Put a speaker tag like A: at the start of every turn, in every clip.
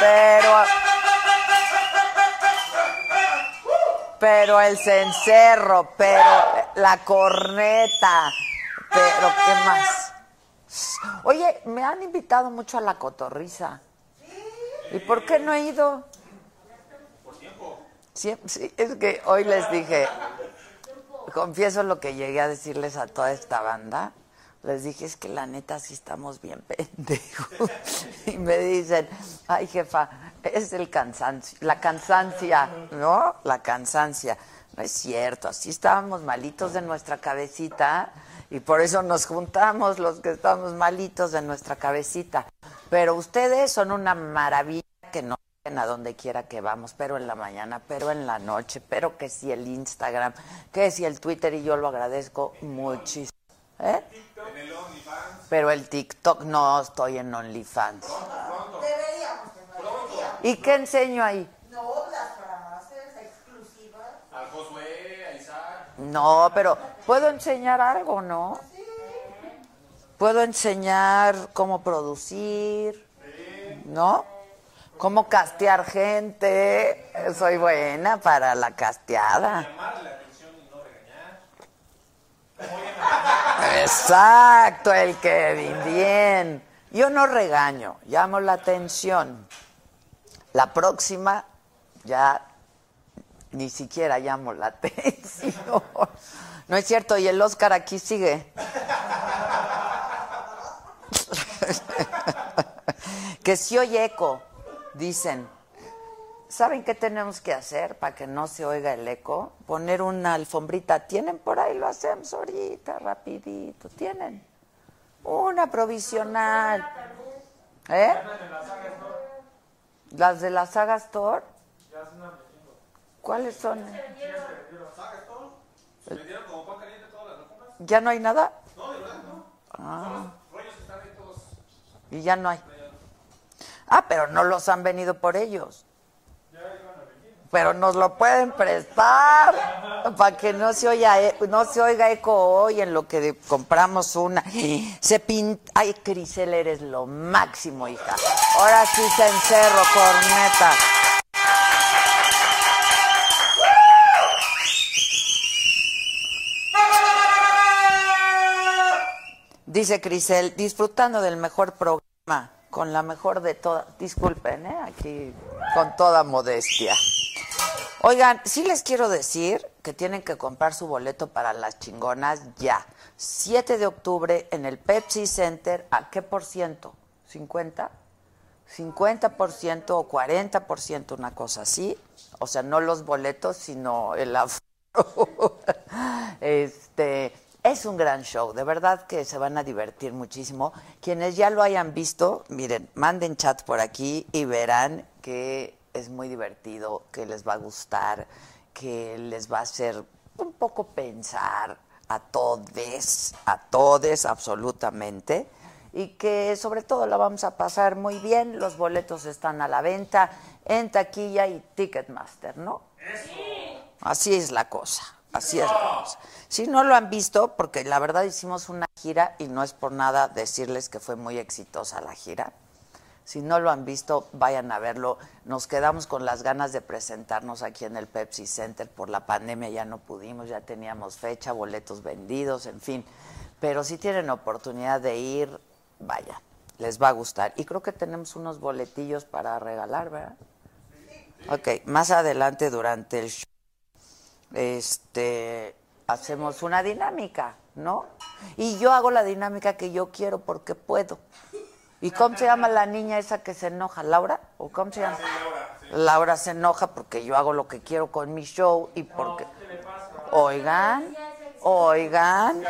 A: Pero. Pero el cencerro, pero la corneta, pero ¿qué más? Oye, me han invitado mucho a la cotorriza. ¿Y por qué no he ido? Siem- sí, es que hoy les dije, confieso lo que llegué a decirles a toda esta banda. Les dije, es que la neta sí estamos bien pendejos. Y me dicen, ay jefa, es el cansancio, la cansancia, ¿no? La cansancia. No es cierto, así estábamos malitos de nuestra cabecita y por eso nos juntamos los que estamos malitos de nuestra cabecita. Pero ustedes son una maravilla que no en a donde quiera que vamos, pero en la mañana, pero en la noche, pero que si el Instagram, que si el Twitter, y yo lo agradezco muchísimo. ¿Eh? Pero el TikTok no estoy en OnlyFans. ¿Y qué enseño ahí? No, pero puedo enseñar algo, ¿no? Puedo enseñar cómo producir, ¿no? Cómo castear gente. Soy buena para la casteada. Exacto, el Kevin, bien. Yo no regaño, llamo la atención. La próxima ya ni siquiera llamo la atención. No es cierto, y el Oscar aquí sigue. que si oye eco, dicen. ¿Saben qué tenemos que hacer para que no se oiga el eco? Poner una alfombrita. ¿Tienen por ahí? Lo hacemos ahorita, rapidito. ¿Tienen? Una provisional. ¿Eh? Las de la saga Store. ¿Cuáles son? ¿Ya no hay nada? Ah. Y ya no hay. Ah, pero no los han venido por ellos. Pero nos lo pueden prestar para que no se oiga e, no se oiga eco hoy en lo que de- compramos una. Se pinta, ay Crisel eres lo máximo, hija. Ahora sí se encerro, corneta. Dice Crisel, disfrutando del mejor programa, con la mejor de todas. Disculpen, ¿eh? aquí con toda modestia. Oigan, sí les quiero decir que tienen que comprar su boleto para las chingonas ya. 7 de octubre en el Pepsi Center, ¿a qué por ciento? ¿50? 50% o 40%, una cosa así. O sea, no los boletos, sino el aforo. este, es un gran show, de verdad que se van a divertir muchísimo. Quienes ya lo hayan visto, miren, manden chat por aquí y verán que es muy divertido, que les va a gustar, que les va a hacer un poco pensar a todes, a todes absolutamente, y que sobre todo la vamos a pasar muy bien. Los boletos están a la venta en taquilla y Ticketmaster, ¿no? Así es la cosa. Así es la cosa. Si no lo han visto, porque la verdad hicimos una gira y no es por nada decirles que fue muy exitosa la gira. Si no lo han visto, vayan a verlo. Nos quedamos con las ganas de presentarnos aquí en el Pepsi Center. Por la pandemia ya no pudimos, ya teníamos fecha, boletos vendidos, en fin. Pero si tienen oportunidad de ir, vayan. Les va a gustar. Y creo que tenemos unos boletillos para regalar, ¿verdad? Ok, más adelante durante el show este, hacemos una dinámica, ¿no? Y yo hago la dinámica que yo quiero porque puedo. ¿Y cómo se llama la niña esa que se enoja? ¿Laura? ¿O cómo se llama? Laura se enoja porque yo hago lo que quiero con mi show y porque... Oigan, oigan.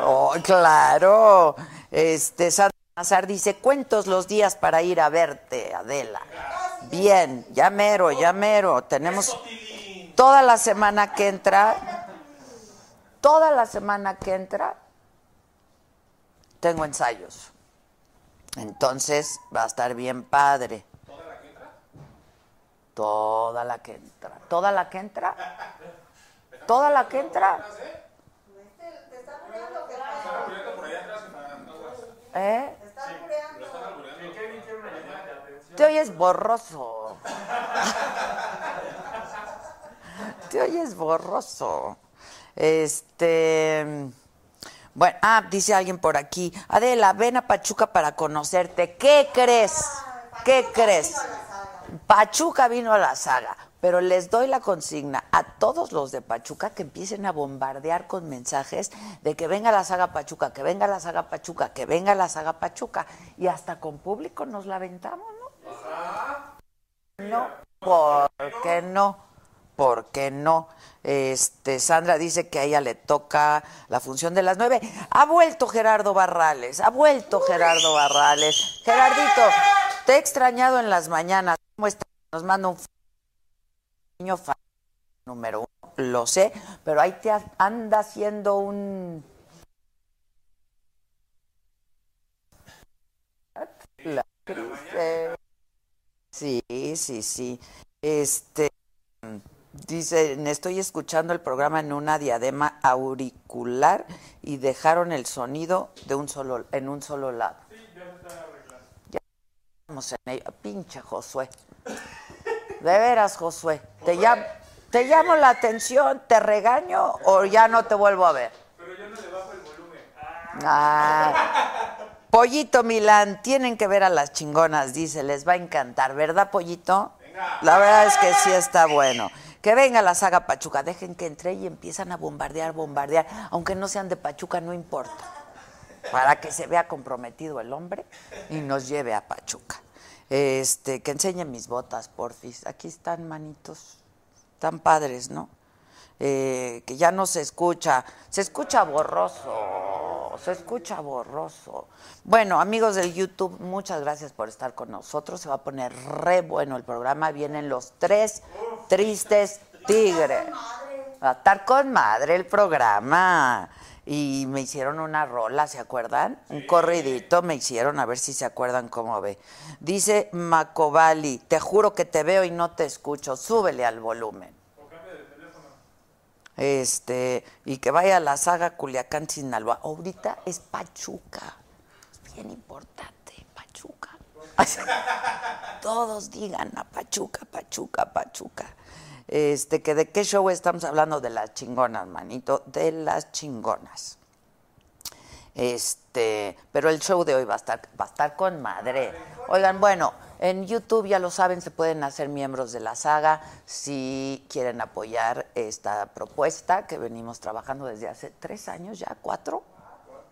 A: Oh, claro. Este, Sandra Nazar dice, cuentos los días para ir a verte, Adela. Bien, ya mero, ya mero. Tenemos toda la semana que entra, toda la semana que entra, tengo ensayos. Entonces va a estar bien padre. ¿Toda la que entra? ¿Toda la que entra? ¿Toda la que entra? ¿Toda la que entra? ¿Eh? Te oyes borroso. Te oyes borroso. Este. Bueno, ah, dice alguien por aquí. Adela, ven a Pachuca para conocerte. ¿Qué crees? ¿Qué crees? Pachuca vino a la saga, pero les doy la consigna a todos los de Pachuca que empiecen a bombardear con mensajes de que venga la saga Pachuca, que venga la saga Pachuca, que venga la saga Pachuca. Y hasta con público nos la aventamos, ¿no? No, ¿por qué no? ¿Por qué no? Este, Sandra dice que a ella le toca la función de las nueve. Ha vuelto Gerardo Barrales, ha vuelto Gerardo Barrales. Gerardito, te he extrañado en las mañanas. ¿Cómo estás? Nos manda un niño fan número uno, lo sé, pero ahí te ha- anda haciendo un... La cruce. Sí, sí, sí. Este... Dicen, estoy escuchando el programa en una diadema auricular y dejaron el sonido de un solo, en un solo lado. Ya estamos en ello. Pinche Josué. De veras, Josué. ¿Te, llam- ¿Te llamo la atención? ¿Te regaño o ya no te vuelvo a ver? Ah. Pero yo no le bajo el volumen. Pollito Milán, tienen que ver a las chingonas, dice, les va a encantar, ¿verdad, Pollito? La verdad es que sí está bueno. Que venga la saga Pachuca, dejen que entre y empiezan a bombardear, bombardear, aunque no sean de Pachuca, no importa. Para que se vea comprometido el hombre y nos lleve a Pachuca. Este, que enseñe mis botas, porfis. Aquí están, manitos. Tan padres, ¿no? Eh, que ya no se escucha. Se escucha borroso. Se escucha borroso. Bueno, amigos del YouTube, muchas gracias por estar con nosotros. Se va a poner re bueno el programa. Vienen los tres tristes tigres. Va a estar con madre el programa. Y me hicieron una rola, ¿se acuerdan? Un corridito me hicieron, a ver si se acuerdan cómo ve. Dice Macovali, te juro que te veo y no te escucho, súbele al volumen. Este, y que vaya a la saga Culiacán Sinaloa. Ahorita es Pachuca. Es bien importante, Pachuca. Todos digan a Pachuca, Pachuca, Pachuca. Este, que de qué show estamos hablando de las chingonas, manito, de las chingonas. Este, pero el show de hoy va a estar, va a estar con madre. Oigan, bueno, en YouTube ya lo saben, se pueden hacer miembros de la saga si quieren apoyar esta propuesta que venimos trabajando desde hace tres años ya, cuatro,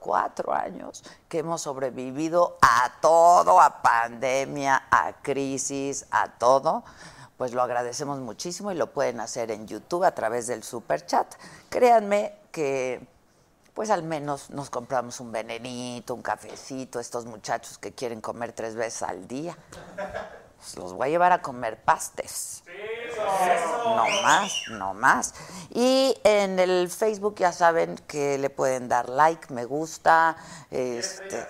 A: cuatro años, que hemos sobrevivido a todo, a pandemia, a crisis, a todo pues lo agradecemos muchísimo y lo pueden hacer en YouTube a través del super chat. Créanme que pues al menos nos compramos un venenito, un cafecito, estos muchachos que quieren comer tres veces al día. pues los voy a llevar a comer pastes. No más, no más. Y en el Facebook ya saben que le pueden dar like, me gusta, este,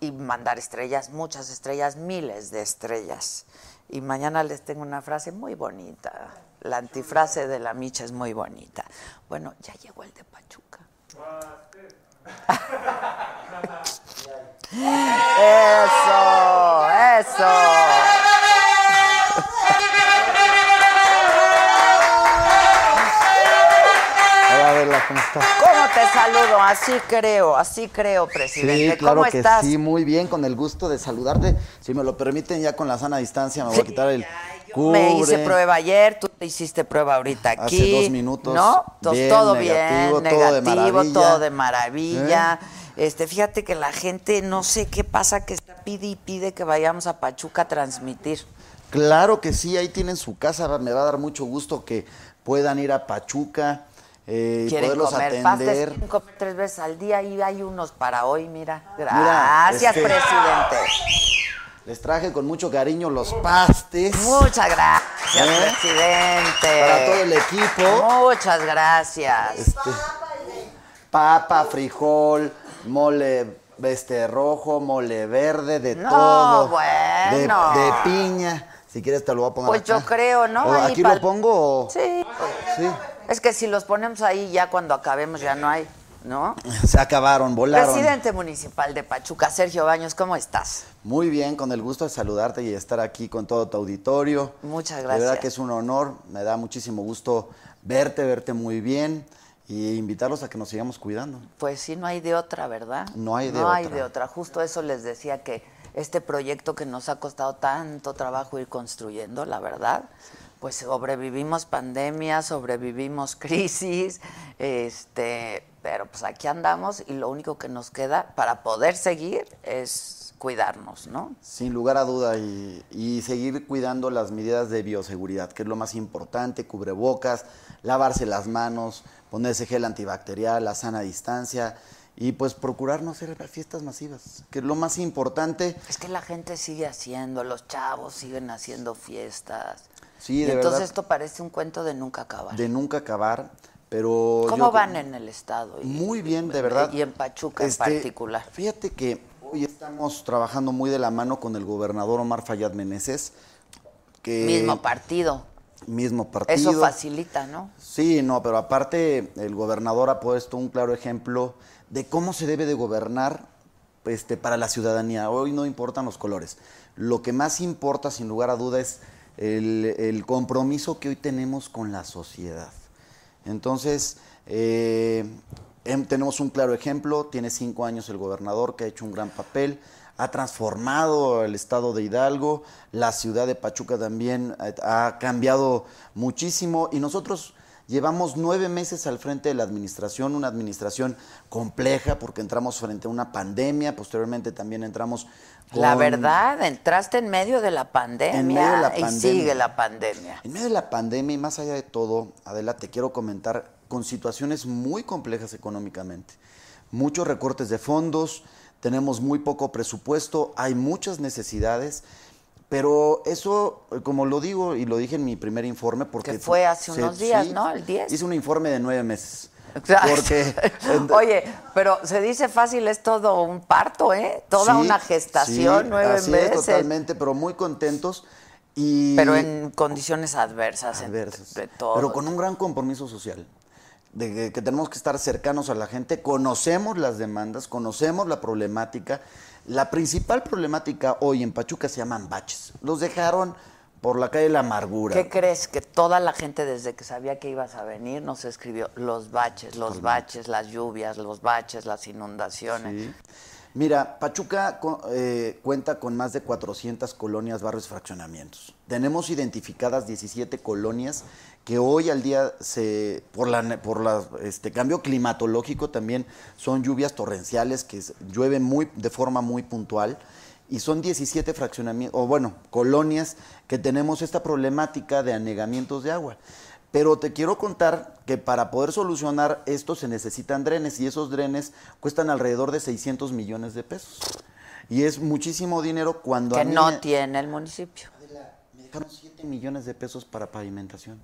A: y mandar estrellas, muchas estrellas, miles de estrellas. Y mañana les tengo una frase muy bonita. La antifrase de la Micha es muy bonita. Bueno, ya llegó el de Pachuca. Eso, eso.
B: Hola, Adela, ¿cómo estás?
A: ¿Cómo te saludo? Así creo, así creo, presidente.
B: Sí, claro
A: ¿Cómo
B: que
A: estás?
B: sí, muy bien, con el gusto de saludarte. Si me lo permiten, ya con la sana distancia me voy a quitar el cubre.
A: Me hice prueba ayer, tú te hiciste prueba ahorita
B: Hace
A: aquí.
B: dos minutos.
A: ¿No? Entonces,
B: Bien,
A: todo
B: negativo,
A: bien,
B: todo de
A: negativo,
B: maravilla. ¿Eh?
A: todo de maravilla. Este, fíjate que la gente no sé qué pasa que está pide y pide que vayamos a Pachuca a transmitir.
B: Claro que sí, ahí tienen su casa. va- Me va a dar mucho gusto que puedan ir a Pachuca eh, y
A: Quieren
B: poderlos
A: comer pastes,
B: atender.
A: quieren comer tres veces al día y hay unos para hoy, mira.
B: Mira,
A: Gracias,
B: este-
A: presidente.
B: Les traje con mucho cariño los pastes
A: Muchas gracias,
B: ¿Eh?
A: presidente.
B: para todo el equipo.
A: Muchas gracias.
B: Este, papa, frijol, mole este rojo, mole verde, de
A: No,
B: todo.
A: bueno.
B: De, de piña. Si quieres te lo voy a poner
A: Pues yo
B: acá.
A: creo, ¿no?
B: O
A: Ahí
B: ¿Aquí
A: pa'l-
B: lo pongo? o-
A: Sí.
B: Sí.
A: Es que si los ponemos ahí ya cuando acabemos ya no hay, ¿no?
B: Se acabaron, volaron.
A: Presidente municipal de Pachuca, Sergio Baños, ¿cómo estás?
B: Muy bien, con el gusto de saludarte y de estar aquí con todo tu auditorio.
A: Muchas
B: De
A: gracias.
B: verdad que es un honor, me da muchísimo gusto verte, verte muy bien y invitarlos a que nos sigamos cuidando.
A: Pues sí, no hay de otra, ¿verdad?
B: No hay de
A: No hay
B: otra.
A: de otra. Justo eso les decía que este proyecto que nos ha costado tanto trabajo ir construyendo, la verdad, pues sobrevivimos pandemia, sobrevivimos crisis, este, pero pues aquí andamos y lo único que nos queda para poder seguir es cuidarnos, ¿no?
B: Sin lugar a duda y, y seguir cuidando las medidas de bioseguridad, que es lo más importante, cubrebocas, lavarse las manos, ponerse gel antibacterial, la sana distancia y pues procurar no hacer fiestas masivas, que es lo más importante.
A: Es que la gente sigue haciendo, los chavos siguen haciendo fiestas.
B: Sí,
A: y
B: de
A: entonces
B: verdad.
A: esto parece un cuento de nunca acabar.
B: de nunca acabar, pero...
A: ¿Cómo
B: yo-
A: van en el estado? Y-
B: Muy
A: y-
B: bien, de verdad.
A: Y en Pachuca
B: Este,
A: en particular.
B: Fíjate que hoy estamos trabajando muy de la mano con el gobernador Omar Fayad Meneses, que...
A: Mismo partido.
B: mismo eh, partido.
A: Eso facilita, ¿no?
B: Sí, no, pero aparte el gobernador ha puesto un claro ejemplo de cómo se debe de gobernar este, para la ciudadanía. Hoy no importan los colores. Lo que más importa, sin lugar a duda, es el, el compromiso que hoy tenemos con la sociedad. Entonces, eh, em- tenemos un claro ejemplo, tiene cinco años el gobernador que ha hecho un gran papel, ha transformado el estado de Hidalgo, la ciudad de Pachuca también eh, ha cambiado muchísimo y nosotros llevamos nueve meses al frente de la administración, una administración compleja porque entramos frente a una pandemia, posteriormente también entramos...
A: La
B: con-
A: verdad, entraste en medio de la pandemia,
B: En medio de la
A: y
B: pandemia.
A: sigue la pandemia.
B: En medio de la pandemia y más allá de todo, Adela, te quiero comentar con situaciones muy complejas económicamente. Muchos recortes de fondos, tenemos muy poco presupuesto, hay muchas necesidades, pero eso, eh, como lo digo y lo dije en mi primer informe, porque...
A: Que fue hace unos días, ¿no? El 10.
B: Hice un informe de nueve meses.
A: Exacto.
B: Porque...
A: Oye, pero se dice fácil, es todo un parto, ¿eh? Toda
B: Sí,
A: una gestación,
B: sí,
A: nueve
B: así es,
A: meses.
B: totalmente, pero muy contentos y...
A: Pero en condiciones adversas, en-
B: adversas,
A: de todo.
B: Pero con un gran compromiso social. De que, que tenemos que estar cercanos a la gente, conocemos las demandas, conocemos la problemática. La principal problemática hoy en Pachuca se llaman baches. Los dejaron por la calle de la amargura.
A: ¿Qué crees? Que toda la gente desde que sabía que ibas a venir nos escribió los baches, los baches, las lluvias, los baches, las inundaciones.
B: Sí. Mira, Pachuca co- eh, cuenta con más de 400 colonias, barrios, fraccionamientos. Tenemos identificadas 17 colonias que hoy al día se por la ne- por la, este cambio climatológico también son lluvias torrenciales que s- llueven muy de forma muy puntual y son 17 fraccionamientos o bueno, colonias que tenemos esta problemática de anegamientos de agua. Pero te quiero contar que para poder solucionar esto se necesitan drenes y esos drenes cuestan alrededor de 600 millones de pesos. Y es muchísimo dinero cuando... a
A: Que
B: mí
A: no
B: me-
A: tiene el municipio.
B: dejaron 7 millones de pesos para pavimentación.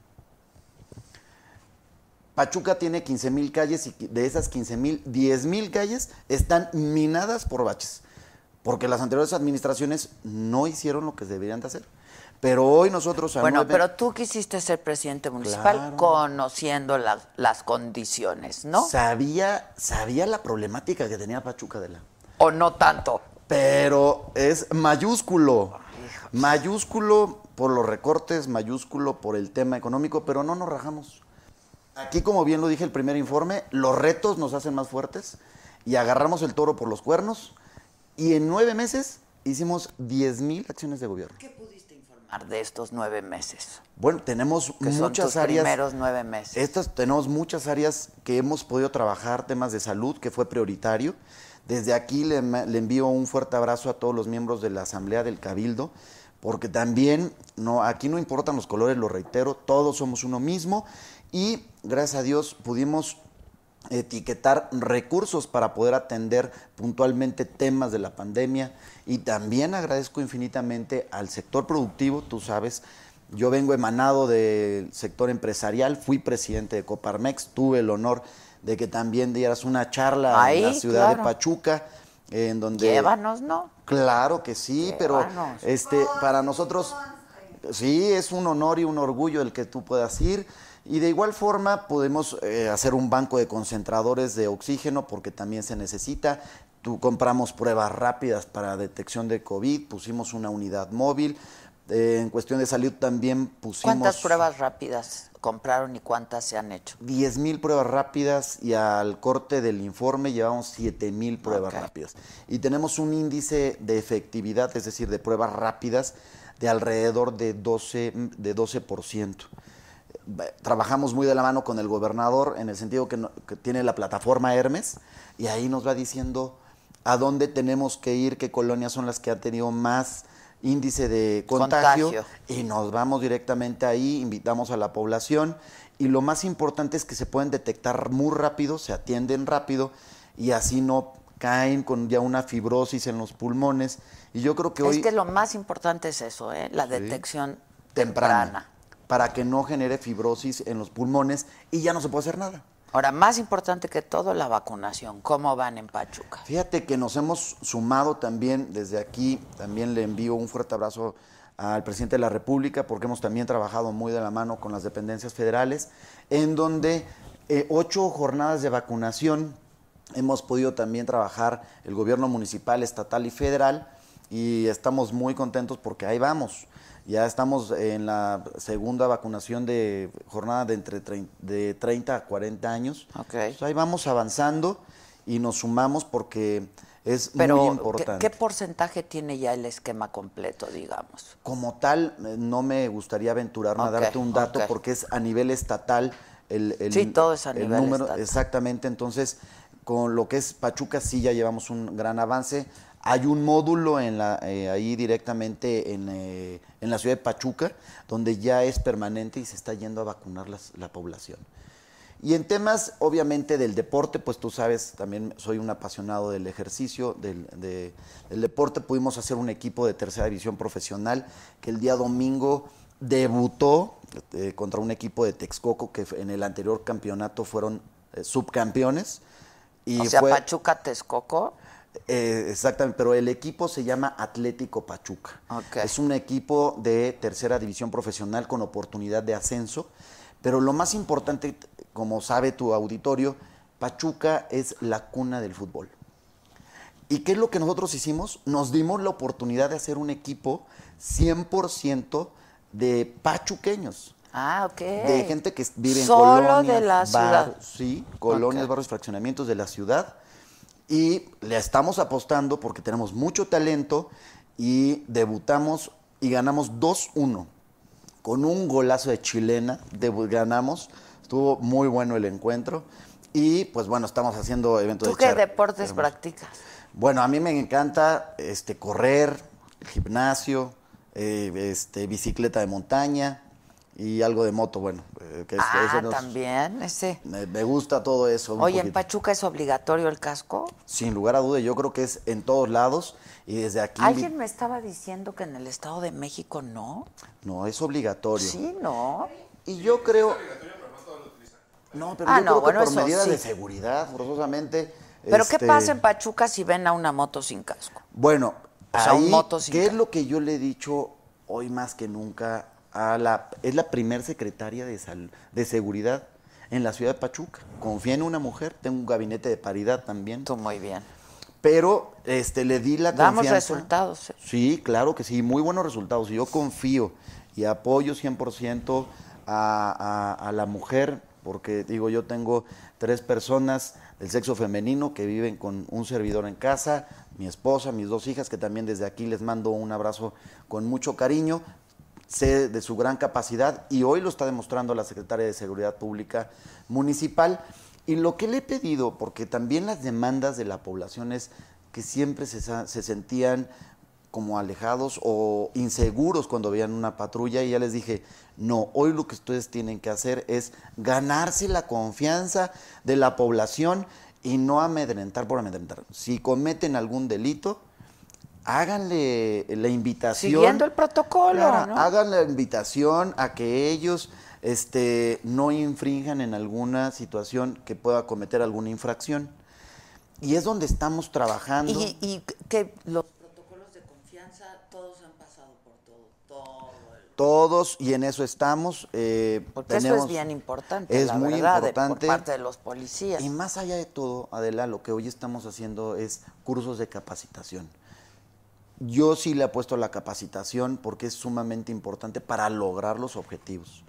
B: Pachuca tiene 15 mil calles y de esas 15 mil, 10 mil calles están minadas por baches, porque las anteriores administraciones no hicieron lo que deberían de hacer. Pero hoy nosotros... a
A: Bueno,
B: nueve-
A: pero tú quisiste ser presidente municipal
B: Claro.
A: conociendo la- las condiciones, ¿no?
B: Sabía, sabía la problemática que tenía Pachuca de la...
A: o no tanto.
B: pero es mayúsculo. Mayúsculo por los recortes, mayúsculo por el tema económico, pero no nos rajamos. Aquí, como bien lo dije el primer informe, los retos nos hacen más fuertes y agarramos el toro por los cuernos y en nueve meses hicimos 10 mil acciones de gobierno.
A: Mar, De estos nueve meses,
B: Bueno, tenemos
A: que son
B: muchas
A: tus
B: áreas.
A: primeros nueve meses.
B: Estas tenemos muchas áreas que hemos podido trabajar, temas de salud, que fue prioritario. Desde aquí le, ma- le envío un fuerte abrazo a todos los miembros de la Asamblea del Cabildo, porque también no, aquí no importan los colores, lo reitero, todos somos uno mismo y gracias a Dios pudimos etiquetar recursos para poder atender puntualmente temas de la pandemia y también agradezco infinitamente al sector productivo, tú sabes, yo vengo emanado del sector empresarial, fui presidente de Coparmex, tuve el honor de que también dieras una charla en la
A: Ahí,
B: ciudad
A: claro.
B: de Pachuca, eh, en donde...
A: Llévanos, ¿no?
B: Claro que sí, pero
A: Llévanos.
B: este para nosotros sí es un honor y un orgullo el que tú puedas ir y de igual forma podemos eh, hacer un banco de concentradores de oxígeno porque también se necesita. Tú compramos pruebas rápidas para detección de COVID, pusimos una unidad móvil. Eh, en cuestión de salud también pusimos
A: ¿Cuántas pruebas rápidas compraron y cuántas se han hecho?
B: 10 mil pruebas rápidas y al corte del informe llevamos 7 mil pruebas
A: Ok.
B: rápidas. Y tenemos un índice de efectividad, es decir, de pruebas rápidas, de alrededor de 12, de 12%. Eh, Trabajamos muy de la mano con el gobernador en el sentido que, no- que tiene la plataforma Hermes y ahí nos va diciendo a dónde tenemos que ir, qué colonias son las que han tenido más índice de
A: Contagio.
B: contagio y nos vamos directamente ahí, invitamos a la población y lo más importante es que se pueden detectar muy rápido, se atienden rápido y así no caen con ya una fibrosis en los pulmones y yo creo que hoy
A: Es que lo más importante es eso, ¿eh? La detección
B: temprana,
A: temprana.
B: para que no genere fibrosis en los pulmones y ya no se puede hacer nada.
A: Ahora, más importante que todo, la vacunación. ¿Cómo van en Pachuca?
B: Fíjate que nos hemos sumado también desde aquí, también le envío un fuerte abrazo al presidente de la República, porque hemos también trabajado muy de la mano con las dependencias federales, en donde eh, ocho jornadas de vacunación hemos podido también trabajar el gobierno municipal, estatal y federal, y estamos muy contentos porque ahí vamos. Ya estamos en la segunda vacunación de jornada de entre trein- de 30 a 40 años.
A: Ok.
B: Entonces, ahí vamos avanzando y nos sumamos porque es
A: Pero,
B: muy
A: ¿qué-
B: importante.
A: ¿qué, porcentaje tiene ya el esquema completo, digamos?
B: Como tal, eh, no me gustaría aventurarme
A: Ok,
B: a darte un dato
A: ok.
B: porque es a nivel estatal el, el-
A: Sí, todo es a
B: el
A: nivel
B: número.
A: estatal.
B: Exactamente, entonces con lo que es Pachuca sí ya llevamos un gran avance. Hay un módulo en la, eh, ahí directamente en, eh, en la ciudad de Pachuca donde ya es permanente y se está yendo a vacunar las- la población. Y en temas, obviamente, del deporte, pues tú sabes, también soy un apasionado del ejercicio, del, de- del deporte. Pudimos hacer un equipo de tercera división profesional que el día domingo debutó eh, contra un equipo de Texcoco que en el anterior campeonato fueron eh, subcampeones. Y
A: o sea,
B: fue-
A: Pachuca, Texcoco.
B: eh, exactamente, pero el equipo se llama Atlético Pachuca.
A: Ok.
B: Es un equipo de tercera división profesional con oportunidad de ascenso, pero lo más importante, t- como sabe tu auditorio, Pachuca es la cuna del fútbol. ¿Y qué es lo que nosotros hicimos? Nos dimos la oportunidad de hacer un equipo 100% de pachuqueños
A: Ah, ok.
B: de gente que vive en
A: Solo
B: colonias,
A: de la
B: barrios,
A: ciudad.
B: sí, colonias,
A: Ok.
B: barrios, fraccionamientos de la ciudad y le estamos apostando porque tenemos mucho talento y debutamos y ganamos 2-1 con un golazo de chilena debu- ganamos, estuvo muy bueno el encuentro y pues bueno, estamos haciendo eventos
A: ¿Tú
B: de
A: qué
B: charla.
A: deportes
B: Hermoso.
A: practicas?
B: Bueno, a mí me encanta este correr, gimnasio, eh, este bicicleta de montaña, y algo de moto, bueno. eh, que es-
A: ah,
B: eso nos-
A: también, ese.
B: Me, me gusta todo eso. un
A: Oye, ¿en
B: poquito.
A: Pachuca es obligatorio el casco?
B: Sin lugar a duda, yo creo que es en todos lados y desde aquí...
A: Alguien me estaba diciendo que en el Estado de México no.
B: No, es obligatorio.
A: Sí, no.
B: Y yo creo... No, pero
A: Ah,
B: yo
A: no,
B: creo
A: bueno,
B: que por
A: eso
B: medidas
A: sí.
B: de seguridad, forzosamente...
A: Pero ¿qué
B: este,
A: pasa en Pachuca si ven a una moto sin casco?
B: Bueno,
A: O sea, un
B: ahí,
A: moto sin
B: ¿qué es
A: ca-
B: lo que yo le he dicho hoy más que nunca a la es la primer secretaria de sal- de seguridad en la ciudad de Pachuca? Confía en una mujer, tengo un gabinete de paridad también,
A: Tú muy bien.
B: pero este le di la
A: Damos
B: confianza.
A: resultados. ¿eh?
B: Sí, claro que sí, muy buenos resultados. Y Yo confío y apoyo 100% a, a- a la mujer, porque digo, yo tengo tres personas del sexo femenino que viven con un servidor en casa, mi esposa, mis dos hijas, que también desde aquí les mando un abrazo con mucho cariño. Sé de su gran capacidad y hoy lo está demostrando la secretaria de Seguridad Pública Municipal. Y lo que le he pedido, porque también las demandas de la población es que siempre se, sa- se sentían como alejados o inseguros cuando veían una patrulla y ya les dije, no, hoy lo que ustedes tienen que hacer es ganarse la confianza de la población y no amedrentar por amedrentar. Si cometen algún delito, háganle la invitación.
A: Siguiendo el protocolo, ¿no?
B: Hagan la invitación a que ellos este, no infrinjan en alguna situación que pueda cometer alguna infracción. Y es donde estamos trabajando.
A: Y, y que los protocolos de confianza todos han pasado por todo. todo el-
B: todos y en eso estamos. eh,
A: Porque eso
B: tenemos-
A: es bien importante,
B: Es
A: la
B: muy
A: verdad, de-
B: importante.
A: por parte de los policías.
B: Y más allá de todo, Adela, lo que hoy estamos haciendo es cursos de capacitación. Yo sí le apuesto a la capacitación porque es sumamente importante para lograr los objetivos.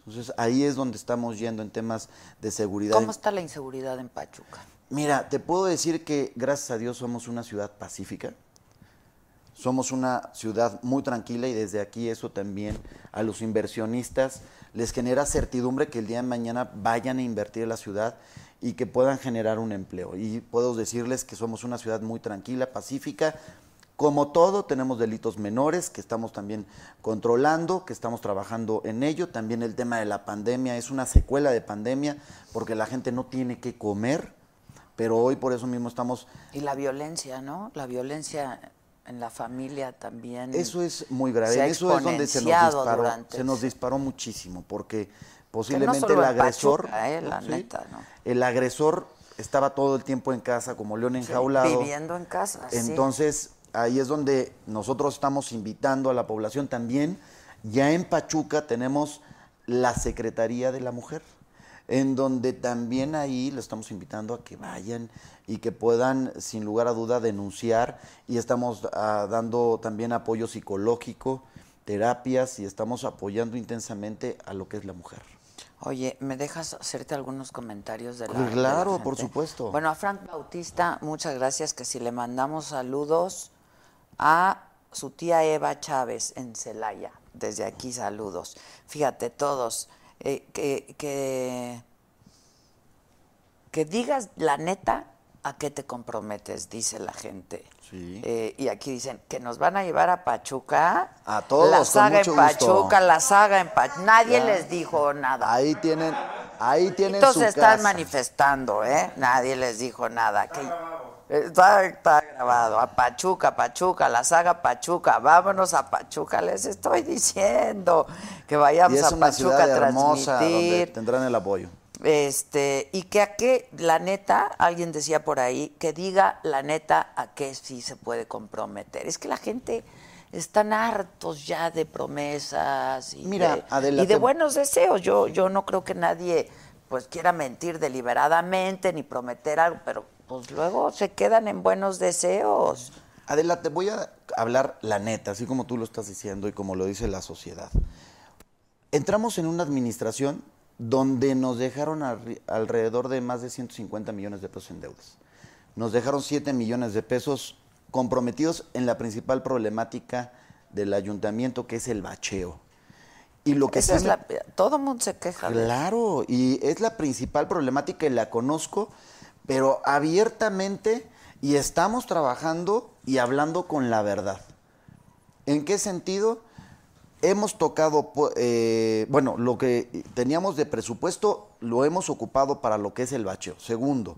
B: Entonces ahí es donde estamos yendo en temas de seguridad.
A: ¿Cómo está la inseguridad en Pachuca?
B: Mira, te puedo decir que gracias a Dios somos una ciudad pacífica. Somos una ciudad muy tranquila y desde aquí eso también a los inversionistas les genera certidumbre que el día de mañana vayan a invertir en la ciudad y que puedan generar un empleo. Y puedo decirles que somos una ciudad muy tranquila, pacífica. Como todo, tenemos delitos menores que estamos también controlando, que estamos trabajando en ello. También el tema de la pandemia es una secuela de pandemia porque la gente no tiene que comer, pero hoy por eso mismo estamos
A: Y la violencia, ¿no? La violencia en la familia también.
B: Eso es muy grave.
A: Mm. se ha
B: en eso es donde se nos
A: exponenciado
B: disparó.
A: durante
B: Se nos
A: ese-
B: disparó muchísimo porque posiblemente
A: solo
B: el
A: en
B: agresor.
A: Pachuca, eh, la neta, ¿no?
B: El agresor estaba todo el tiempo en casa como león enjaulado.
A: viviendo en casa, sí.
B: Entonces, ahí es donde nosotros estamos invitando a la población también. Ya en Pachuca tenemos la Secretaría de la Mujer, en donde también ahí lo estamos invitando a que vayan y que puedan, sin lugar a duda, denunciar. Y estamos ah, dando también apoyo psicológico, terapias, y estamos apoyando intensamente a lo que es la mujer.
A: Oye, ¿me dejas hacerte algunos comentarios de la
B: Pues Claro,
A: de la gente?
B: por supuesto.
A: Bueno, a Frank Bautista, muchas gracias, que si le mandamos saludos a su tía Eva Chávez en Celaya. Desde aquí saludos. Fíjate, todos, eh, que, que, que digas la neta a qué te comprometes, dice la gente.
B: Sí.
A: Eh, y aquí dicen que nos van a llevar a Pachuca.
B: A todos,
A: La
B: con
A: saga
B: mucho
A: en
B: gusto.
A: Pachuca, la saga en Pachuca. Nadie les dijo nada.
B: Ahí tienen, ahí tienen
A: Entonces
B: su
A: están
B: casa.
A: manifestando, ¿eh? Nadie les dijo nada. Está grabado. Está, está grabado. A Pachuca, Pachuca, la saga Pachuca. Vámonos a Pachuca, les estoy diciendo. Que
B: Y
A: vayamos
B: es
A: a
B: una
A: Pachuca
B: ciudad
A: a
B: hermosa donde
A: transmitir.
B: tendrán el apoyo.
A: Este, y que a qué, la neta, alguien decía por ahí, que diga la neta a qué sí se puede comprometer. Es que la gente están hartos ya de promesas y,
B: Mira,
A: de,
B: Adela,
A: y de
B: te-
A: buenos deseos. Yo, yo no creo que nadie pues quiera mentir deliberadamente ni prometer algo, pero pues luego se quedan en buenos deseos.
B: Adela, te voy a hablar la neta, así como tú lo estás diciendo y como lo dice la sociedad. Entramos en una administración donde nos dejaron arri- alrededor de más de 150 millones de pesos en deudas. Nos dejaron 7 millones de pesos comprometidos en la principal problemática del ayuntamiento, que es el bacheo. Y lo que
A: Esa es
B: están-
A: la- todo mundo se queja. de-
B: Claro, y es la principal problemática y la conozco, pero abiertamente y estamos trabajando y hablando con la verdad. ¿En qué sentido? Hemos tocado, pu- eh, bueno, lo que teníamos de presupuesto lo hemos ocupado para lo que es el bacheo. Segundo,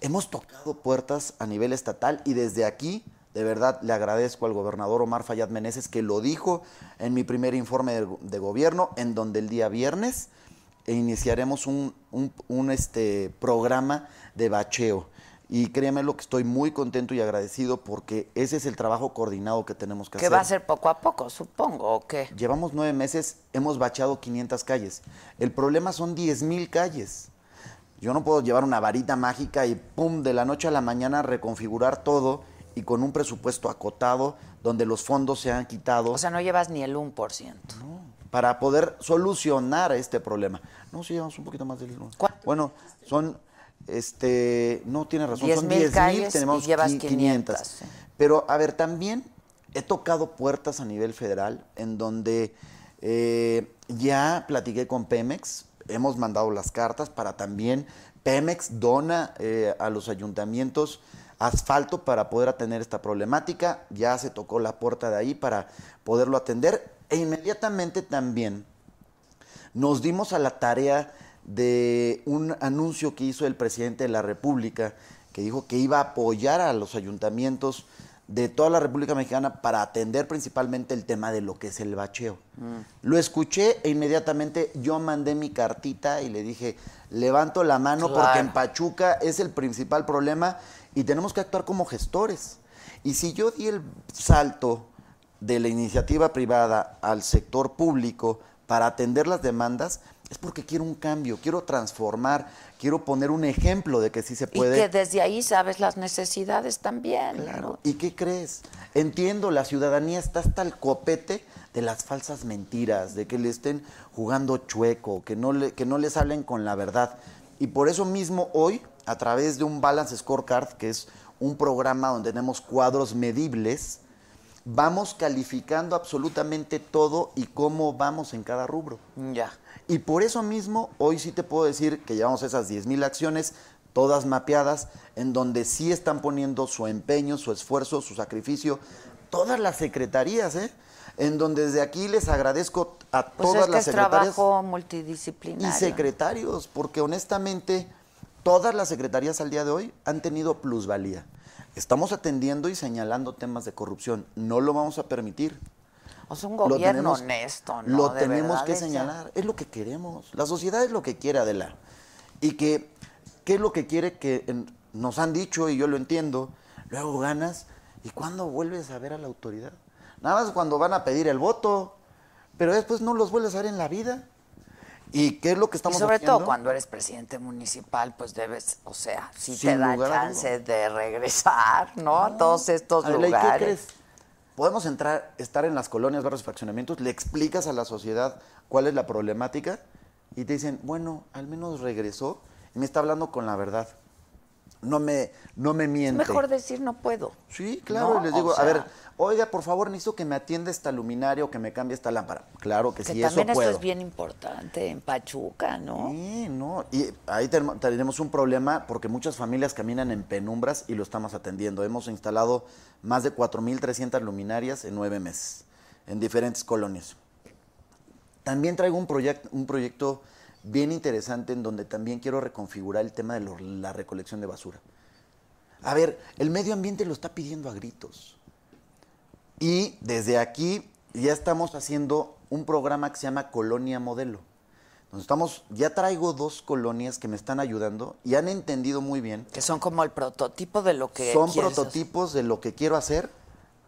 B: hemos tocado puertas a nivel estatal y desde aquí, de verdad, le agradezco al gobernador Omar Fayad Meneses que lo dijo en mi primer informe de, de gobierno, en donde el día viernes iniciaremos un, un- un, este, programa de bacheo. Y créeme lo que estoy muy contento y agradecido porque ese es el trabajo coordinado que tenemos que
A: Que
B: hacer.
A: va a ser poco a poco, supongo, ¿o qué?
B: Llevamos nueve meses, hemos bachado 500 calles. El problema son 10.000 calles. Yo no puedo llevar una varita mágica y pum, de la noche a la mañana reconfigurar todo y con un presupuesto acotado donde los fondos se han quitado
A: O sea, no llevas ni el 1%.
B: para poder solucionar este problema. No, sí, llevamos un poquito más del uno.
A: ¿Cuánto?
B: Bueno, son, este, no tiene razón,
A: 10,000
B: son 10
A: calles
B: tenemos
A: y llevas
B: qui-
A: 500,
B: 500.
A: sí.
B: Pero, a ver, también he tocado puertas a nivel federal en donde eh, ya platiqué con Pemex, hemos mandado las cartas para también, Pemex dona eh, a los ayuntamientos asfalto para poder atender esta problemática, ya se tocó la puerta de ahí para poderlo atender e inmediatamente también nos dimos a la tarea de un anuncio que hizo el presidente de la República, que dijo que iba a apoyar a los ayuntamientos de toda la República Mexicana para atender principalmente el tema de lo que es el bacheo. Lo escuché e inmediatamente yo mandé mi cartita y le dije, levanto la mano porque en
A: Claro.
B: Pachuca es el principal problema y tenemos que actuar como gestores. Y si yo di el salto de la iniciativa privada al sector público para atender las demandas, es porque quiero un cambio, quiero transformar, quiero poner un ejemplo de que sí se puede.
A: Y que desde ahí sabes las necesidades también.
B: Claro.
A: Claro.
B: ¿Y qué crees? Entiendo, la ciudadanía está hasta el copete de las falsas mentiras, de que le estén jugando chueco, que no, le- que no les hablen con la verdad. Y por eso mismo hoy, a través de un Balance Scorecard, que es un programa donde tenemos cuadros medibles, vamos calificando absolutamente todo y cómo vamos en cada rubro.
A: Ya.
B: Y por eso mismo, hoy sí te puedo decir que llevamos esas 10.000 acciones, todas mapeadas, en donde sí están poniendo su empeño, su esfuerzo, su sacrificio, todas las secretarías, ¿eh? En donde desde aquí les agradezco a
A: Pues
B: todas
A: es que
B: las
A: es
B: secretarias
A: trabajo
B: y
A: multidisciplinario.
B: secretarios, porque honestamente todas las secretarías al día de hoy han tenido plusvalía. Estamos atendiendo y señalando temas de corrupción, no lo vamos a permitir.
A: O sea, un
B: Lo
A: gobierno
B: tenemos-
A: honesto, ¿no?
B: Lo
A: De
B: tenemos
A: verdad,
B: que
A: ese-
B: señalar. Es lo que queremos. La sociedad es lo que quiere, Adela. Y que, ¿qué es lo que quiere que en- nos han dicho? Y yo lo entiendo. Luego ganas. ¿Y cuándo vuelves a ver a la autoridad? Nada más cuando van a pedir el voto. Pero después no los vuelves a ver en la vida. ¿Y qué es lo que
A: Y
B: estamos
A: sobre
B: haciendo?
A: todo cuando eres presidente municipal, pues debes, o sea, si
B: Sin
A: te da
B: lugar a
A: chance de regresar, ¿no? A todos estos
B: Adela, ¿y qué
A: lugares.
B: crees? Podemos entrar, estar en las colonias, barrios, fraccionamientos, le explicas a la sociedad cuál es la problemática y te dicen, bueno, al menos regresó y me está hablando con la verdad. No me, no me miente.
A: Mejor decir no puedo.
B: Sí, claro,
A: No,
B: y les
A: o
B: digo,
A: sea,
B: a ver, oiga, por favor, necesito que me atienda esta luminaria o que me cambie esta lámpara. Claro que,
A: Que
B: sí,
A: también
B: eso
A: esto
B: puedo.
A: es bien importante en Pachuca, ¿no?
B: Sí, no. Y ahí tenemos- tenemos un problema porque muchas familias caminan en penumbras y lo estamos atendiendo. Hemos instalado más de 4.300 luminarias en nueve meses, en diferentes colonias. También traigo un, proyec- un proyecto bien interesante en donde también quiero reconfigurar el tema de lo- la recolección de basura. A ver, el medio ambiente lo está pidiendo a gritos. Y desde aquí ya estamos haciendo un programa que se llama Colonia Modelo. Donde estamos, ya traigo dos colonias que me están ayudando y han entendido muy bien.
A: Que son como el prototipo de lo que
B: Son
A: quieres hacer.
B: prototipos de lo que quiero hacer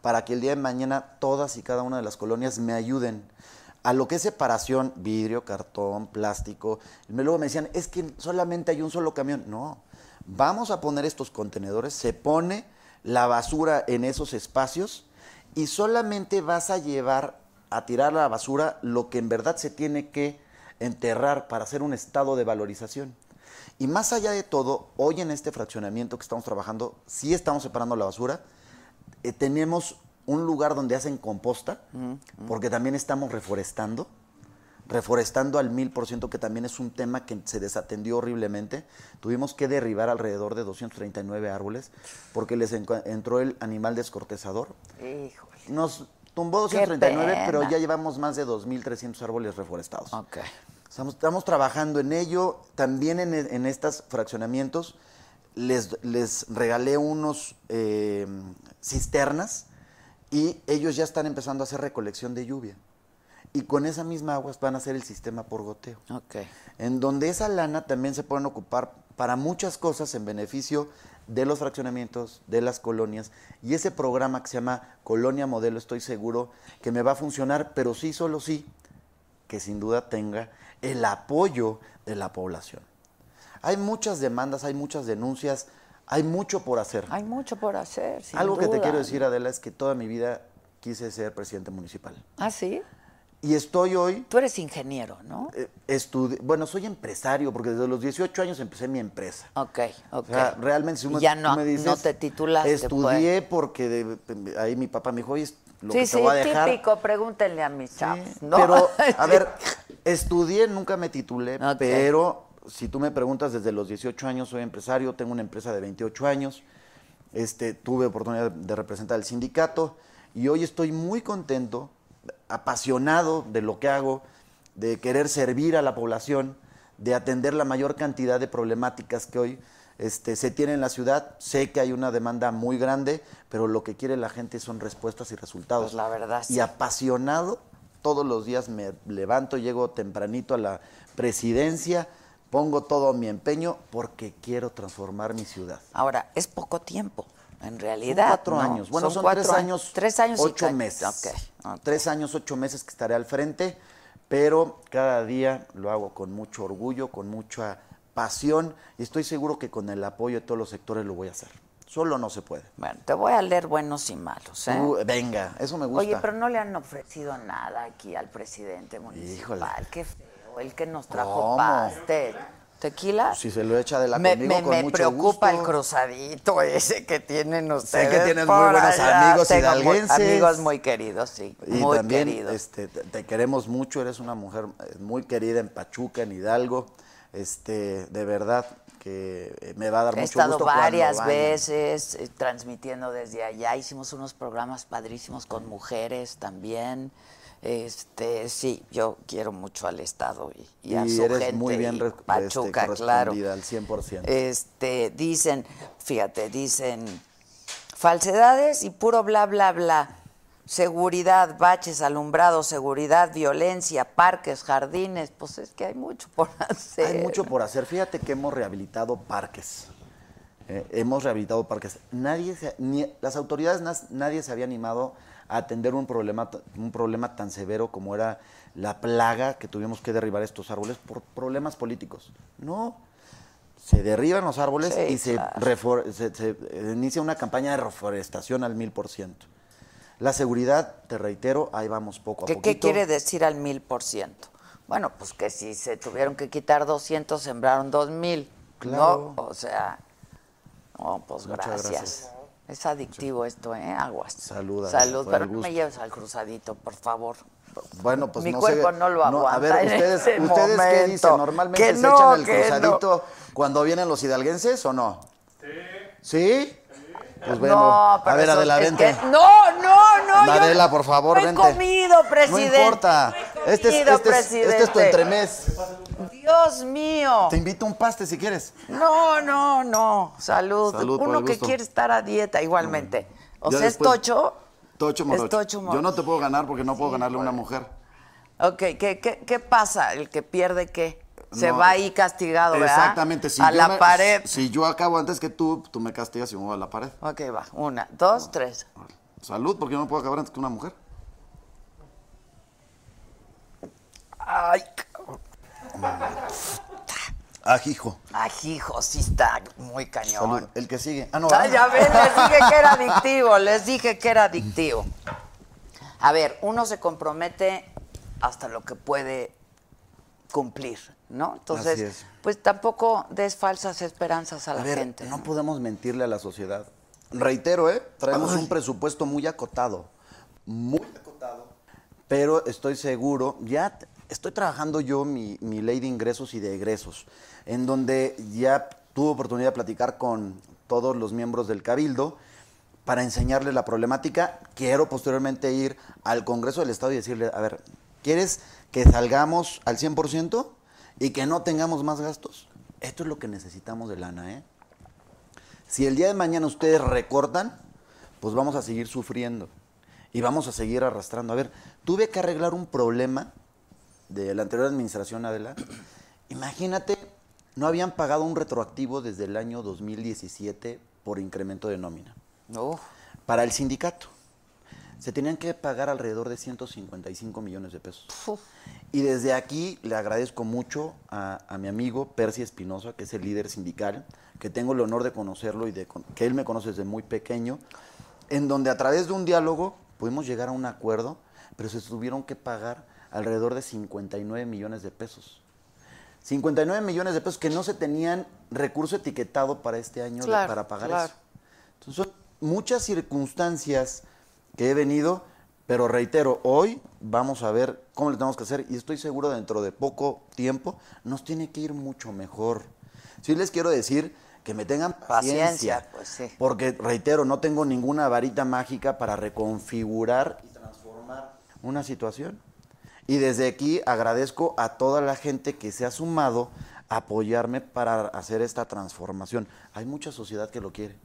B: para que el día de mañana todas y cada una de las colonias me ayuden. A lo que es separación, vidrio, cartón, plástico. Y me- Luego me decían, es que solamente hay un solo camión. No, vamos a poner estos contenedores, se pone la basura en esos espacios y solamente vas a llevar a tirar a la basura lo que en verdad se tiene que enterrar para hacer un estado de valorización. Y más allá de todo, hoy en este fraccionamiento que estamos trabajando, sí estamos separando la basura. Eh, tenemos un lugar donde hacen composta,
A: Mm,
B: porque también estamos reforestando. Reforestando al mil por ciento, que también es un tema que se desatendió horriblemente. Tuvimos que derribar alrededor de 239 árboles porque les enca- entró el animal descortezador
A: Híjole.
B: nos Tumbó
A: Qué
B: 239, pero
A: pena.
B: ya llevamos más de 2.300 árboles reforestados.
A: Ok.
B: Estamos, estamos trabajando en ello. También en, en estos fraccionamientos les, les regalé unos eh, cisternas y ellos ya están empezando a hacer recolección de lluvia. Y con esa misma agua van a hacer el sistema por goteo.
A: Ok.
B: En donde esa lana también se pueden ocupar para muchas cosas en beneficio de los fraccionamientos, de las colonias. Y ese programa que se llama Colonia Modelo, estoy seguro que me va a funcionar, pero sí, solo sí, que sin duda tenga el apoyo de la población. Hay muchas demandas, hay muchas denuncias, hay mucho por hacer.
A: Hay mucho por hacer. sin
B: Algo que te
A: duda.
B: quiero decir, Adela, es que toda mi vida quise ser presidente municipal.
A: Ah, sí.
B: Y estoy hoy,
A: Tú eres ingeniero, ¿no?
B: eh, estudi- bueno, soy empresario, porque desde los 18 años empecé mi empresa.
A: Ok, ok.
B: O sea, realmente si uno-
A: ya
B: tú
A: no,
B: me dices,
A: no te titulaste.
B: Estudié porque de- ahí mi papá me dijo, oye, es lo
A: pues.
B: que
A: Sí,
B: te
A: sí,
B: voy a dejar.
A: típico. Pregúntenle a mis
B: Sí,
A: chavos. ¿no?
B: Pero, a ver, estudié, nunca me titulé,
A: Ok.
B: pero si tú me preguntas, desde los 18 años soy empresario, tengo una empresa de 28 años, este, tuve oportunidad de representar el sindicato y hoy estoy muy contento, apasionado de lo que hago, de querer servir a la población, de atender la mayor cantidad de problemáticas que hoy este, se tienen en la ciudad. Sé que hay una demanda muy grande, pero lo que quiere la gente son respuestas y resultados.
A: Pues la verdad,
B: Y
A: sí.
B: apasionado. Todos los días me levanto, llego tempranito a la presidencia, pongo todo mi empeño porque quiero transformar mi ciudad.
A: Ahora, es poco tiempo, en
B: Son
A: realidad.
B: cuatro
A: ¿no?
B: años. Bueno, son,
A: cuatro
B: tres años,
A: Tres años y
B: ocho
A: ca-
B: meses. Ah,
A: Ok, ok.
B: Tres años, ocho meses que estaré al frente, pero cada día lo hago con mucho orgullo, con mucha pasión y estoy seguro que con el apoyo de todos los sectores lo voy a hacer. Solo no se puede.
A: Bueno, te voy a leer buenos y malos. ¿eh?
B: Tú, venga, eso me gusta.
A: Oye, pero no le han ofrecido nada aquí al presidente municipal.
B: Híjole.
A: Qué feo, el que nos trajo
B: ¿Cómo?
A: pastel. ¿Tequila?
B: Si se lo echa de la
A: me,
B: conmigo,
A: me-
B: con
A: me
B: mucho
A: preocupa
B: gusto.
A: el cruzadito ese que tienen ustedes.
B: Sé que tienes muy
A: por
B: buenos
A: allá.
B: amigos
A: Tengo mu-
B: hidalguenses.
A: Amigos muy queridos, sí.
B: Y
A: muy
B: también
A: queridos.
B: este, te, te queremos mucho, eres una mujer eh, muy querida en Pachuca, en Hidalgo. Este, de verdad que eh, me va a dar
A: He
B: mucho
A: estado
B: gusto cuando
A: varias
B: vayan.
A: veces eh, transmitiendo desde allá. Hicimos unos programas padrísimos con mujeres también. Este, sí, yo quiero mucho al Estado y, y a
B: Y
A: su
B: eres
A: gente
B: muy bien
A: y
B: re- este,
A: Pachuca, claro.
B: correspondida al 100%.
A: Este, dicen, fíjate, dicen falsedades y puro bla bla bla. Seguridad, baches, alumbrado, seguridad, violencia, parques, jardines, pues es que hay mucho por hacer.
B: Hay mucho por hacer. Fíjate que hemos rehabilitado parques. Eh, hemos rehabilitado parques. Nadie se- ni- las autoridades nas- nadie se había animado a atender un problema, t- un problema tan severo como era la plaga que tuvimos que derribar estos árboles por problemas políticos. No. Se derriban los árboles
A: Sí,
B: y se,
A: claro.
B: refor- se- se, eh, inicia una campaña de reforestación al mil por ciento. La seguridad, te reitero, ahí vamos poco a
A: ¿Qué,
B: poco.
A: qué quiere decir al mil por ciento? Bueno, pues que si se tuvieron que quitar 200, sembraron 2000.
B: Claro.
A: ¿no? O sea, no, pues
B: Muchas
A: gracias.
B: gracias.
A: Es adictivo esto, ¿eh? Aguas.
B: Salud, Adela,
A: Salud,
B: fue
A: pero
B: el
A: no me
B: gusto.
A: lleves al cruzadito, por favor.
B: Bueno, pues
A: Mi
B: no
A: cuerpo
B: sé,
A: no lo aguanta.
B: a ver,
A: en
B: ustedes,
A: este
B: ustedes qué dicen,
A: momento.
B: normalmente
A: Que
B: se
A: no,
B: echan el
A: que no.
B: cruzadito pues cuando vienen los hidalguenses o no? Sí. ¿Sí? Pues bueno,
A: No,
B: a
A: pero
B: ver
A: eso
B: Adela,
A: es
B: vente.
A: que- no, no, no. yo
B: Adela,
A: no-
B: por favor,
A: no he
B: vente.
A: comido, presidente.
B: No importa.
A: No he
B: Este es,
A: comido,
B: este es- este es tu
A: presidente.
B: entremés.
A: Dios mío.
B: Te invito a un paste si quieres.
A: No, no, no. Salud.
B: Salud, por
A: Uno
B: el
A: que
B: gusto.
A: quiere estar a dieta igualmente. O
B: Ya
A: sea,
B: después-
A: es tocho.
B: Tocho
A: Es
B: morocho.
A: tocho morocho.
B: Yo no te puedo ganar porque no puedo ganarle a una mujer.
A: Ok, ¿qué, qué, qué pasa? ¿El que pierde qué? Se
B: No.
A: va ahí castigado, ¿verdad?
B: Exactamente. Si
A: a
B: yo
A: la
B: me-
A: pared.
B: Si yo acabo antes que tú, tú me castigas y me voy a la pared.
A: Ok, va. Una, dos, tres.
B: Salud, porque yo no puedo acabar antes que una mujer.
A: Ay, cabrón.
B: Ajijo.
A: Ay, hijo, sí está muy
B: Salud.
A: cañón.
B: El que sigue. Ah, no.
A: Ay, ya
B: ¿verdad?
A: ven, les dije que era adictivo, les dije que era adictivo. A ver, uno se compromete hasta lo que puede cumplir, ¿no?
B: Así
A: Entonces,
B: es.
A: pues tampoco des falsas esperanzas a la
B: A ver,
A: gente.
B: no podemos mentirle a la sociedad. Reitero, ¿eh? Traemos un presupuesto muy acotado. Muy acotado. Pero estoy seguro, ya t- estoy trabajando yo mi, mi ley de ingresos y de egresos, en donde ya tuve oportunidad de platicar con todos los miembros del Cabildo para enseñarles la problemática. Quiero posteriormente ir al Congreso del Estado y decirle, a ver, ¿quieres que salgamos al 100% y que no tengamos más gastos? Esto es lo que necesitamos de lana, ¿eh? Si el día de mañana ustedes recortan, pues vamos a seguir sufriendo y vamos a seguir arrastrando. A ver, tuve que arreglar un problema de la anterior administración, Adela. Imagínate, no habían pagado un retroactivo desde el año 2017 por incremento de nómina.
A: Uf.
B: Para el sindicato. Se tenían que pagar alrededor de 155 millones de pesos. Y desde aquí le agradezco mucho a, a mi amigo Percy Espinosa, que es el líder sindical, que tengo el honor de conocerlo y de con- que él me conoce desde muy pequeño, en donde a través de un diálogo pudimos llegar a un acuerdo, pero se tuvieron que pagar alrededor de 59 millones de pesos. 59 millones de pesos que no se tenían recurso etiquetado para este año de-
A: Claro,
B: para pagar
A: claro.
B: eso. Entonces, son muchas circunstancias que he venido, pero reitero, hoy vamos a ver cómo lo tenemos que hacer y estoy seguro dentro de poco tiempo nos tiene que ir mucho mejor. Sí les quiero decir que me tengan paciencia,
A: Paciencia, pues, sí.
B: porque reitero, no tengo ninguna varita mágica para reconfigurar y transformar una situación. Y desde aquí agradezco a toda la gente que se ha sumado a apoyarme para hacer esta transformación. Hay mucha sociedad que lo quiere.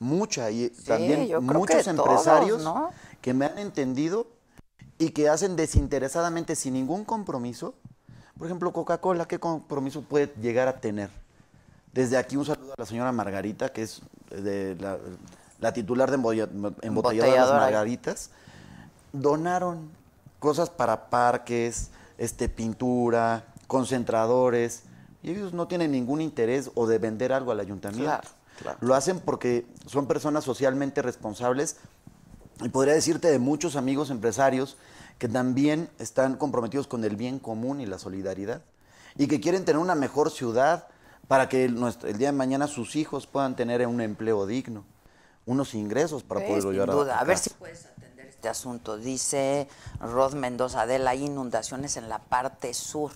B: Mucha y también
A: yo creo que
B: muchos
A: de todos,
B: empresarios
A: ¿no?
B: que me han entendido y que hacen desinteresadamente sin ningún compromiso. Por ejemplo, Coca-Cola, ¿qué compromiso puede llegar a tener? Desde aquí un saludo a la señora Margarita, que es eh, de la, la titular de embolla- embotelladora de las
A: Embotelladora.
B: Margaritas donaron cosas para parques, este, pintura, concentradores, y ellos no tienen ningún interés o de vender algo al ayuntamiento.
A: Claro, claro.
B: Lo hacen porque son personas socialmente responsables y podría decirte de muchos amigos empresarios que también están comprometidos con el bien común y la solidaridad y que quieren tener una mejor ciudad para que el, nuestro- el día de mañana sus hijos puedan tener un empleo digno, unos ingresos para
A: Sí,
B: poderlo
A: sin
B: llevar
A: duda.
B: a,
A: A ver si
B: casa.
A: puedes atender este asunto. Dice Rod Mendoza Adela, hay inundaciones en la parte sur.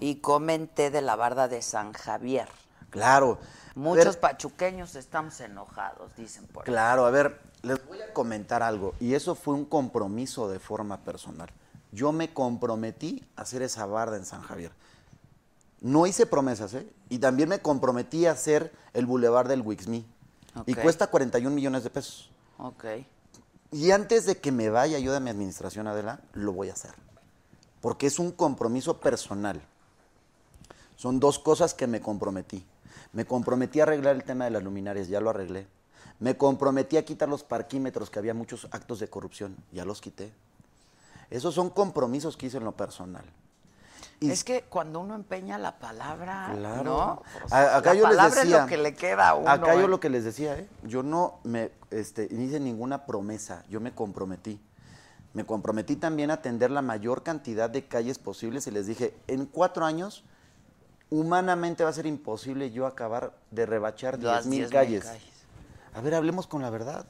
A: Y comenté de la barda de San Javier.
B: Claro.
A: Muchos
B: Pero-
A: pachuqueños estamos enojados, dicen por ahí.
B: Claro, a ver, les voy a comentar algo. Y eso fue un compromiso de forma personal. Yo me comprometí a hacer esa barda en San Javier. No hice promesas, ¿eh? Y también me comprometí a hacer el bulevar del Wixmi. Y
A: Ok.
B: cuesta 41 millones de pesos.
A: Ok.
B: Y antes de que me vaya yo de mi administración, Adela, lo voy a hacer. Porque es un compromiso personal. Son dos cosas que me comprometí. Me comprometí a arreglar el tema de las luminarias, ya lo arreglé. Me comprometí a quitar los parquímetros, que había muchos actos de corrupción, ya los quité. Esos son compromisos que hice en lo personal. Y-
A: Es que cuando uno empeña la palabra,
B: Claro.
A: ¿no? O
B: A-
A: sea,
B: acá
A: la
B: yo les
A: palabra
B: decía,
A: es lo que le queda a uno.
B: Acá
A: ¿eh?
B: yo lo que les decía, ¿eh? yo no me este, ni hice ninguna promesa, yo me comprometí. Me comprometí también a atender la mayor cantidad de calles posibles y les dije, en cuatro años, humanamente va a ser imposible yo acabar de rebachar
A: Las
B: 10.000
A: 10,000
B: calles.
A: calles.
B: A ver, hablemos con la verdad.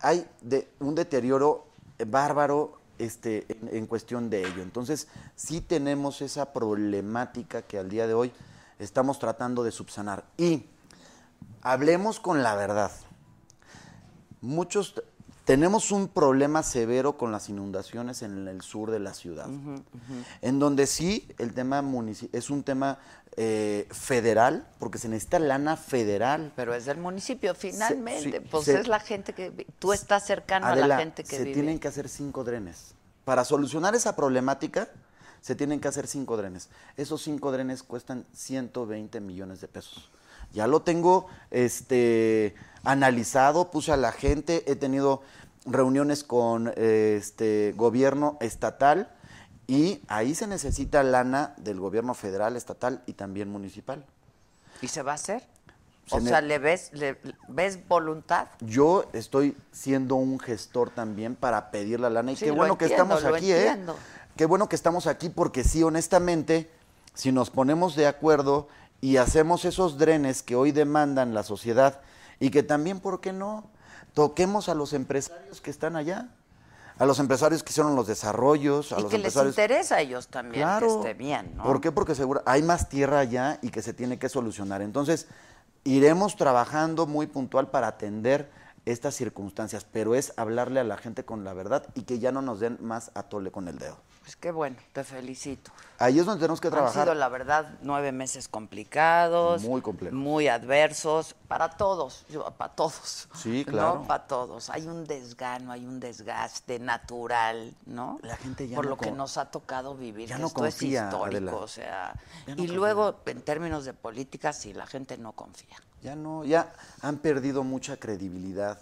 B: Hay de- un deterioro bárbaro este, en, en cuestión de ello. Entonces, sí tenemos esa problemática que al día de hoy estamos tratando de subsanar. Y hablemos con la verdad. Muchos t- tenemos un problema severo con las inundaciones en el sur de la ciudad, en donde sí el tema munici- es un tema eh, federal, porque se necesita lana federal.
A: Pero es del municipio, finalmente.
B: sí,
A: pues
B: se-
A: es la gente que. vi- Tú estás cercano a la
B: Adela,
A: gente que
B: se
A: vive.
B: tienen que hacer cinco drenes. Para solucionar esa problemática, se tienen que hacer cinco drenes. Esos cinco drenes cuestan 120 millones de pesos. Ya lo tengo este, analizado, puse a la gente, he tenido reuniones con eh, este gobierno estatal y ahí se necesita lana del gobierno federal, estatal y también municipal.
A: ¿Y se va a hacer?
B: Se
A: o
B: ne-
A: sea, ¿le ves, le, ves voluntad?
B: yo estoy siendo un gestor también para pedir la lana. Y
A: Sí,
B: qué
A: lo
B: bueno que
A: entiendo,
B: estamos
A: lo
B: aquí, ¿eh?
A: entiendo.
B: Qué bueno que estamos aquí porque sí, honestamente, si nos ponemos de acuerdo y hacemos esos drenes que hoy demandan la sociedad y que también, ¿por qué no? Toquemos a los empresarios que están allá, a los empresarios que hicieron los desarrollos, a
A: Y
B: los
A: que les
B: empresarios...
A: interesa a ellos también que
B: Claro.
A: esté bien, ¿no?
B: ¿Por qué? Porque seguro hay más tierra allá y que se tiene que solucionar. Entonces, iremos trabajando muy puntual para atender estas circunstancias, pero es hablarle a la gente con la verdad y que ya no nos den más atole con el dedo.
A: Pues qué bueno, te felicito.
B: Ahí es donde tenemos que trabajar.
A: Han sido, la verdad, nueve meses complicados.
B: Muy complejos.
A: Muy adversos. Para todos, yo- para todos.
B: Sí, claro.
A: No, para todos. Hay un desgano, hay un desgaste natural, ¿no?
B: La gente ya
A: Por
B: no
A: lo que
B: con-
A: nos ha tocado vivir.
B: ya
A: que
B: no
A: Esto
B: confía,
A: es histórico,
B: Adela.
A: o sea.
B: Ya no
A: y
B: confía.
A: luego, en términos de política, sí, la gente no confía.
B: Ya no, ya han perdido mucha credibilidad.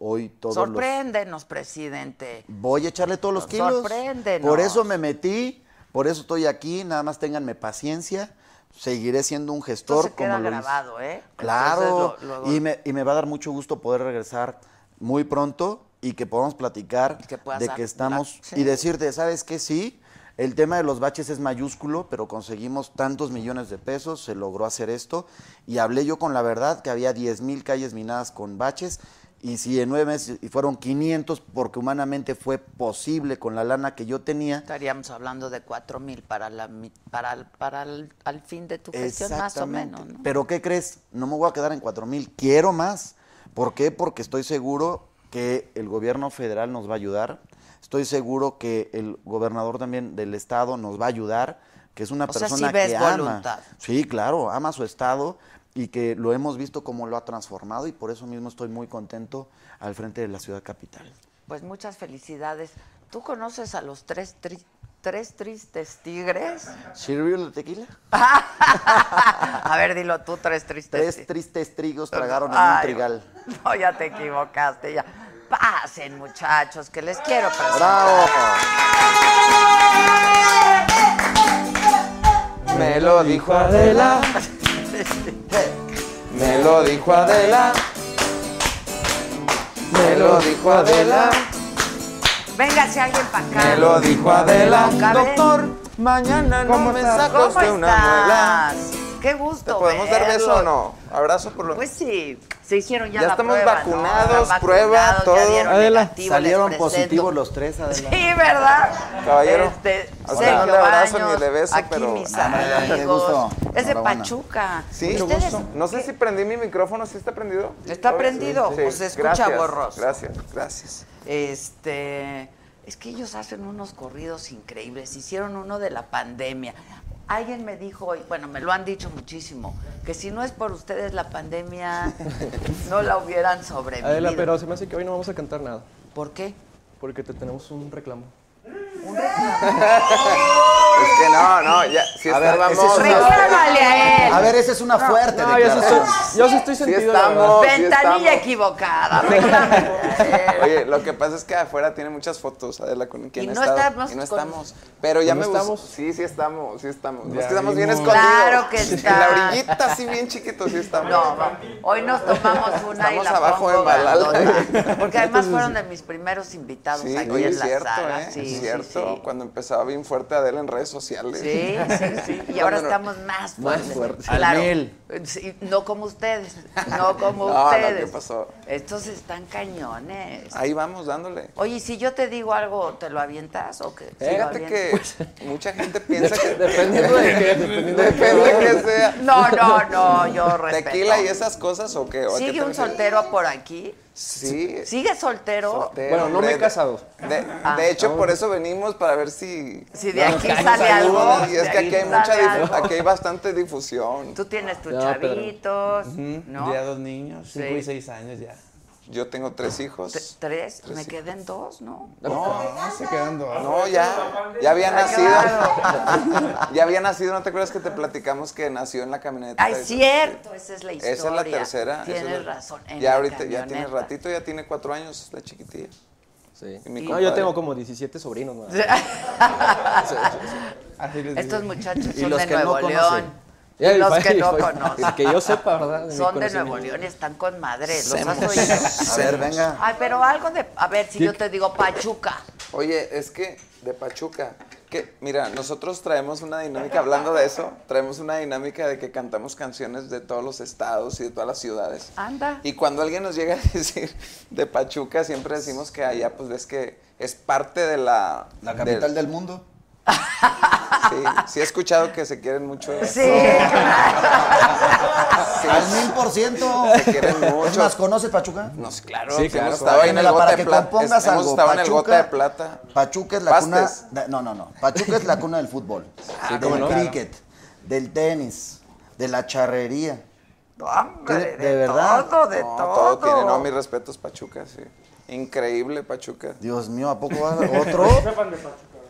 B: Hoy todos los...
A: Sorpréndenos, presidente.
B: Voy a echarle todos los kilos.
A: Sorpréndenos.
B: Por eso me metí, por eso estoy aquí, nada más ténganme paciencia. Seguiré siendo un
A: Esto
B: gestor
A: se queda
B: como lo hice.
A: grabado, ¿eh?
B: Claro.
A: Entonces, lo- lo-
B: y, me, y me va a dar mucho gusto poder regresar muy pronto y que podamos platicar
A: Y que puedas
B: de
A: dar
B: que
A: la-
B: estamos
A: sí.
B: y decirte, ¿sabes qué? Sí, el tema de los baches es mayúsculo, pero conseguimos tantos millones de pesos, se logró hacer esto y hablé yo con la verdad que había 10 mil calles minadas con baches y si en nueve meses y fueron 500 porque humanamente fue posible con la lana que yo tenía,
A: Estaríamos hablando de cuatro mil para la mi- para el- para el- al fin de tu gestión más o menos, ¿no?
B: Pero ¿qué crees? No me voy a quedar en cuatro mil, quiero más. ¿Por qué? Porque estoy seguro que el gobierno federal nos va a ayudar. Estoy seguro que el gobernador también del estado nos va a ayudar, que es una
A: O sea,
B: persona
A: sí ves
B: que ama.
A: voluntad.
B: Sí, claro, ama su estado y que lo hemos visto cómo lo ha transformado y por eso mismo estoy muy contento al frente de la ciudad capital.
A: Pues muchas felicidades. ¿Tú conoces a los tres tri- tres tristes tigres?
B: ¿Sirvió la tequila?
A: A ver, dilo tú, tres tristes.
B: Tres
A: tig-
B: tristes trigos tragaron en un
A: Ay,
B: trigal.
A: No, ya te equivocaste, ya. Pasen, muchachos, que les quiero presentar.
B: ¡Bravo!
C: Me lo dijo Adela, me lo dijo Adela, me lo dijo Adela,
A: Véngase alguien para acá.
C: me lo dijo Adela.
A: Toca, ven.
C: Doctor, mañana no
A: ¿Cómo
C: me
A: estás?
C: saco
A: ¿Cómo
C: usted una muela.
A: estás? Qué gusto
C: ¿Te podemos dar beso
A: verlo.
C: o no? Abrazo por lo
A: Pues sí, se hicieron ya,
C: Ya
A: la
C: estamos
A: prueba, ¿no?
C: vacunados,
A: Están
C: prueba,
A: vacunados,
C: todo.
A: Ya dieron
C: Adela,
A: negativo,
B: Salieron
A: les presento.
B: positivos los tres, adelante.
A: Sí, ¿verdad?
C: Caballero,
A: Este,
C: hasta
A: Sergio
C: no le abrazo
A: Baños,
C: ni le beso,
A: aquí
C: pero-
A: mis
B: Ah, ya, ya, qué
A: amigos.
B: gusto.
A: Es de
B: Enhorabuena.
A: Pachuca.
C: Sí, mucho
A: Ustedes-
C: gusto. No sé si prendí mi micrófono, ¿sí está prendido?
A: Está prendido, o se escucha
C: gracias,
A: borroso.
C: Gracias, gracias.
A: Este, es que ellos hacen unos corridos increíbles. Hicieron uno de la pandemia. Alguien me dijo hoy, bueno, me lo han dicho muchísimo, que si no es por ustedes la pandemia no la hubieran sobrevivido.
D: Adela, pero se me hace que hoy no vamos a cantar nada,
A: ¿Por qué?
D: porque te tenemos un reclamo.
C: Es que no, no, ya, si
B: A ver,
C: estábamos...
B: ese es una-
A: Reclámale a él.
B: A ver, esa es una fuerte
C: Ah,
D: No, yo sí
B: declaración.
D: estoy, yo sí estoy
C: Sí
D: sentido, la verdad.
C: estamos, sí
A: Ventanilla
C: estamos.
A: equivocada. reclámale a él.
C: Oye, lo que pasa es que afuera tiene muchas fotos, Adela, con quien
A: Y
C: he
A: no
C: estado,
A: estamos
C: Y no
A: con-
C: estamos. Pero ya
D: ¿No
C: me
D: estamos?
C: estamos. Sí, sí estamos, sí estamos.
D: Ya
C: es que estamos bien
D: vimos.
C: escondidos.
A: Claro que
C: En
A: está.
C: la orillita, así bien chiquitos, sí estamos.
A: No, hoy nos tomamos una y
C: Estamos
A: la
C: abajo
A: pongo
C: en Balala.
A: grandota. Porque además fueron de mis primeros invitados
C: Sí,
A: aquí
C: oye,
A: en
C: es
A: la
C: cierto,
A: sala.
C: ¿eh?
A: Sí, sí,
C: es cierto.
A: sí.
C: Cuando empezaba bien fuerte Adela en redes sociales.
A: Sí, sí, sí. Y ahora
C: Cuando-
A: estamos más fuertes.
B: fuertes.
A: Claro.
B: Al mil.
A: Sí, no como ustedes. No como
C: No, no, ¿qué
A: ustedes.
C: pasó?
A: Estos están cañones.
C: Ahí vamos dándole.
A: Oye, ¿y si yo te digo algo, ¿te lo avientas o qué? ¿Sí lo
C: Fíjate
A: avientas?
C: que mucha gente piensa que.
D: Dependiendo de qué, dependiendo de qué.
C: Depende que sea.
A: No, no, no, yo respeto.
C: Tequila y esas cosas o qué. ¿O a qué
A: ¿Sigue
C: te
A: un
C: refieres?
A: soltero por aquí?
C: Sí.
A: ¿Sigue soltero?
C: Soltero,
D: Bueno, no me he
C: hombre.
D: casado.
C: De, de hecho, por eso venimos para ver si.
A: Ah, Si de aquí
C: nos
A: sale
C: ayudan.
A: algo,
C: Y es
A: de
C: que
A: ahí
C: aquí hay,
A: sale
C: mucha difu-
A: algo.
C: aquí hay bastante difusión.
A: Tú tienes tus
D: Ya, pero-
A: chavitos, ¿no?
E: Ya dos niños, cinco
A: Sí.
E: y seis años ya.
C: Yo tengo tres hijos.
A: T- Tres, me quedé en dos, ¿no?
C: No,
E: se quedan dos.
C: no, ya. Ya había nacido. ya había nacido, ¿no te acuerdas que te platicamos que nació en la camioneta?
A: Ay,
C: de-
A: cierto, esa es la historia.
C: Esa es la tercera. esa es
A: Tienes
C: la-
A: razón. en
C: Ya
A: la
C: ahorita, ya tiene
A: camioneta.
C: ratito, ya tiene cuatro años la chiquitilla.
D: Sí.
C: Y mi
D: No, yo
C: compadre.
D: tengo como 17 sobrinos. ¿no?
E: Así les
A: Estos
E: digo.
A: muchachos
B: Y
A: son
B: los
A: de
B: que no
A: Nuevo
B: conocen.
A: León. Y
D: Ya,
A: los
D: vaya,
A: que no
D: vaya.
A: conocen.
D: Que yo sepa, ¿verdad? mi
A: Son de
D: conocimiento.
A: Nuevo León y están con madre. Los has
C: Semos.
A: oído.
B: A ver, venga.
A: Ay, pero algo de. A ver, si yo te digo Pachuca.
C: Oye, es que de Pachuca, que mira, nosotros traemos una dinámica, hablando de eso, traemos una dinámica de que cantamos canciones de todos los estados y de todas las ciudades.
A: Anda.
C: Y cuando alguien nos llega a decir de Pachuca, siempre decimos que allá, pues es que es parte de la...
B: La
C: del-
B: capital del mundo.
C: Sí, sí he escuchado que se quieren mucho.
A: Sí,
C: Sí,
B: Al mil por ciento.
C: Se quieren mucho.
B: Es más, ¿conoces Pachuca?
C: No, sí, claro,
B: pues,
D: Sí,
C: claro.
D: claro.
C: Estaba ahí en el
B: Mira,
C: gota
B: para
C: de
B: que
C: plata.
B: compongas
C: Hemos
B: algo.
C: estado en el
B: Pachuca-
C: gota de plata.
B: Pachuca es la
C: Pastes.
B: cuna. de- no, no, no. Pachuca es la cuna del fútbol. Ah,
D: cómo
B: del
D: no.
B: cricket, del tenis, de la charrería.
A: hombre, de,
B: De- de verdad.
A: todo, de
C: No,
A: todo.
C: todo tiene. No, mis respetos, Pachuca, sí. Increíble, Pachuca.
B: Dios mío, ¿a poco va otro?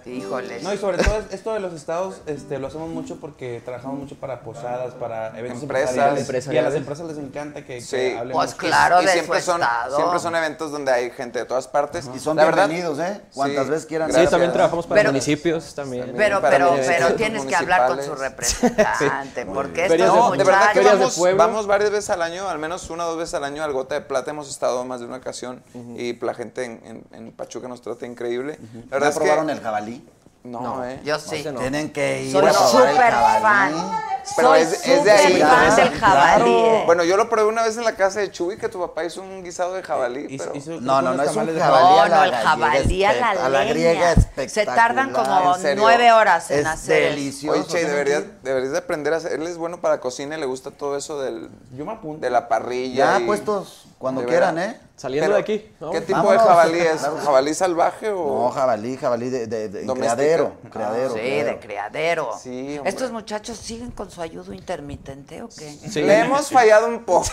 A: Híjole.
E: No, y sobre todo esto de los estados este, lo hacemos mucho porque trabajamos mucho para posadas, para eventos
C: Empresas.
E: empresariales. Y a las empresas les encanta que, que
C: Sí.
E: hablen
A: Pues
E: mucho.
A: claro,
C: y
A: de
C: siempre
A: su
C: son,
A: estado.
C: siempre son eventos donde hay gente de todas partes.
B: Y son
C: La verdad-
B: bienvenidos, ¿eh? Cuantas
C: Sí,
B: veces quieran.
D: Sí,
C: gracias.
D: también trabajamos para
A: Pero-
D: municipios también.
A: pero,
C: para
A: pero,
C: mí,
A: pero
C: eventos
A: tienes que hablar con su
C: municipales.
A: representante, porque estos
D: Ferias de-
C: No, de verdad
D: Ferias
C: que
A: muchachos...
D: de
C: vamos,
D: pueblo.
C: vamos varias veces al año, al menos una o dos veces al año al Gota de Plata. Hemos estado más de una ocasión y la gente en, en- en Pachuca nos trata increíble. La verdad
B: ¿Ya
C: es que-
B: probaron el jabalí?
C: No, ¿eh?
A: Yo sí.
D: No.
B: Tienen que ir
A: Soy
B: a probar el
A: súper
B: jabalí.
A: fan.
C: Pero
A: Soy
C: es- es de ahí,
A: súper fan
B: ¿no?
A: del jabalí.
B: Claro.
A: ¿eh?
C: Bueno, yo lo probé una vez en la casa de Chuy, que tu papá hizo un guisado de jabalí,
E: Hizo-
C: pero...
E: hizo-
B: No, no, no
E: unos
B: es
E: tamales
B: un
E: de-
B: jabalí.
A: No,
B: a la
A: no, el
B: gallega
A: jabalí a la
B: espect- A la
A: leña.
B: griega
A: Se tardan como
B: espectacular.
C: En serio.
A: nueve horas en
B: Es
A: hacer. eso.
B: delicioso.
C: Oye, Che, deberías, deberías de aprender a hacer... Él es bueno para cocina y le gusta todo eso del...
E: Yo me apunto.
C: De la parrilla
B: Ya pues,
C: y-
B: puestos, cuando
C: de
B: quieran,
C: veras.
B: ¿eh?
D: Saliendo
C: Pero,
D: de aquí. ¿no?
C: ¿Qué tipo de
B: Vámonos.
C: jabalí es?
B: Claro.
C: ¿Jabalí salvaje o...?
B: No, jabalí, jabalí de, de, de- en
C: Doméstica.
B: criadero.
C: Ah,
B: criadero,
A: Sí,
B: criadero.
A: de criadero.
C: Sí, hombre.
A: ¿Estos muchachos siguen con su ayudo intermitente o qué?
D: Sí.
C: Le hemos fallado un poco,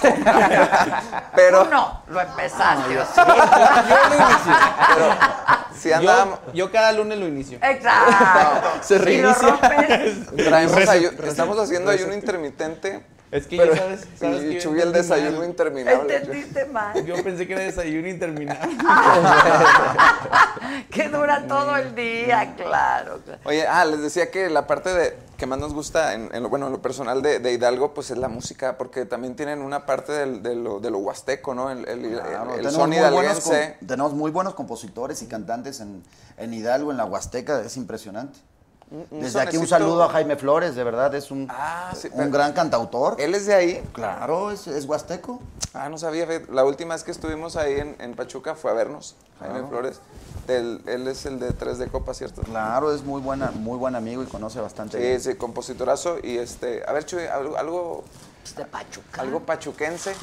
C: pero...
A: Uno, lo empezaste. ¿o Ah, sí?
C: Pero si andábamos...
E: Yo, yo cada lunes lo inicio.
A: Exacto.
D: Se
A: Y lo
D: reinicia.
A: rompes.
C: traemos ayu- estamos haciendo ayuno intermitente.
E: Es que
C: pero-
E: ya sabes, sabes
C: y
E: que
C: Chuy el
E: entendí
C: desayuno
E: mal.
C: interminable.
A: Entendiste mal.
E: Yo pensé que era desayuno interminable.
A: Que dura todo el día, claro. claro.
C: Oye, ah, les decía que la parte de que más nos gusta, en, en lo, bueno, en lo personal de, de Hidalgo, pues es la música, porque también tienen una parte del- de, lo, de lo huasteco, ¿no? El, el, el-
B: Claro,
C: el
B: tenemos
C: son
B: muy buenos
C: hidalguense.
B: com- tenemos muy buenos compositores y cantantes en, en Hidalgo, en la Huasteca, es impresionante. Desde aquí un
C: sonecito.
B: saludo a Jaime Flores, de verdad, es un,
C: Ah, sí,
B: un
C: pero-
B: gran cantautor.
C: Él es de ahí.
B: Claro, es, es huasteco.
C: Ah, no sabía. fíjate, La última vez que estuvimos ahí en, en Pachuca fue a vernos, Jaime Flores. Del- él es el de 3 de Copa, ¿cierto?
B: Claro, es muy buena, muy buen amigo y conoce bastante
C: Sí,
B: bien.
C: sí, compositorazo. Y este, a ver, Chuy, algo, algo,
A: Pues de Pachuca.
C: algo pachuquense.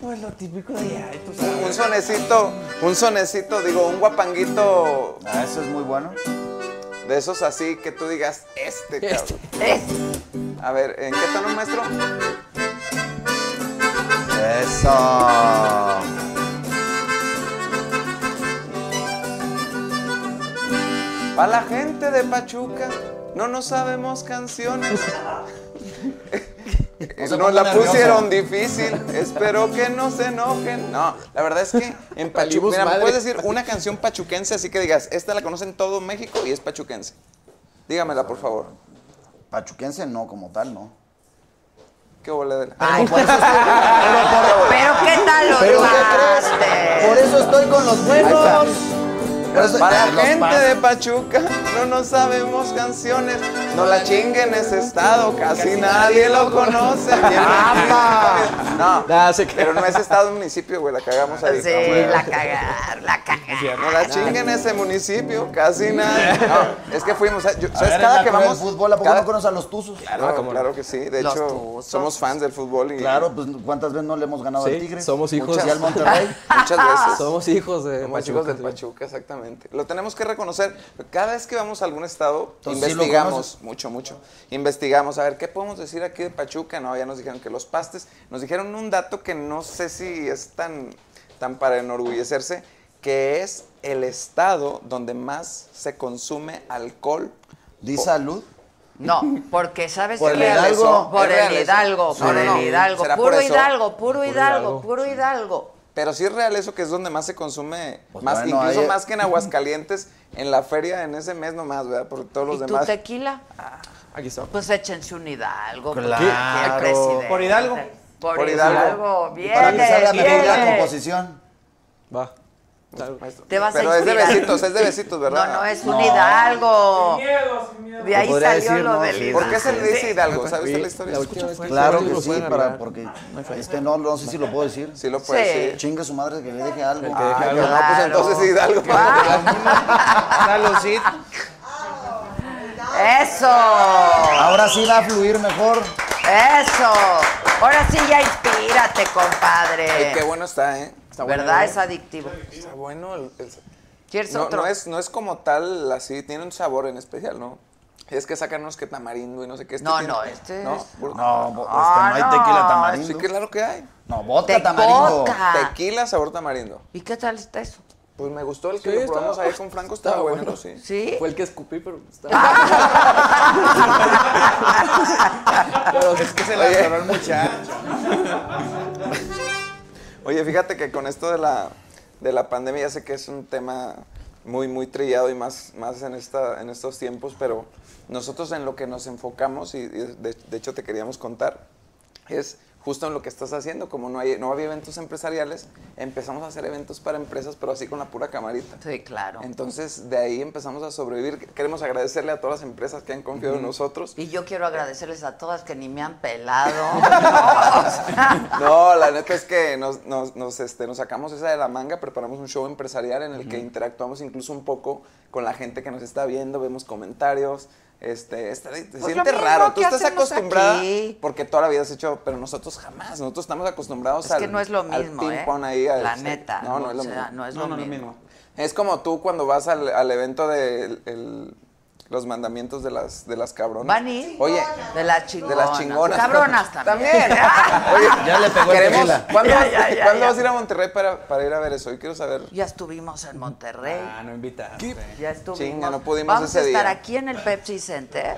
E: Pues lo típico de ay, tú sabes.
C: Un sonecito, un sonecito, digo, un guapanguito
B: Ah, eso es muy bueno.
C: de esos así que tú digas, este, cabrón.
A: Es
C: A ver, ¿en qué tono, maestro?
B: Eso.
C: Pa' la gente de Pachuca, no nos sabemos canciones.
B: No se
C: Nos
B: pongan
C: la
B: nerviosos.
C: pusieron difícil, espero que no se enojen. No, la verdad es que en Pachuca,
D: Valimos
C: mira, ¿me
D: madre.
C: puedes decir una canción pachuquense así que digas, esta la conocen todo México y es pachuquense? Dígamela, por favor.
B: Pachuquense no, como tal, no.
C: ¿Qué bola de la-
B: Pero por eso estoy-
A: Pero qué tal los
B: ¿Pero qué crees? Por eso estoy con los buenos. Por eso-
C: Para
B: Los
C: la gente
B: pa-
C: de Pachuca no nos sabemos canciones, no la chinguen ese estado, casi nadie lo conoce. No,
D: Ya se
C: pero
D: quedó.
C: no es estado municipio, güey, la cagamos ahí.
A: Sí, la cagar, la cagar.
C: No la chinguen ese municipio, casi nadie. No, es que fuimos, a- yo-
B: ¿Sabes
C: ¿sabes? Cada que vamos
B: fútbol, ¿a poco
C: cada-
B: no conoces a los tuzos?
C: Claro, claro que sí. De
A: Los
C: hecho,
A: Tuzos.
C: somos fans del fútbol y
B: Claro, pues ¿cuántas veces no le hemos ganado al
D: Sí,
B: Tigres?
D: somos hijos.
B: Y al Monterrey.
C: muchas veces.
D: Somos hijos de
C: Somos
D: Pachuca,
C: chicos del
D: sí.
C: Pachuca, exactamente. Lo tenemos que reconocer. Cada vez que vamos a algún estado,
B: Entonces, ¿sí lo
C: investigamos
B: conoces?
C: mucho, mucho. Investigamos a ver qué podemos decir aquí de Pachuca. No, ya nos dijeron que los pastes. Nos dijeron un dato que no sé si es tan, tan para enorgullecerse, que es el estado donde más se consume alcohol.
B: Di salud.
A: No, porque sabes
B: Por
A: que
B: el Hidalgo.
A: por
C: Es real
A: el
C: eso.
A: Hidalgo,
C: Sí.
A: por
C: No, no, no.
A: el Hidalgo,
C: ¿Será por
A: puro
C: eso?
A: Hidalgo, puro Hidalgo,
D: Hidalgo,
A: puro Hidalgo.
C: Pero sí es real eso que es donde más se consume,
B: Pues
C: más,
B: bueno,
C: incluso
B: ahí-
C: más que en Aguascalientes, en la feria en ese mes nomás, ¿verdad? Por todos los
A: ¿Y tu
C: demás. Ah,
A: tequila?
D: Aquí está.
A: Pues échense un Hidalgo. porque
B: Claro.
A: aquí el presidente.
E: Por Hidalgo.
A: Por,
C: Por Hidalgo.
A: Hidalgo.
B: Y Para que
A: Viene,
B: salga mejor la
A: viene.
B: composición.
D: Va.
A: Te vas
C: Pero
A: a
C: es de
A: inspirar.
C: besitos, es de besitos, ¿verdad?
A: No, no, es un
B: No.
A: Hidalgo. De ahí
B: podría
A: salió
B: decir,
A: lo
B: ¿no?
A: del
B: Sí.
A: Hidalgo.
C: ¿Por qué se le dice Hidalgo? ¿Sabes
D: Sí,
C: la historia?
D: la última vez que
B: Claro
D: fue,
B: que
D: lo
B: sí,
D: pueden
B: para,
D: arreglar.
B: porque este no, no sé si lo puedo decir.
C: Sí lo puede
A: Sí.
C: decir. Ah,
B: Chingue su madre que le deje algo.
D: deje
B: Ay,
D: algo.
B: no,
C: pues entonces Hidalgo.
A: Claro.
E: Saludcita.
A: ¡Eso!
B: Ahora sí va a fluir mejor.
A: ¡Eso! Ahora sí ya inspírate, compadre.
C: Ay, qué bueno está, ¿eh? Está bueno,
A: ¿Verdad?
C: ¿eh?
A: Es adictivo.
C: Está bueno. el- el-
A: ¿Quieres
C: no,
A: otro?
C: no es, no es como tal así, tiene un sabor en especial, ¿no? Es que sacan unos que tamarindo y no sé qué.
A: No,
C: tiene-
A: no, este
C: No,
A: es-
C: puro-
B: No, bo-
A: Ah,
B: este, no hay
A: no.
B: tequila
C: Sí,
B: tamarindo.
C: claro que hay.
B: No, vodka
A: Te-
B: tamarindo.
A: vodka. Ah.
C: Tequila, sabor tamarindo.
A: ¿Y qué tal está eso?
C: Pues me gustó el que
D: Sí,
C: lo
D: está-
C: probamos ahí con Franco, estaba
D: está
C: bueno,
D: bueno.
C: sí.
A: ¿Sí?
D: Fue el que escupí, pero
C: Ah.
D: está.
C: Pero es que se la
B: Pero el muchacho.
C: Oye, fíjate que con esto de la, de la pandemia ya sé que es un tema muy, muy trillado y más, más en, esta, en estos tiempos, pero nosotros en lo que nos enfocamos, y, y de, de hecho te queríamos contar, es justo en lo que estás haciendo. Como no, hay, no había eventos empresariales, empezamos a hacer eventos para empresas, pero así con la pura camarita.
A: Sí, claro.
C: Entonces, de ahí empezamos a sobrevivir. Queremos agradecerle a todas las empresas que han confiado en nosotros.
A: Y yo quiero agradecerles a todas que ni me han pelado.
C: No, la neta es que nos, nos, nos, este, nos sacamos esa de la manga, preparamos un show empresarial en el que interactuamos incluso un poco con la gente que nos está viendo, vemos comentarios. Este, está- te
A: Pues lo
C: siente
A: mismo
C: raro. Tú
A: que
C: estás
A: hacemos
C: acostumbrada
A: aquí.
C: porque toda la vida has hecho, pero nosotros jamás. Nosotros estamos acostumbrados
A: es
C: al,
A: que no es lo
C: al
A: mismo, ¿eh?
C: ping-pong ahí. al-
A: La
C: sí.
A: neta.
C: No, no es lo
A: o sea,
C: mismo.
A: No es
E: No,
A: lo
E: no, no es lo
A: mismo.
E: mismo.
C: Es como tú cuando vas al, al evento de el- los mandamientos de las, de las cabronas.
A: Van a ir
C: Oye,
A: de las chingonas.
C: de las chingonas.
A: Cabronas también.
C: Oye,
B: Ya le pegó el
C: Ah, queremos-
B: tequila.
C: ¿Cuándo,
A: Ya,
C: vas-
A: ya, ya,
C: cuándo
A: ya.
C: vas a ir a Monterrey para, para ir a ver eso? Hoy quiero saber.
A: ya estuvimos en Monterrey.
E: Ah, no invitas.
A: Ya estuvimos.
C: Chinga, no pudimos
A: Vamos
C: ese
A: a estar
C: día.
A: aquí en el Pepsi Center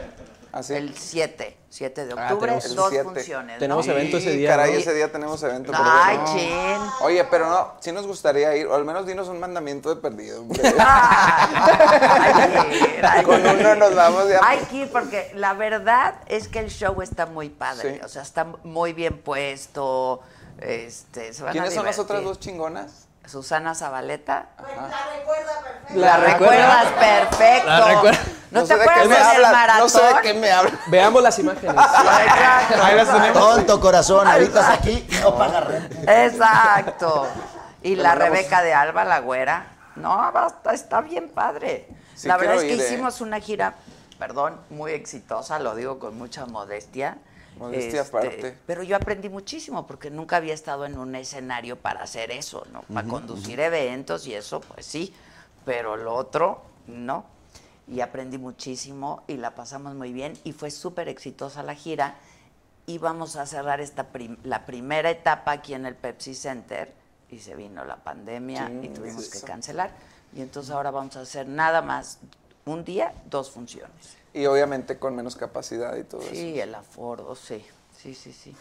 C: ¿Ah, sí?
A: el 7, 7 de
D: Ah,
A: octubre,
D: tenemos el
A: dos
C: 7.
A: funciones. ¿no?
D: Tenemos evento ese
C: Sí,
D: día.
C: Caray,
D: ¿no?
C: ese día tenemos evento. pero
A: Ay,
C: bueno.
A: chin.
C: Oye, pero no, sí nos gustaría ir, o al menos dinos un mandamiento de perdido. hombre.
A: Ah, Ay, mira, ay,
C: Con uno nos vamos ya.
A: Hay que ir porque la verdad es que el show está muy padre,
C: Sí.
A: o sea, está muy bien puesto. Este, se van a
C: ¿Quiénes son las otras
A: divertir.
C: dos chingonas?
A: Susana Zabaleta.
D: La
A: La recuerdas perfecto.
D: La recuerdo.
A: ¿No, te
C: sé de qué
A: acuerdas
C: me
A: del
C: hablas,
A: maratón?
C: No sé de qué me hablas.
D: Veamos las imágenes.
A: Exacto.
B: Tonto corazón, ahorita es aquí y no paga renta.
A: Exacto. Y la
C: hablamos.
A: Rebeca de Alba, la güera. No, basta, está bien padre.
C: Sí,
A: la verdad es
C: quiero
A: que
C: ir, eh.
A: hicimos una gira, perdón, muy exitosa, lo digo con mucha modestia. Este,
C: Modestia aparte.
A: Pero yo aprendí muchísimo porque nunca había estado en un escenario para hacer eso, ¿no? Para conducir eventos y eso, pues sí. Pero lo otro, no. Y aprendí muchísimo y la pasamos muy bien y fue súper exitosa la gira y vamos a cerrar esta prim- la primera etapa aquí en el Pepsi Center y se vino la pandemia y tuvimos que cancelar y entonces ahora vamos a hacer nada más un día dos funciones
C: Y obviamente con menos capacidad y todo eso.
A: sí el aforo sí sí sí sí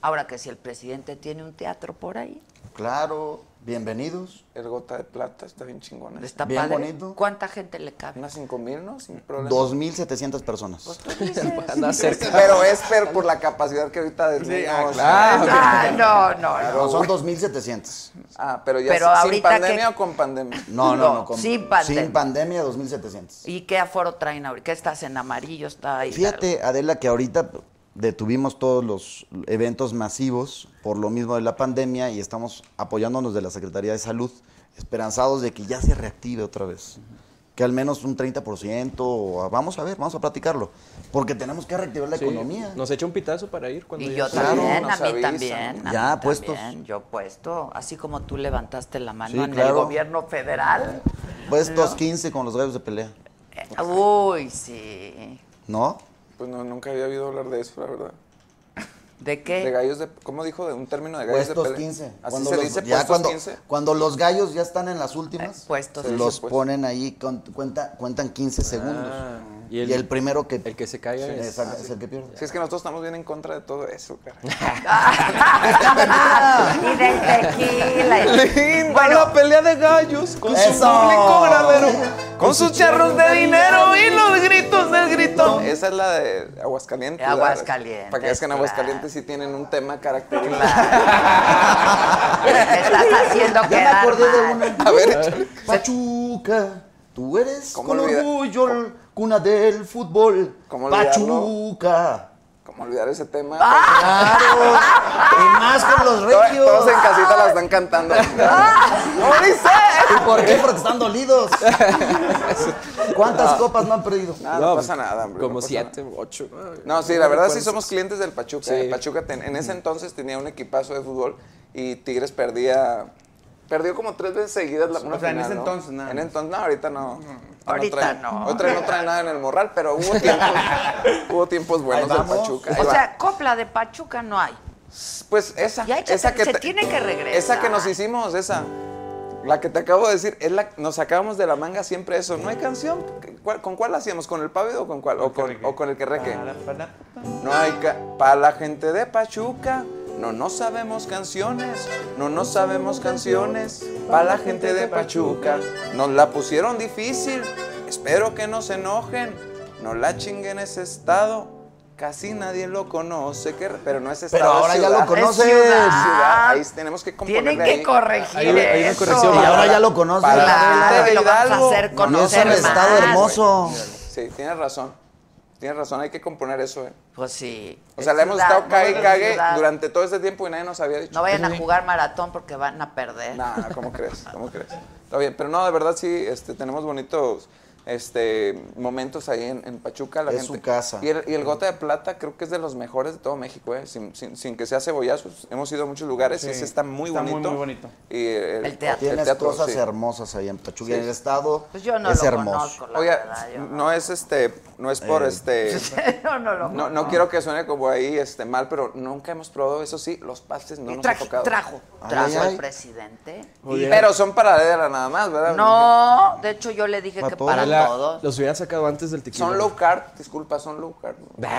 A: ahora que si el presidente tiene un teatro por ahí
B: Claro, bienvenidos.
C: El gota de plata está bien chingona.
A: está
B: Bien
A: padre
B: bonito.
A: cuánta gente le cabe
C: Unas 5 mil, ¿no? Sin problema.
B: 2.700 personas.
D: Anda cerca.
C: Pero es per por la capacidad que ahorita de
E: ah,
A: Ah, no no no
B: No, son 2.700.
C: Ah, pero ya
A: Pero
C: sin
A: ahorita
C: pandemia
A: que-
C: o con pandemia.
B: No, no,
A: No,
B: no. con-
A: sin pandemia.
B: Sin pandemia, 2.700.
A: y qué aforo traen ahorita qué estás en amarillo está ahí
B: Fíjate, Adela, que ahorita detuvimos todos los eventos masivos por lo mismo de la pandemia y estamos apoyándonos de la Secretaría de Salud, esperanzados de que ya se reactive otra vez. Que al menos un 30%, o a- vamos a ver, vamos a platicarlo. Porque tenemos que reactivar la
D: Sí,
B: economía.
D: Nos echa un pitazo para ir cuando
A: Y
B: pues,
D: ya
A: yo
D: sea.
A: también,
C: nos
A: a mí
C: avisan.
A: también. a
B: Ya,
A: mí
B: puestos.
A: también, yo puesto, así como tú levantaste la mano
B: Sí,
A: en el
B: claro.
A: gobierno federal.
B: Pues estos 15 con los gallos de pelea,
A: Eh, Uy, sí.
B: ¿no?
C: Pues no, nunca había oído hablar de eso, la verdad.
A: ¿De
C: De
A: qué?
C: gallos de. ¿Cómo dijo? De un término de gallos
B: Puestos
C: de pelea.
B: 15.
C: Así
B: Cuando
C: se
B: los-
C: dice
B: ya
C: puestos
B: cuando,
C: 15.
B: cuando los gallos ya están en las últimas,
A: Eh, puestos.
C: Se dice
B: los
C: puestos. Ah.
B: ponen ahí, con- cuenta- cuentan 15 segundos.
D: y
B: Y
D: el-
B: el, primero que...
D: el que se caiga es-
B: exacto,
C: Ah,
B: es el que pierde.
C: Si es que nosotros estamos bien en contra de todo eso, cara.
A: y del tequila. y-
C: Linda la pelea de gallos con su
B: ¡Eso!
C: público granero, con sus charros de
F: Ah,
C: dinero y los gritos del grito.
A: Eh,
C: Esa es la de Aguascalientes. la-
A: Aguascalientes,
C: Para que veas que en
A: claro.
C: Aguascalientes sí tienen un tema característico.
A: Te estás haciendo
B: Ya me
A: quedar
B: acordé de
A: mal.
B: una.
C: A ver, échale.
B: Pachuca, tú eres
C: ¿Cómo
B: con
C: olvidar-
B: orgullo el cuna del fútbol.
C: ¿Cómo olvidarlo?
B: Pachuca.
C: ¿Cómo olvidar ese tema?
B: Claro. y más con los
C: Ah. Todos,
B: regios.
C: todos en casita la están cantando. ¡No dice!
B: ¿Y por qué? Porque están dolidos. ¿Cuántas copas no han perdido?
C: Nada, no, pasa nada, hombre. no
D: Como
C: pasa
D: siete,
C: nada.
D: ocho. Ay,
C: No, sí, la verdad sí
D: recuerdo.
C: somos clientes del Pachuca.
D: Sí.
C: El Pachuca ten- en ese entonces tenía un equipazo de fútbol y Tigres perdía. Perdió como tres veces seguidas la una
E: sea, en
C: final,
E: ese
C: ¿no?
E: entonces, nada
C: En
E: más.
C: entonces, no, ahorita no.
A: Ahorita
C: traen-
A: no.
C: Ahorita no trae nada en el morral, pero hubo tiempos, hubo tiempos buenos
B: Ahí
C: del
B: vamos.
C: Pachuca. Ahí
A: O
C: va.
A: sea, copla de Pachuca no hay.
C: pues esa.
A: Ya hay que
C: esa
A: te- se tiene que regresar.
C: Esa que nos hicimos, esa. La que te acabo de decir, es la, nos sacábamos de la manga siempre eso. No hay canción. ¿Cuál- ¿Con cuál la hacíamos? ¿Con el pave o con cuál? O con, o con el que Ah, reque. No hay para la gente de Pachuca. No no sabemos canciones, no no sabemos canciones. Para la gente de Pachuca nos la pusieron difícil. Espero que no se enojen. No la chinguen ese estado. Casi nadie lo conoce, que- pero no es estado. es
B: ahora ya
C: ciudad.
B: lo conoces.
C: Es ciudad, ciudad. Ahí tenemos que componerle
A: Tienen que
C: ahí.
A: corregir
D: Hay una- hay una
A: eso.
D: corrección.
B: Y ahora ya lo conoces.
C: Para la
A: Claro,
C: gente de
A: lo vamos a
C: Hidalgo,
A: hacer
C: no nos
B: Y es un
A: conocer
B: estado
A: más.
B: hermoso.
C: Sí, tienes razón. Tienes razón, hay que componer eso, eh.
A: Pues sí.
C: O sea,
A: Es
C: le hemos
A: ciudad,
C: estado
A: no
C: cague y
A: es
C: cague
A: ciudad.
C: durante todo este tiempo y nadie nos había dicho.
A: No vayan a jugar ¿eh? maratón porque van a perder.
C: Nah, ¿cómo crees? ¿Cómo crees? Está bien, pero no, de verdad sí, este, tenemos bonitos este, momentos ahí en, en Pachuca. La
B: Es
C: gente-
B: su casa.
C: Y el, y el Gota de Plata creo que es de los mejores de todo México, ¿eh? sin, sin- sin que sea cebollazos. Hemos ido a muchos lugares y
E: Sí,
C: ese está muy
E: está muy,
C: bonito.
E: muy bonito.
C: Y eh,
A: El teatro.
B: Tienes cosas
C: sí.
B: hermosas ahí en Pachuca.
C: Sí.
B: Y el estado
A: Pues yo no
B: es
A: lo
B: hermoso.
A: conozco, la
C: Oiga,
A: verdad. yo
C: no es este, no es
B: Eh.
C: por este...
A: Yo no lo
C: No, no quiero que suene como ahí este mal, pero nunca hemos probado, eso sí, los pastes no
A: Y
C: nos ha
A: traje-
C: tocado.
A: trajo,
B: Ay,
A: trajo
B: ay,
A: al
B: ay.
A: presidente.
C: Pero son para Adela nada más, ¿verdad?
A: No, de hecho yo le dije
B: Para
A: que
B: todos.
A: para
D: Adela,
A: todos.
D: Los hubiera sacado antes del tequila.
C: Son low carb, disculpa, son low carb.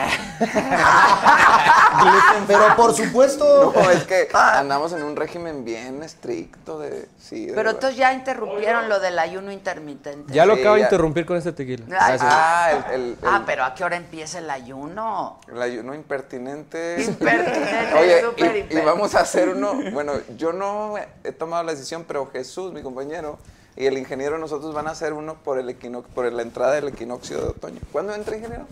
B: Pero por supuesto.
C: No, es que andamos en un régimen bien estricto de... Sí, de
A: Pero
C: verdad.
A: entonces ya interrumpieron lo del ayuno intermitente.
D: Ya lo
C: Sí,
D: acabo de
C: ya.
D: interrumpir con este tequila.
A: Ay,
D: Gracias.
C: Ah, el, el, el-
A: Ah, pero ¿a qué hora empieza el ayuno?
C: el ayuno impertinente.
A: Impertinente, súper
C: Oye, y- y,
A: impertinente.
C: vamos a hacer uno... Bueno, yo no he tomado la decisión, pero Jesús, mi compañero, y el ingeniero nosotros van a hacer uno por el equino- por la entrada del equinoccio de otoño. ¿Cuándo entra, ingeniero?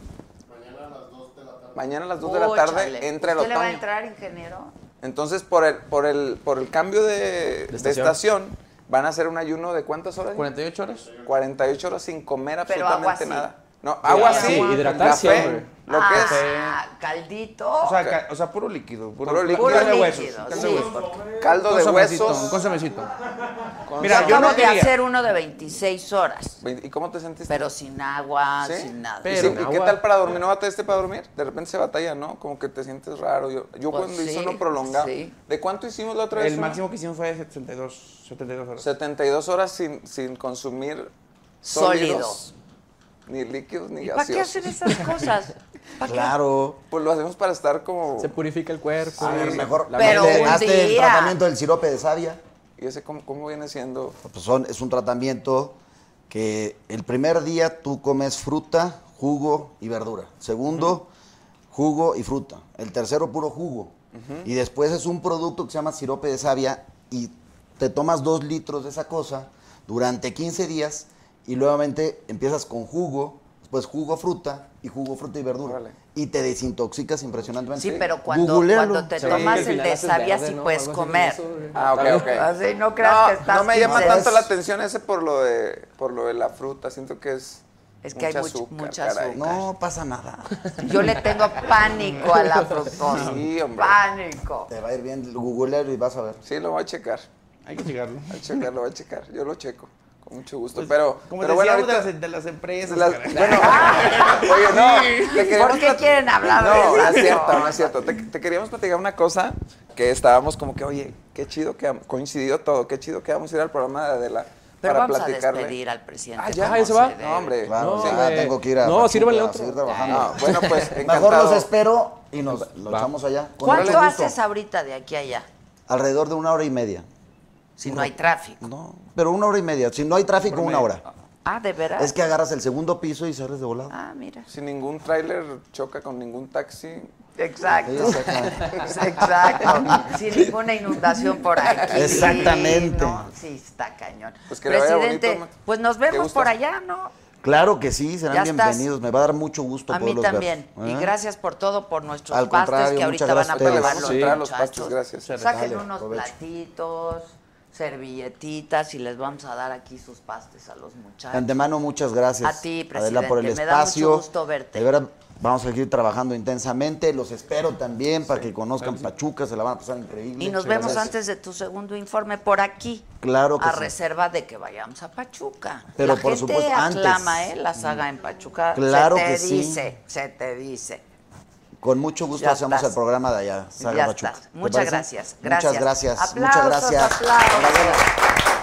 C: Mañana a las 2 de la tarde. Mañana a las 2 de la tarde
A: Óchale.
C: entra el
A: Oh, ¿Usted le
C: otoño.
A: va a entrar, ingeniero?
C: Entonces, por el, por el, por el cambio de, de estación.
D: estación.
C: van a hacer un ayuno de cuántas horas?
D: 48 horas.
C: 48 horas sin comer
A: Pero
C: absolutamente
A: agua sí.
C: nada. No, agua
D: Sí,
C: sí,
D: hidratarse,
C: café,
D: hombre.
C: lo que es
A: Ah, caldito.
E: O sea, ca- o sea, puro líquido. Puro,
C: Puro líquido.
A: puro
E: Caldo de
A: líquido.
E: huesos. caldo de
A: sí,
E: huesos.
A: porque-
C: caldo
E: Con
C: de
E: somecito, Con
C: huesos.
E: somecito.
C: con
E: Mira,
C: sal.
E: yo
A: Acabo
E: no
A: de
E: diría-
A: hacer uno de 26 horas,
C: ¿Y cómo te sentiste?
A: pero sin agua,
C: ¿Sí?
A: sin nada.
C: ¿Y,
D: Pero-
C: sí,
D: Sin
C: ¿y qué
D: agua.
C: tal para dormir? ¿No batallaste este para dormir? De repente se batalla, ¿no? Como que te sientes raro. Yo, yo
A: Pues
C: cuando hice
A: sí,
C: uno prolongado.
A: sí.
C: ¿De cuánto hicimos la otra vez?
E: El
C: uno?
E: máximo que hicimos fue de 72, 72 horas.
C: 72 horas sin, sin consumir sólidos.
A: Sólidos.
C: Ni líquidos, ni
A: ¿Y para qué
C: gaseosos.
A: hacer esas cosas? ¿Para qué?
B: Claro.
C: Pues lo hacemos para estar como.
D: Se purifica el cuerpo.
B: A ver, mejor.
D: La
A: Pero
B: hazte
A: un
B: hazte el
A: día.
B: tratamiento del sirope de savia.
C: Y ese cómo, cómo viene siendo.
B: Pues son- es un tratamiento que el primer día tú comes fruta, jugo y verdura. Segundo, jugo y fruta. El tercero, puro jugo. Y después es un producto que se llama sirope de savia y te tomas dos litros de esa cosa durante 15 días y nuevamente empiezas con jugo, después jugo, fruta y jugo, fruta y verdura.
C: Órale.
B: Y te desintoxicas impresionantemente.
A: Sí, pero cuando,
B: Googlealo.
A: cuando te
D: Sí, que
A: tomas
D: al
A: el
D: final
A: de
D: haces
A: savia
D: verde,
A: sí
D: ¿no?
A: puedes
D: Algo así
A: comer.
D: como eso, güey.
C: Ah, ok, ok.
A: Así no creas
C: No,
A: que estás
C: no me llama
A: quince.
C: tanto la atención ese por lo de por lo de la fruta. Siento que es.
A: Es que hay
C: mucha
A: much-
C: azúcar,
A: mucha
C: caray.
A: azúcar.
B: No pasa nada.
A: Yo le tengo pánico a la fructosa.
C: Sí, hombre.
A: Pánico.
B: te va a ir bien, googlealo y vas a ver.
C: Sí, lo voy a checar.
E: Hay que llegarlo.
C: Voy a checar, lo voy a checar. Yo lo checo. Con mucho gusto.
F: Pues,
C: pero.
E: Como
C: pero
E: decíamos
C: ahorita-
E: de, las, de las empresas.
C: Las-
E: caray.
C: bueno, oye, no. te queremos
A: ¿Por qué
C: plat-
A: quieren hablar de
C: No, no es
A: eso?
C: cierto, no es cierto. Te, te queríamos platicar una cosa que estábamos como que, oye, qué chido que ha coincidió todo, qué chido que vamos a ir al programa de Adela
A: Pero
C: para
A: vamos a
C: platicarle.
A: despedir al presidente.
C: Ah, ya,
A: como
D: ¿ese va?
A: se debe.
C: No, hombre.
B: Claro,
D: No,
B: ya
D: hombre.
B: tengo que ir a.
D: No,
B: Pachuca
D: sírvele
B: a
D: otro.
B: seguir trabajando.
C: No, bueno, pues
B: Ah, Mejor
C: encantado.
B: los espero y nos lo
D: Va.
B: echamos allá. con
A: ¿Cuánto
B: mucho gusto.
A: haces ahorita de aquí a allá?
B: Alrededor de una hora y media.
A: Si no hay tráfico.
B: No, pero una hora y media. Si no hay tráfico, una hora.
A: Ah, ¿de veras?
B: Es que agarras el segundo piso y sales de volado.
A: Ah, mira.
C: Sin ningún tráiler choca con ningún taxi.
B: Sí,
A: Exacto.
B: exactamente.
A: Exacto. Sin ninguna inundación por aquí.
B: Exactamente.
A: No, sí, está cañón.
C: Pues que le vaya
A: Presidente,
C: bonito, Max.
A: pues nos
C: ¿Te
A: vemos
C: gusta?
A: por allá, ¿no?
B: Claro que sí, serán
A: Ya estás.
B: bienvenidos. Me va a dar mucho gusto
A: A mí
B: poderlos ver.
A: también. Y
B: ¿Eh?
A: gracias por todo, por nuestros
B: Al
A: pastes
B: contrario,
A: que ahorita
B: muchas
A: van a
B: gracias a
C: Ahorita le
A: probar
B: ustedes.
A: los
C: vamos a entrar a los
A: muchachos.
C: pastes, gracias.
A: Saquen
B: Dale,
A: unos
B: provecho.
A: platitos, servilletitas y les vamos a dar aquí sus pastes a los
B: De
A: muchachos.
B: antemano, muchas gracias.
A: A ti,
B: Adela, por el
A: presidente. Me da
B: espacio.
A: mucho gusto verte.
B: De verdad, vamos a seguir trabajando intensamente. Los espero también para que conozcan Pachuca. Se la van a pasar increíble.
A: Y
B: Muchas
A: nos vemos
B: gracias.
A: antes de tu segundo informe por aquí.
B: Claro que
A: A
B: sí.
A: reserva de que vayamos a Pachuca.
B: Pero
A: la
B: por
A: gente
B: supuesto, antes.
A: aclama, ¿eh? La saga en Pachuca.
B: Claro
A: se te
B: que sí.
A: dice, se te dice.
B: Con mucho gusto
A: Ya
B: hacemos
A: estás.
B: el programa de allá. Saga
A: ya
B: Pachuca.
A: estás.
B: ¿Te
A: Muchas
B: parece?
A: gracias. gracias.
B: Muchas gracias.
A: Aplausos,
B: muchas gracias.
A: aplausos.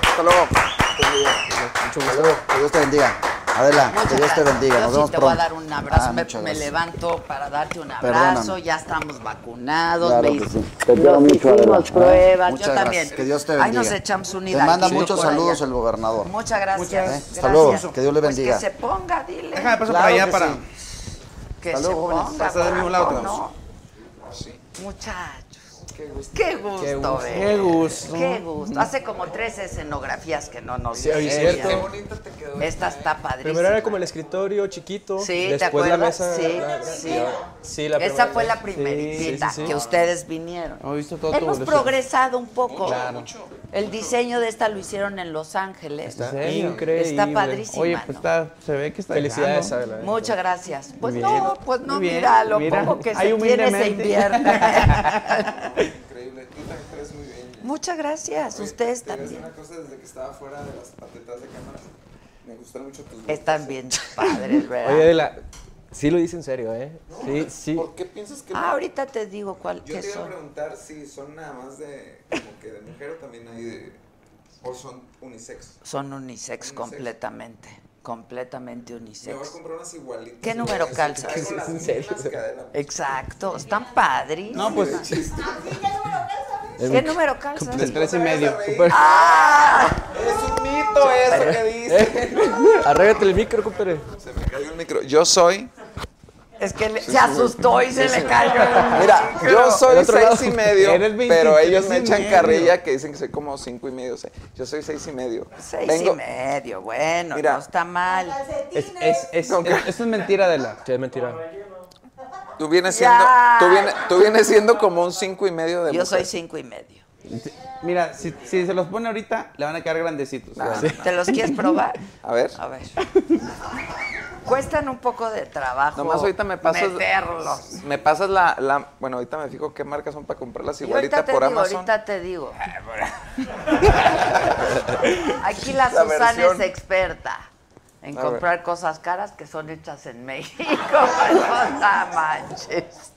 C: Hasta luego.
B: Hasta luego. Que Dios te bendiga. Adela,
A: Muchas
B: que Dios te
A: gracias.
B: bendiga.
A: Yo
B: Nos
A: sí
B: vemos
A: te
B: pronto.
A: voy a dar un abrazo.
B: Ah,
A: me,
B: muchas
A: me
B: gracias.
A: levanto para darte un
B: Perdóname.
A: abrazo. Ya estamos vacunados.
B: Claro
A: me
B: que
A: hice-
B: sí. Te quiero
A: nos
B: mucho,
A: hicimos
B: Adela.
A: pruebas.
B: Muchas
A: Yo
B: gracias.
A: también.
B: Que Dios te
A: Ahí
B: bendiga.
A: nos echamos un
B: Te
A: hilaquito
B: manda
A: por
B: muchos
A: allá.
B: saludos el gobernador.
A: Muchas gracias.
B: ¿Eh? Hasta
A: gracias.
B: luego. Que Dios le bendiga.
A: Pues que se ponga, dile.
E: Déjame pasar
B: Claro
E: para allá
B: que
E: para.
B: sí.
A: Que
B: Hasta
A: se
B: luego, jóvenes.
A: ponga.
E: Pasa del mismo
A: guapo,
E: lado,
A: ¿no? Muchachos. Qué gusto. Qué gusto. Qué
D: gusto. Qué gusto.
A: Qué gusto. Hace como tres escenografías que no nos
D: oye,
A: veían.
D: cierto. Eh, Qué
A: Esta está padrísima.
D: Primero era como el escritorio chiquito.
A: Sí, ¿te
D: después la
A: acuerdas?
D: mesa.
A: Sí,
D: la-
A: sí.
D: y ahora- sí, la
A: Esa
D: primera
A: fue la
D: vez.
A: primerita
D: Sí, sí, sí.
A: que ustedes vinieron.
E: Hemos visto todo tu
A: Hemos
E: evolución.
A: progresado un poco. El diseño de esta lo hicieron en Los Ángeles.
E: Está
D: increíble.
A: Está padrísima.
E: Oye, pues
A: ¿no?
E: está, se ve que está.
D: Felicidades,
E: llegando.
D: Adela.
A: Muchas gracias. Pues
E: bien.
A: no, pues no,
E: Muy bien,
A: mira, lo
E: mira.
A: poco que
E: Ahí
A: se tiene se
E: humildemente.
A: invierte.
C: Increíble. Tú también te ves muy bien.
A: Muchas gracias, pues ustedes
C: Te voy a decir
A: también.
C: una cosa desde que estaba fuera de las patetas de cámara. Me gustan mucho tus lentes.
A: Están bien padres, ¿verdad?
D: Oye, Adela, sí lo dice en serio, ¿eh? Sí, sí.
C: ¿Por qué piensas que
A: Ah, ahorita te digo cuál
C: Yo
A: que
C: te iba a
A: son.
C: preguntar si son nada más de como que de mujer o también hay de o son unisex.
A: Son unisex completamente, completamente
C: Me voy a
A: unisex.
C: comprar unas igualitas.
A: ¿Qué número calza?
C: calzas?
A: Sí,
C: Traigo las mismas cadenas.
A: Exacto, están padres.
E: No, pues
A: ¿Qué número Ah, calzas?
E: de tres y medio.
C: Ah. Es un mito eso que dice.
D: Arrégate el micro, compadre.
C: Se me cayó el micro. Yo soy.
A: Es que le- se asustó y se le cayó.
C: Mira, yo
D: Del
C: soy
D: otro
C: seis
D: lado.
C: y medio,
D: Eres
C: pero
D: 23
C: ellos me
D: y
C: echan
D: medio.
C: carrilla que dicen que soy como cinco y medio. o sea, Yo soy seis y medio.
A: Seis
C: Vengo-
A: y medio, bueno,
C: Mira.
A: no está mal.
E: Es, es, es, es- eso es mentira, Adela.
D: Sí, es mentira.
C: Tú vienes siendo,
A: Ya.
C: tú vienes, tú vienes siendo como un cinco y medio de
A: Yo soy
C: mujer.
A: cinco y medio.
E: Mira, si, si se los pone ahorita, le van a quedar grandecitos.
A: ¿Te los quieres probar?
C: A ver.
A: A ver. Cuestan un poco de trabajo.
C: Nomás ahorita me pasas.
A: Meterlos.
C: Me pasas la, la- Bueno, ahorita me fijo qué marcas son para comprarlas
A: Y ahorita
C: igualita
A: te
C: por
A: digo,
C: Amazon.
A: ahorita te digo. Aquí la,
C: La
A: Susana
C: versión.
A: es experta en
C: A
A: comprar cosas caras que son hechas en México. No manches.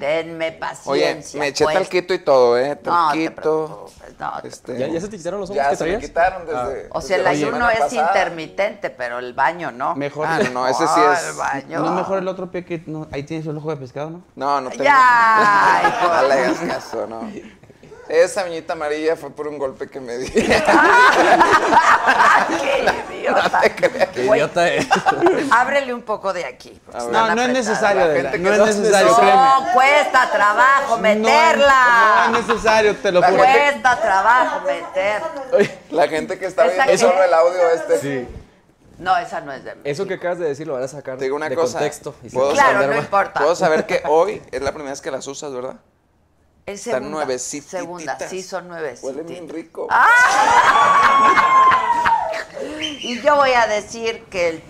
A: Tenme
C: Oye,
A: paciencia.
C: me eché
A: pues.
C: talquito y todo, ¿eh?
A: No te
C: Talquito.
A: preocupes, no te
C: este,
D: ¿Ya, ya se te quitaron los hombros
C: ya
D: que
C: se me
D: traías?
C: quitaron
D: Ah.
C: desde.
A: O sea, el
C: desde la
A: ayuno
C: semana
A: es
C: pasada.
A: intermitente, pero el baño no.
E: Mejor.
C: Ah, no, no, ese sí
A: Ah,
C: es-
A: El baño.
E: No mejor el otro pie que no, ahí tienes el ojo de pescado, ¿no?
C: No, no tengo.
A: Ya, hijo.
C: No le hagas caso, no. Esa uñita amarilla fue por un golpe que me di.
A: ¡Qué idiota!
D: Qué idiota es.
A: Ábrele un poco de aquí. porque
C: ver.
A: están
E: No, no
A: apretadas.
E: es necesario, Adela.
C: gente
E: No
C: que
E: es
C: no-
E: necesario, créeme.
A: No, cuesta trabajo meterla.
E: No, no es necesario, te lo juro.
A: cuesta trabajo meterla.
C: La gente que está
A: Esa
C: viendo
A: que-
C: solo el audio este.
A: No, esa no es de mí.
D: Eso que acabas de decir lo van a sacar
C: Te digo una
D: de
C: cosa.
D: contexto. y se
C: puedo
D: va a
A: Claro,
D: volver
A: no
D: mal.
A: importa.
C: Puedo saber que hoy es la primera vez que las usas, ¿verdad?
A: Es
C: Están
A: segunda.
C: nuevecititas.
A: Segunda, sí, Ah, son
C: Huele bien
A: nuevecitas.
C: rico.
A: Y yo voy a decir que el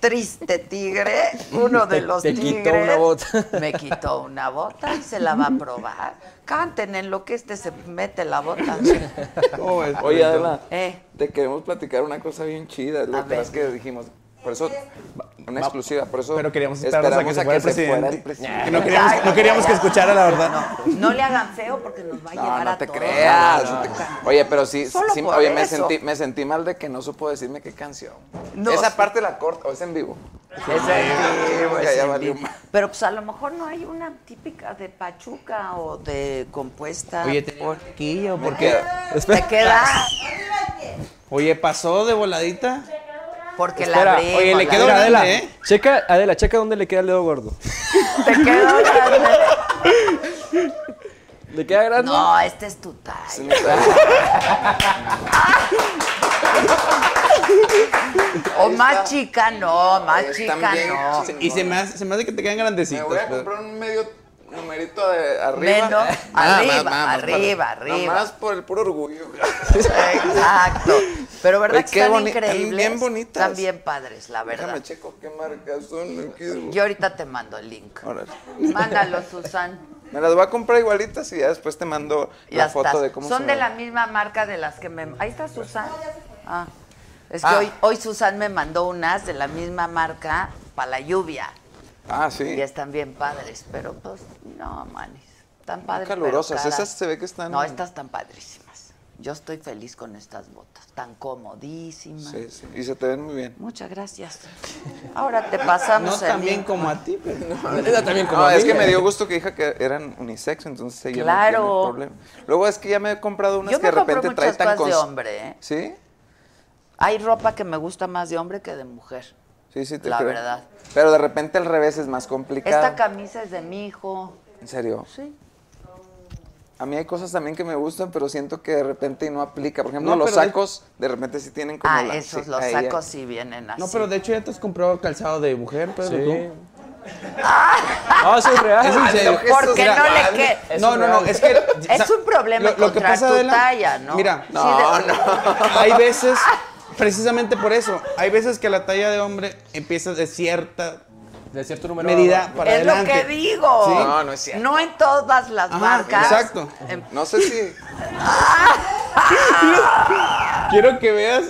A: triste tigre, uno de
D: Te-
A: los
D: te
A: tigres,
D: quitó una bota.
A: me quitó una bota y se la va a probar. Canten en lo que este se mete la bota.
E: ¿Cómo es?
C: Oye, Adela,
A: Eh.
C: te queremos platicar una cosa bien chida. Es
A: A
C: lo que
A: ver.
C: las que dijimos. Por eso, una exclusiva, por eso
E: Pero queríamos esperarnos a
C: esperamos
E: que se
C: a
E: fuera
C: que
E: el
C: se fuera
E: presidente.
C: el presidente.
E: Que no queríamos, no queríamos que escuchara la verdad.
A: No le hagan feo porque nos va a
C: No,
A: llevar
C: no
A: a
C: te
A: todos.
C: creas. no te- Oye, pero sí,
A: Solo
C: sí,
A: por
C: oye, me
A: eso.
C: sentí, me sentí mal de que no supo decirme qué canción.
A: No,
C: Esa
A: sí.
C: parte la corta, o es en vivo.
A: Es el vivo,
C: Ya,
A: es
C: ya
A: el
C: valió
A: vivo.
C: más.
A: Pero pues a lo mejor no hay una típica de Pachuca o de compuesta.
E: Oye,
A: por...
E: tenía quillo,
C: Me
E: porque.
C: queda.
A: te queda
E: Oye, pasó de voladita.
A: porque
D: Espera,
A: la abrimos.
E: oye, le
A: la
E: quedó
D: Mira,
A: abrimos.
E: grande,
D: Adela,
E: ¿eh?
D: checa, Adela, checa dónde le queda el dedo gordo.
A: Te quedó grande.
D: ¿Le queda grande?
A: No, este es tu talla. O más chica no, más
C: Están
A: Ah, chica
C: bien
A: no.
C: chingones.
E: Y se me, hace, se me hace que te quedan
C: Me
E: grandecitos.
C: voy a
E: pero-
C: comprar un medio, numerito de arriba.
A: Menos,
C: Nada
A: arriba,
C: más, nada más,
A: arriba,
C: para-
A: arriba.
C: Nomás por el puro orgullo.
A: Exacto. Pero verdad
C: Oye,
A: que
C: qué
A: están
C: boni- están
A: increíbles.
C: bien bonitas.
A: Están bien padres, la verdad.
C: Déjame checo qué marcas son. aquí.
A: Yo ahorita te mando el link.
C: Órale.
A: Mándalo, Susan.
C: Me las voy a comprar igualitas y ya después te mando
A: Ya
C: la foto
A: estás.
C: de cómo
A: Son
C: se
A: de
C: me
A: la
C: ven.
A: misma marca de las que me. Ahí está Susan. Ah. Es que
C: Ah.
A: hoy, hoy Susan me mandó unas de la misma marca para la lluvia.
C: Ah, sí.
A: Y están bien padres, pero pues no, manis. Están padres. pero
C: calurosas.
A: caras.
C: Esas se ve que están-
A: No, estas están padrísimas. Yo estoy feliz con estas botas. Tan comodísimas.
C: Sí, sí. Y se te ven muy bien.
A: Muchas gracias. Ahora te pasamos el link.
E: como a ti, pero no.
C: también como es que me dio gusto que dije que eran unisex, entonces ella
A: Claro.
C: no tiene problema. Luego es que ya me he comprado unas
A: Yo
C: que de
A: me compro
C: repente trae
A: muchas
C: tan
A: cosas de
C: cons-
A: hombre, ¿eh?
C: ¿Sí?
A: Hay ropa que me gusta más de hombre que de mujer.
C: Sí, sí, te
A: La
C: creo.
A: verdad.
C: Pero de repente al revés es más complicado.
A: Esta camisa es de mi hijo.
C: en serio.
A: Sí.
C: A mí hay cosas también que me gustan, pero siento que de repente no aplica. Por ejemplo,
E: No,
C: los
E: pero de-
C: sacos de repente sí tienen como
A: Ah,
C: la-
A: esos
C: sí,
A: los
C: ahí ya.
A: sacos sí vienen así.
E: No, pero de hecho ya te has comprado calzado de mujer, pero
D: Sí.
A: Ah.
D: No, eso es real.
E: Ah, Es en serio.
A: Porque
E: Mira,
A: no le queda.
E: No, no, no, es que...
A: Es un problema contra tu
E: Adela,
A: talla, ¿no?
E: Mira,
A: Sí,
E: no,
A: de-
E: no. Hay veces, precisamente por eso, hay veces que la talla de hombre empieza de cierta
D: De cierto número.
E: medida para
A: Es lo
E: adelante.
A: que digo.
E: Sí.
C: No, no es cierto.
A: No en todas las
E: Ajá,
A: marcas.
E: exacto.
A: Em-
C: No sé si.
E: Quiero que veas,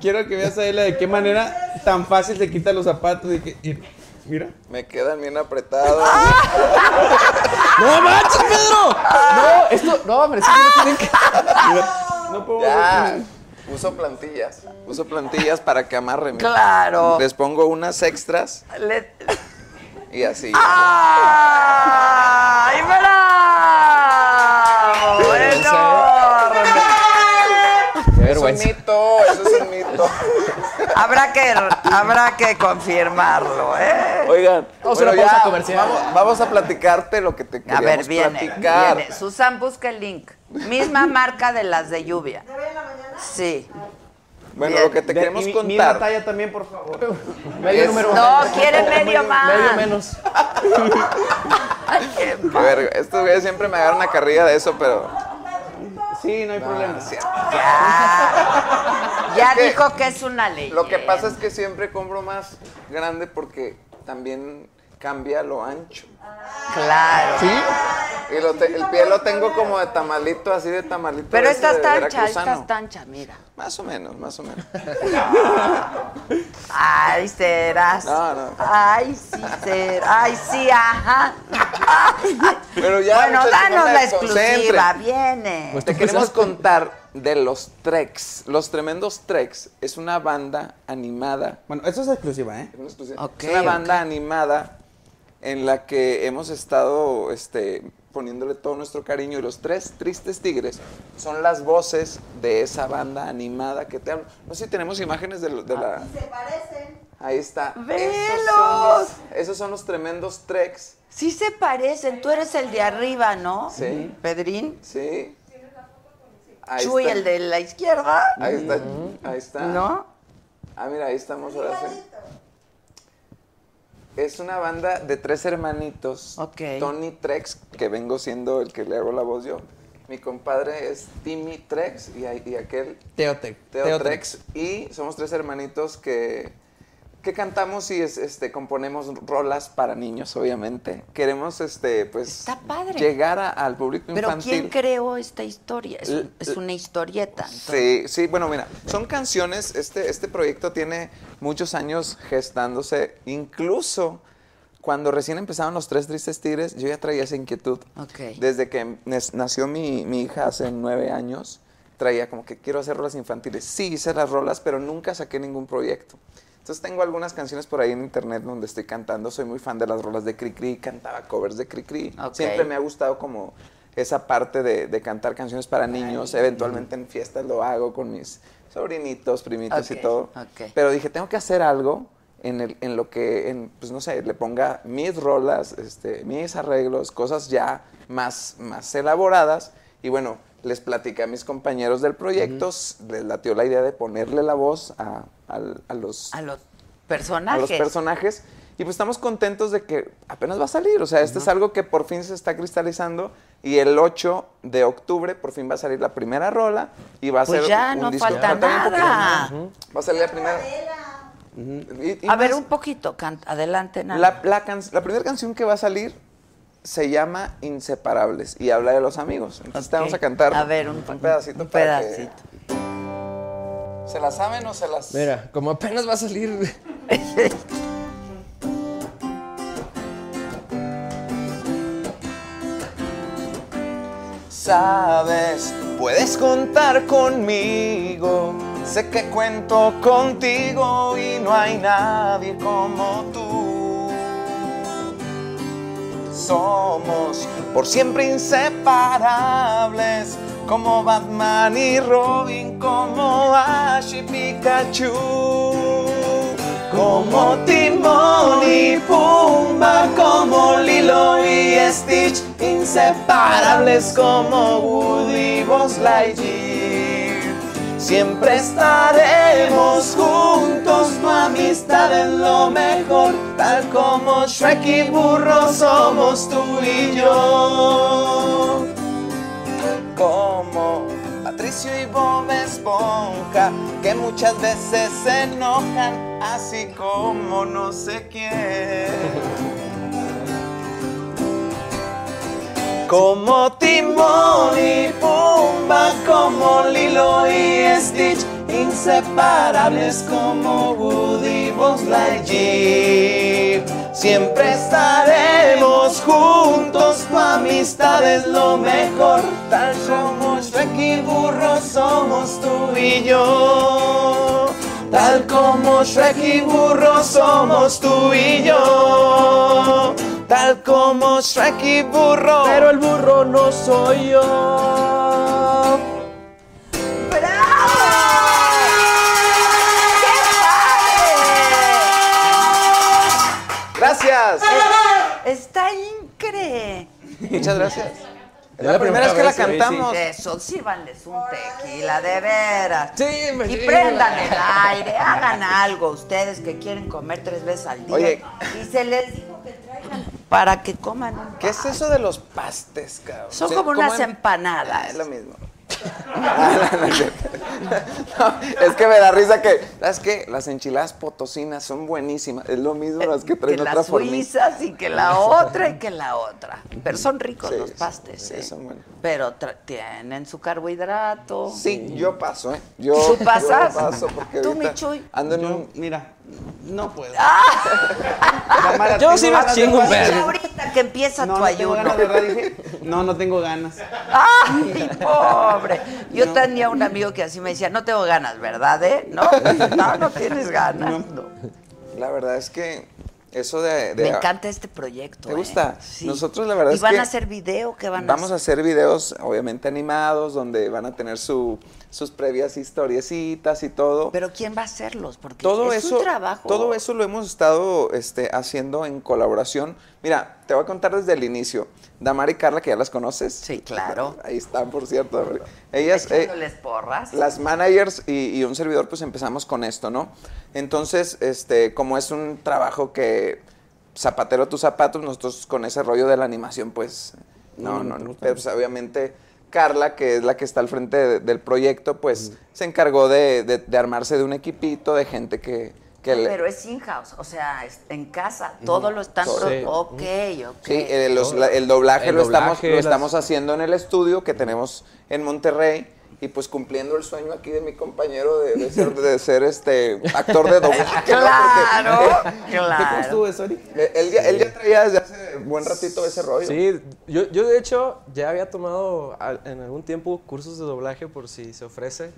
E: quiero que veas a Adela de qué manera tan fácil te quita los zapatos y que... y- mira.
C: Me quedan bien apretados.
D: ¡No manches, Pedro! No, esto. No, hombre, sí, no tienen que.
E: No puedo...
C: Ya. Uso plantillas. Uso plantillas para que amarren.
A: Claro.
C: Les pongo unas extras
A: Le-
C: y así.
A: Ah, ¡Ay, bravo! ¡Enorme!
D: Qué
C: es un
D: vergüenza.
C: mito, eso es un mito.
A: Habrá que, habrá que confirmarlo, ¿eh?
C: Oigan,
D: Vamos a una pausa comercial.
C: Vamos, vamos a platicarte lo que te
A: A
C: queríamos
A: ver, viene,
C: platicar.
A: viene. Susan, busca el link. Misma marca de las de lluvia. Sí.
C: Bueno,
A: Bien.
C: lo que te
E: De-
C: queremos
E: y mi- mira la
C: contar.
E: talla también, por favor.
D: Medio número
A: No, quiere medio más.
D: Medio menos.
A: Qué
C: A ver, estos güeyes siempre me agarran a carrilla de eso, pero.
E: Sí, no hay problema.
A: Ya
C: que-
A: dijo que es una ley.
C: Lo que pasa es que siempre compro más grande porque también cambia lo ancho.
A: Claro.
C: Y lo te- el pie lo tengo como de tamalito, así de tamalito.
A: Pero
C: ese
A: esta
C: de
A: es tancha, esta
C: veracruzano.
A: es tancha, mira.
C: Más o menos, más o menos.
A: Ay, serás.
C: No, no.
A: Ay, sí, serás. Ay, sí, ajá.
C: Pero ya,
A: bueno,
C: muchachos, no
A: danos
C: me
A: la
C: desconcentre.
A: exclusiva, viene.
D: Pues
C: Te
D: tú
C: queremos
D: empezaste.
C: contar de los Treks. Los Tremendos Treks es una banda animada.
E: Bueno, eso es exclusiva, ¿eh?
C: Es una exclusiva.
A: Ok,
C: Es una
A: ok.
C: banda animada en la que hemos estado este, poniéndole todo nuestro cariño. Y los tres tristes tigres son las voces de esa banda animada que te hablo. No sé si tenemos imágenes de, lo- de la.
A: Ah.
C: Se parecen. Ahí está. Esos son, los,
A: ¡Velos!
C: esos son los tremendos Treks.
A: Sí se parecen, tú eres el de arriba, ¿no?
C: Sí.
A: Pedrín.
C: ¿Sí? Ahí
A: Chuy,
C: está.
A: el de la izquierda.
C: Ahí está. Ahí está.
A: ¿No?
C: Ah, mira, ahí estamos ahora sí. Es una banda de tres hermanitos.
A: Ok.
C: Tony Trex, que vengo siendo el que le hago la voz yo. Mi compadre es Timmy Trex y, a- y aquel
E: Teotec.
C: Teo, Trex. Y somos tres hermanitos que, que cantamos y es- este, componemos rolas para niños, obviamente. Queremos este, pues,
A: Está padre.
C: llegar a- al público
A: Pero
C: infantil. Eh,
A: ¿quién creó esta historia? Es,
C: L-
A: es una historieta. entonces.
C: Sí, sí, bueno, mira, son canciones, este, este proyecto tiene muchos años gestándose, incluso cuando recién empezaban los Tres Tristes Tigres, yo ya traía esa inquietud.
A: Ok.
C: Desde que nes- nació mi, mi hija hace nueve años, traía como que quiero hacer rolas infantiles. Sí, hice las rolas, pero nunca saqué ningún proyecto. Entonces tengo algunas canciones por ahí en internet donde estoy cantando. Soy muy fan de las rolas de Cricri, cantaba covers de Cricri.
A: Ok.
C: Siempre me ha gustado como esa parte de, de cantar canciones para niños. Eventualmente en fiestas lo hago con mis sobrinitos, primitos
A: Ok,
C: y todo.
A: ok.
C: Pero dije, tengo que hacer algo en, el, en lo que, en, pues no sé, le ponga mis rolas, este, mis arreglos, cosas ya más, más elaboradas. Y bueno, les platicé a mis compañeros del proyecto, s- les latió la idea de ponerle la voz a, al- a los
A: A los
C: a los
A: personajes.
C: personajes. Y pues estamos contentos de que apenas va a salir. O sea, esto es algo que por fin se está cristalizando. Y el 8 de octubre por fin va a salir la primera rola. Y va a
A: Pues
C: ser
A: ya,
C: un
A: no
C: disco. Ah,
A: falta
C: un poquito,
A: nada.
C: ¿no? Va a salir la primera. Ujú. Y- y
A: A ver,
C: más-
A: un poquito, canta, adelante, Nana.
C: la, la, can- la primera canción que va a salir se llama Inseparables y habla de los amigos. Entonces te vamos a
A: Ok.
C: cantar
A: A ver, un,
C: pedacito.
A: un
C: para que-
A: pedacito.
C: ¿Se la saben o se las.?
D: Mira, como apenas va a salir.
C: Sabes, puedes contar conmigo. Sé que cuento contigo y no hay nadie como tú. Somos por siempre inseparables, como Batman y Robin, como Ash y Pikachu. Como Timón y Pumba, como Lilo y Stitch, inseparables como Woody y Buzz Lightyear. Siempre estaremos juntos, tu amistad es lo mejor, tal como Shrek y Burro somos tú y yo. Como Patricio y Bob Esponja, que muchas veces se enojan, así como no sé quién. Como Timón y Pumba, como Lilo y Stitch, inseparables como Woody y Buzz Lightyear. Siempre estaremos juntos, tu amistad es lo mejor, tal como Shrek y Burro somos tú y yo. Tal como Shrek y Burro somos tú y yo. Tal como Shrek y Burro. Pero el burro no soy yo. Gracias.
A: Está increíble.
C: Muchas gracias. Es
D: Ya
C: la
D: la
C: primera vez que la
D: primera vez, sí,
C: cantamos.
A: Eso, sírvanles un tequila, de veras.
D: Sí, me-
A: y
D: sí,
A: prendan
D: me-
A: el aire, hagan algo ustedes que quieren comer tres veces al día.
C: Oye.
A: Y se les dijo que traigan para que coman un
C: ¿Qué es eso de los pastes, cabrón?
A: Son
C: Sí,
A: como unas
C: en-
A: empanadas.
C: Ah, Es lo mismo. Ah, no, no es cierto. No, es que me da risa que, ¿sabes qué? Las enchiladas potosinas son buenísimas. Es lo mismo las que traen otra
A: las
C: formita.
A: suizas y que la otra y que la otra. Pero son ricos
C: Sí,
A: los
C: sí,
A: pastes.
C: sí,
A: ¿eh?
C: son buenos.
A: Pero tra- tienen su carbohidrato.
C: Sí, yo paso, ¿eh? Yo,
A: ¿Tú
C: yo
A: pasas?
C: paso porque
A: ¿Tú,
C: ahorita
A: mi Chuy?
C: Ando en un...
E: Mira, no puedo.
A: Ah.
D: Yo sí las chingo un
A: Y
D: pedo.
A: ahorita que empieza
E: No,
A: tu
E: no tengo
A: ayuno.
E: ganas, de verdad, dije. No, no tengo ganas.
A: ¡Ay, pobre! Yo tenía un amigo que así me decía, no tengo ganas, ¿verdad, eh? No, no, no tienes ganas. no.
C: La verdad es que eso de... de-
A: Me encanta este proyecto.
C: ¿Te
A: ¿eh?
C: gusta?
A: Sí.
C: Nosotros, la verdad
A: ¿Y
C: es
A: van
C: que
A: a hacer video? ¿Qué van
C: Vamos a
A: a
C: hacer videos, obviamente animados, donde van a tener su, sus previas historiecitas y todo.
A: ¿Pero quién va a hacerlos? Porque
C: todo
A: es
C: eso,
A: un trabajo.
C: Todo eso lo hemos estado este, haciendo en colaboración. Mira, te voy a contar desde el inicio. Damari y Carla, que ya las conoces.
A: Sí, claro.
C: Ahí están, por cierto. Damara. Ellas, eh,
A: Echándoles porras.
C: las managers y, y un servidor, pues empezamos con esto, ¿no? Entonces, este, como es un trabajo que zapatero a tus zapatos, nosotros con ese rollo de la animación, pues, no, no, no. Pero pues, obviamente Carla, que es la que está al frente de- del proyecto, pues se encargó de, de- de armarse de un equipito de gente que, que le...
A: Pero es in-house, o sea, es en casa, todo lo están... pro-
D: Sí.
A: Ok, ok.
C: Sí, eh, los- la- el doblaje,
D: El
C: lo,
D: doblaje,
C: estamos, lo
D: las-
C: estamos haciendo en el estudio que tenemos en Monterrey y pues cumpliendo el sueño aquí de mi compañero de, de ser, de ser, este actor de doblaje. ¿no?
A: Ah, Claro,
E: ¿Cómo estuvo
A: claro.
E: eso, Ari?
C: Porque, eh, él, ya, él ya traía desde hace buen ratito ese rollo.
G: Sí, yo, yo de hecho ya había tomado al- en algún tiempo cursos de doblaje por si se ofrece.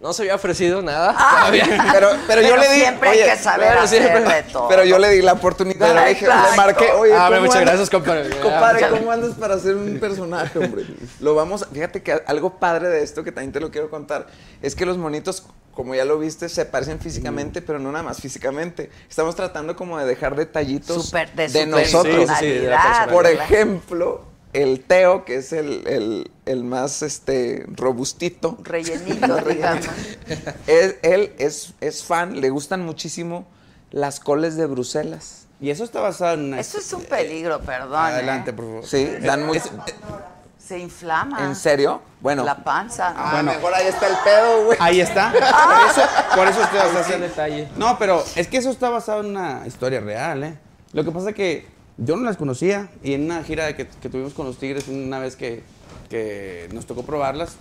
G: No se había ofrecido nada. todavía.
C: Pero, pero, yo
A: Pero
C: le di.
A: siempre hay
C: oye,
A: que saber
G: pero
A: hacer
G: siempre-
A: de todo.
C: Pero yo le di la oportunidad.
A: Pero
C: le dije,
A: exacto.
C: le marqué, oye,
G: Ah, hombre,
C: ¿cómo
G: muchas
C: andas?
G: gracias, compadre.
C: Compadre, ¿cómo andas para hacer un personaje, hombre? Lo vamos, fíjate que algo padre de esto que también te lo quiero contar es que los monitos, como ya lo viste, se parecen
G: Mm.
C: físicamente, pero no nada más físicamente. Estamos tratando como de dejar detallitos
A: Super, de,
C: nosotros.
G: Sí, sí, sí, de la
A: personalidad,
C: Por
A: ¿verdad?
C: ejemplo, el Teo, que es el, el- el más este robustito,
A: Rellenito, digamos.
C: es- él es, es fan, le gustan muchísimo las coles de Bruselas.
F: Y eso está basado en una...
A: Eso es un peligro, perdón. ¿eh?
F: Adelante, por favor.
C: Sí, dan muy...
A: Se inflama.
C: ¿En serio? Bueno.
A: ah. La panza. ¿no?
C: Ah, bueno. Mejor ahí está el pedo, güey.
F: Ah, Ahí está. Por eso, por eso estoy
G: Ese
F: haciendo
G: detalle.
F: No, pero es que eso está basado en una historia real, ¿eh? Lo que pasa que yo no las conocía y en una gira que, que tuvimos con los Tigres, una vez que, que nos tocó probarlas,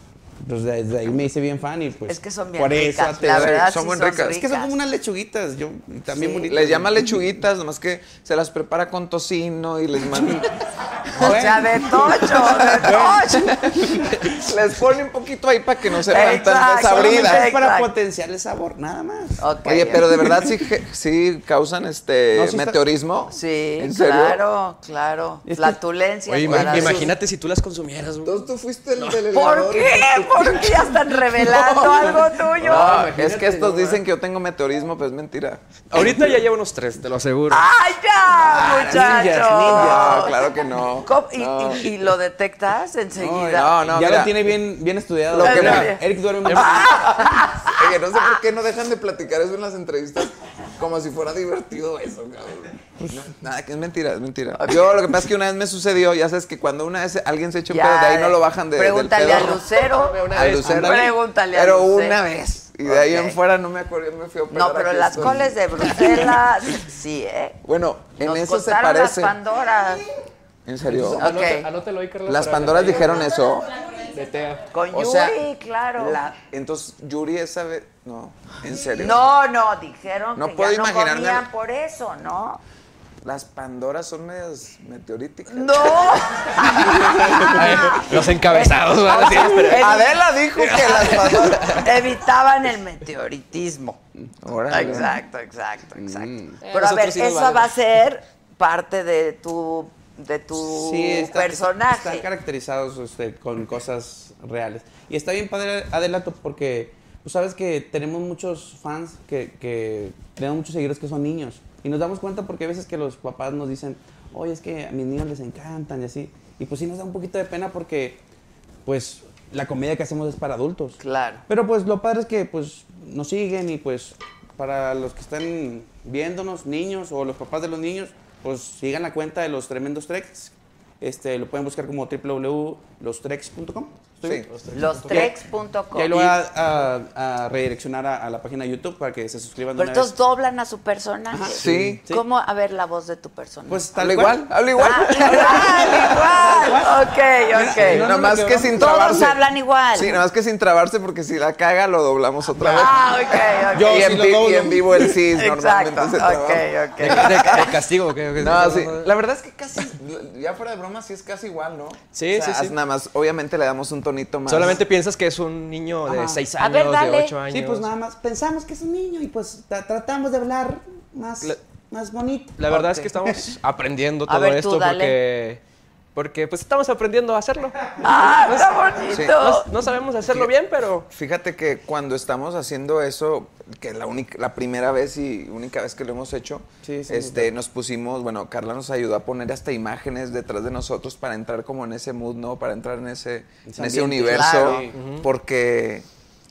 F: pues desde ahí me hice bien fan y pues...
A: Es que son bien
F: Por
A: ricas,
F: eso te
A: la
F: doy-
A: verdad
F: son
A: sí
F: muy
A: son
F: ricas. Es que son
A: ricas.
F: como unas lechuguitas, yo y también
A: Sí.
F: bonitas.
C: Les llama lechuguitas, nomás que se las prepara con tocino y les manda.
A: O sea, de tocho, de tocho.
C: les pone un poquito ahí para que no se vean tan
A: Exacto,
C: desabridas.
F: Es para
A: Exacto.
F: potenciar el sabor, nada más.
A: Ok,
C: Oye, pero de
A: ok.
C: verdad sí, ge- sí causan este
F: No, sí está-
C: meteorismo.
A: Sí,
C: ¿En serio?
A: claro, claro. Flatulencia.
G: Oye,
A: para
G: ima-
A: sus-
G: imagínate si tú las consumieras, güey.
C: Entonces tú fuiste el del
A: ¿Por qué? ¿Por qué ya están revelando algo tuyo?
C: No, Ah, es
G: imagínate,
C: que estos
G: no,
C: dicen que yo tengo meteorismo, pues es mentira.
G: Ahorita ya llevo unos tres, te lo aseguro.
A: ¡Ay, ya, muchachos!
C: No, Ah, claro que no.
A: ¿Cómo? ¿Y,
C: No.
A: y- y lo detectas enseguida?
C: No, no,
F: ya
C: mira.
F: lo tiene bien, bien estudiado.
C: Lo que
F: Mira,
A: me-
F: Eric duerme muy
C: Oye, no sé por qué no dejan de platicar eso en las entrevistas como si fuera divertido eso, cabrón.
A: Pues
C: No, nada, que es mentira, es mentira. Yo lo que pasa es que una vez me sucedió, ya sabes que cuando una vez alguien se echa un
A: Ya, eh,
C: pedo, de ahí no lo bajan de, del
A: Pregúntale
C: pedo.
A: a Lucero.
C: A Lucero.
A: Pregúntale a
C: Pero
A: Lucero.
C: una vez. Y de ahí
A: Ok.
C: en fuera no me acuerdo, me fui a operar
A: No, pero
C: a
A: las
C: Houston.
A: coles de Bruselas, sí, ¿eh?
C: Bueno, en
A: Nos
C: eso se
A: contaron
C: parece.
A: las Pandoras.
C: ¿En serio?
A: Ok.
D: Anótalo ahí, Carla.
C: Las
D: para
C: Pandoras
D: ver.
C: dijeron eso.
D: De Tea.
A: Con
C: O
A: Yuri,
C: sea,
A: claro.
C: La- entonces, Yuri esa vez. No, en serio.
A: No, no, dijeron
C: No
A: que
C: puedo
A: ya no
C: imaginarme-
A: comían por eso, ¿no?
C: Las Pandoras son medias meteoríticas.
A: ¡No!
G: Los encabezados, güey.
A: Ah,
C: Adela dijo que las Pandoras.
A: Evitaban el meteoritismo.
C: Órale.
A: Exacto,
F: Mm.
A: exacto, exacto.
F: Eh,
A: Pero a
G: nosotros
A: ver,
G: sí nos
A: esa
G: vale.
A: va a ser parte de tu, de tu
F: Sí, está,
A: personaje.
F: Están caracterizados este, con cosas reales. Y está bien padre Adelato porque tú sabes que tenemos muchos fans que, que tenemos muchos seguidores que son niños. Y nos damos cuenta porque a veces que los papás nos dicen, oye, es que a mis niños les encantan y así. Y pues sí nos da un poquito de pena porque pues la comedia que hacemos es para adultos.
A: Claro.
F: Pero pues lo padre es que pues nos siguen y pues para los que están viéndonos, niños o los papás de los niños, pues sigan la cuenta de los tremendos treks. Este, lo pueden buscar como www.lostrex.com. ¿Estoy
C: Sí.
F: bien?
A: Lostrex.com.
F: Y ahí lo voy a, a- a redireccionar a, a la página de YouTube para que se suscriban de
A: Pero
F: una
A: estos
F: vez.
A: doblan a su personaje.
C: sí.
F: Sí.
A: ¿Cómo? A ver la voz de tu personaje.
F: Pues tal
C: Habla
F: cual.
C: igual, habla igual.
A: Ah, igual, igual. Ok, ok.
F: no,
C: nada más
F: no,
C: que
F: no.
C: sin
A: Todos
C: trabarse.
A: hablan igual.
C: Sí, nada más que sin trabarse porque si la caga lo doblamos otra vez.
A: Ah, ok, ok.
F: Yo
C: y,
F: sí
C: en
F: lo
C: vi-
F: doblo.
C: y en vivo el sí es
A: Exacto,
C: normalmente se traba.
A: ok,
G: De,
A: ok.
G: de- de castigo, ¿qué? ¿Qué?
C: No, sí. La verdad es que casi, ya fuera de broma, sí es casi igual, ¿no?
G: Sí,
C: O sea,
G: sí, sí.
C: haz Nada más, obviamente le damos un tonito más.
G: Solamente piensas que es un niño de
F: Ajá.
G: 6
A: A
G: años,
A: ver, dale.
G: de 8 años.
F: Sí, pues nada más. Pensamos que es un niño y pues tra- tratamos de hablar más,
G: La-
F: más bonito.
G: La verdad es
A: Ok.
G: que estamos aprendiendo
A: A
G: todo
A: ver, tú
G: esto
A: dale.
G: porque, porque pues estamos aprendiendo a hacerlo.
A: Ah, está
C: Pues, Sí.
A: bonito.
G: No, no sabemos hacerlo bien, pero
C: Fíjate que cuando estamos haciendo eso, que la única, la primera vez y única vez que lo hemos hecho,
F: Sí, sí,
C: este, nos pusimos, bueno, Carla nos ayudó a poner hasta imágenes detrás de nosotros para entrar como en ese mood, ¿no? Para entrar en ese, en ese
F: ambiente.
C: universo.
F: Claro.
C: Porque,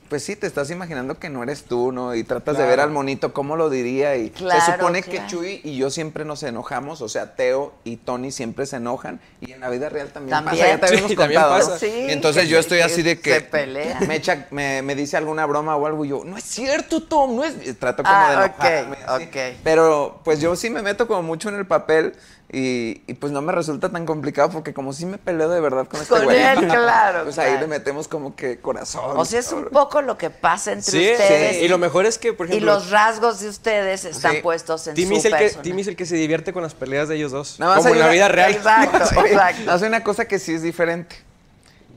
C: pues sí, te estás imaginando que no eres tú, ¿no? Y tratas de
F: Claro.
C: ver al monito cómo lo diría. Y se
A: Claro,
C: supone
A: claro.
C: que Chuy y yo siempre nos enojamos, o sea, Teo y Tony siempre se enojan. Y en la vida real también,
A: También.
C: pasa. Ya te habíamos
G: Sí, también
C: contado, ¿no?
G: pasa.
A: Sí,
C: Entonces
A: que
C: yo
A: se-
C: estoy así de que
A: se pelean.
C: eh, me echa- me, me dice alguna broma o algo y yo, no es cierto, Tom, no es. y Trato como
A: Ah,
C: de enojarme.
A: ok,
C: así.
A: ok.
C: Pero pues yo sí me meto como mucho en el papel y, y, pues no me resulta tan complicado porque como sí me peleo de verdad con este
A: Con
C: güey.
A: él, claro,
C: Pues ahí
A: claro.
C: le metemos como que corazón.
A: O sea, es un
C: cabrón.
A: poco lo que pasa entre
G: sí,
A: ustedes.
G: sí. Y lo mejor es que, por
A: Y
G: ejemplo,
A: los rasgos de ustedes están
C: Sí.
A: puestos pues, en
G: Timmy,
A: su
G: es el que,
A: persona.
G: Timmy es el que se divierte con las peleas de ellos dos.
C: Nada más
G: como
C: hay
G: en la
C: una-
G: vida real.
A: Exacto,
C: Oye,
A: exacto.
C: Hace una cosa que sí es diferente.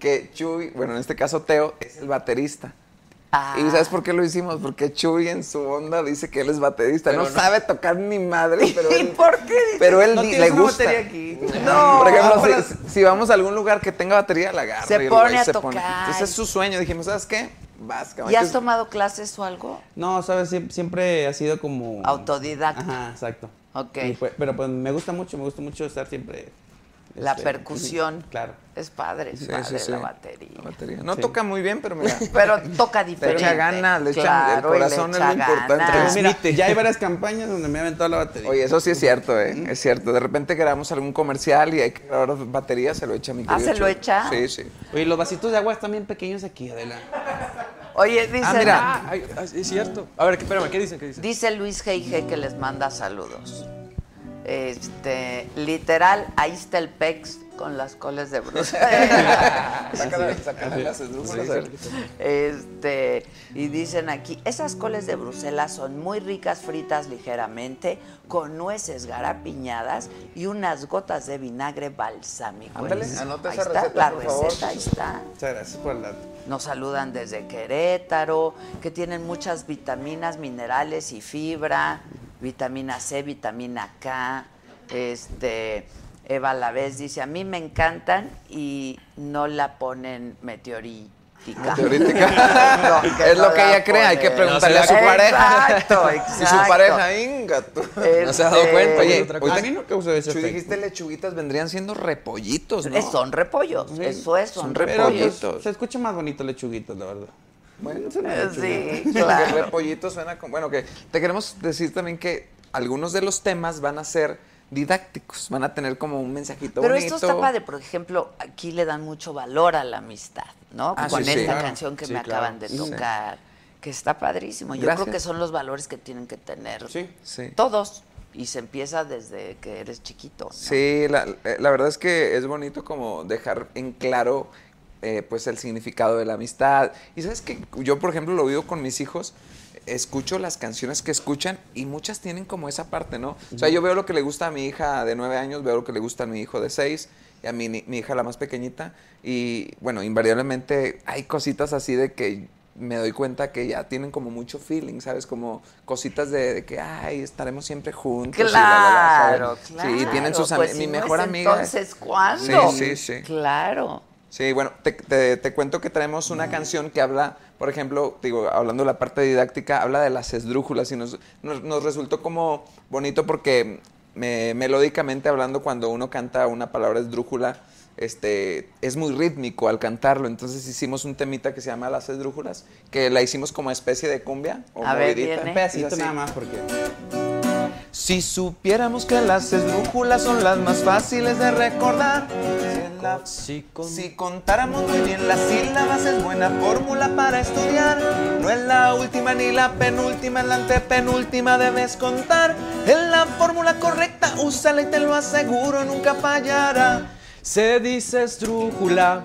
C: Que Chuy, bueno, en este caso Teo, es el baterista.
A: Ah.
C: ¿Y sabes por qué lo hicimos? Porque Chuy en su onda dice que él es baterista. No, sabe tocar ni madre, pero
A: ¿Y
C: él,
A: por qué dice?
C: pero él
F: No
C: di-
F: tienes
C: le
F: una
C: gusta.
F: batería aquí.
C: No. Por ejemplo, si- si, vamos a algún lugar que tenga batería, la agarra.
A: Se
C: y el güey
A: pone a
C: se
A: tocar.
C: Entonces es su sueño. Dijimos, ¿sabes qué? Vas, cabrón.
A: ¿Y has
C: Entonces,
A: tomado clases o algo?
F: No, sabes, Siem- siempre ha sido como...
A: Autodidacta.
F: Ajá, exacto.
A: Ok.
F: Y fue- pero pues me gusta mucho, me gusta mucho estar siempre
A: la
C: Este,
A: percusión.
C: claro.
A: Es padre, es
C: Sí,
A: padre
C: sí, sí.
A: la batería.
C: La batería. No toca muy bien, pero mira.
A: Pero toca diferente.
C: Le echa ganas, le echa- el
A: Claro, y le
C: corazón es lo
A: echa
C: importante.
A: ganas.
F: Mira, ya hay varias campañas donde me ha aventado la batería.
C: Oye, eso sí es cierto, ¿eh? Es cierto. De repente grabamos algún comercial y hay que grabar batería, se lo echa mi
A: Ah,
C: querido
A: ¿se lo
C: Chuy.
A: echa?
C: Sí, sí.
F: Oye, los vasitos de agua están bien pequeños aquí, Adela.
A: Oye, dice,
C: Ah, mira.
G: Ah, ay, ay, es cierto. A ver, espérame, ¿qué dicen? ¿Qué dicen?
A: dice Luis G.I.G. que les manda saludos. Este, literal, ahí está el pex con las coles de Bruselas.
C: Sácala, sácala las esdrújulas, a ver.
A: Este, y dicen aquí, esas coles de Bruselas son muy ricas fritas ligeramente, con nueces garapiñadas y unas gotas de vinagre balsámico.
C: Ándale,
A: Ahí
C: anota esa
A: está,
C: receta,
A: la
C: por favor.
A: receta, ahí está.
F: Muchas gracias por el dato.
A: Nos saludan desde Querétaro, que tienen muchas vitaminas, minerales y fibra, vitamina C, vitamina K. Este, Eva Lavés dice, a mí me encantan y no la ponen meteorítica.
C: Meteorítica.
A: No,
C: Es
A: no
C: lo que
A: la
C: ella cree, hay que
A: ponen.
C: preguntarle a su
A: Exacto,
C: pareja.
A: Exacto,
C: Y su pareja, inga, tú.
A: No se ha dado Este- cuenta,
C: Oye,
A: es
F: otra cosa.
C: ahorita
F: A mí no causó ese
C: Chuy,
F: efecto.
C: dijiste lechuguitas vendrían siendo repollitos, ¿no?
A: Eh, Son repollos, eso es, son, repollos.
F: Pero se escucha más bonito lechuguitos, la verdad.
C: Bueno, son
A: Eh,
C: lechuguitas.
A: sí,
C: Porque
A: claro.
C: repollitos suena como... Bueno, que te queremos decir también que algunos de los temas van a ser didácticos, van a tener como un mensajito
A: Pero
C: bonito.
A: esto está padre, por ejemplo, aquí le dan mucho valor a la amistad, ¿no?
C: Ah,
A: Con
C: sí, sí,
A: esta
C: claro.
A: canción que
C: Sí,
A: me
C: claro.
A: acaban de
C: Sí.
A: tocar, que está padrísimo. Yo
C: Gracias.
A: creo que son los valores que tienen que tener
F: Sí,
C: sí.
A: todos. Y se empieza desde que eres chiquito. ¿no?
C: Sí, la, eh, la verdad es que es bonito como dejar en claro eh, pues el significado de la amistad. Y sabes que yo, por ejemplo, lo vivo con mis hijos, escucho las canciones que escuchan y muchas tienen como esa parte, ¿no? O sea, yo veo lo que le gusta a mi hija de nueve años, veo lo que le gusta a mi hijo de seis y a mi, ni- mi hija la más pequeñita. Y bueno, invariablemente hay cositas así de que me doy cuenta que ya tienen como mucho feeling, ¿sabes? Como cositas de, de que, ay, estaremos siempre juntos. y pues la, la, la,
A: Claro,
C: ¿sabes?
A: claro.
C: Sí, tienen sus ami-
A: Pues,
C: mi
A: si no
C: mejor
A: es
C: amiga.
A: Entonces, ¿cuándo?
C: Sí, sí, sí.
A: Claro.
C: Sí, bueno, te, te- te cuento que traemos una canción que habla, por ejemplo, digo, hablando de la parte didáctica, habla de las esdrújulas y nos, nos, nos resultó como bonito porque me- melódicamente hablando, cuando uno canta una palabra esdrújula, este, es muy rítmico al cantarlo. Entonces hicimos un temita que se llama Las esdrújulas, que la hicimos como especie de cumbia o
A: A ver,
C: movidita.
A: viene.
F: Pedacito
C: Así.
F: nada más porque.
C: Si supiéramos que las esdrújulas son las más fáciles de recordar. Si, en la-
G: si con-
C: si contáramos muy bien las sílabas es buena fórmula para estudiar. No es la última ni la penúltima, es la antepenúltima debes contar. En la fórmula correcta, úsala y te lo aseguro, nunca fallará.
G: Se dice estrújula.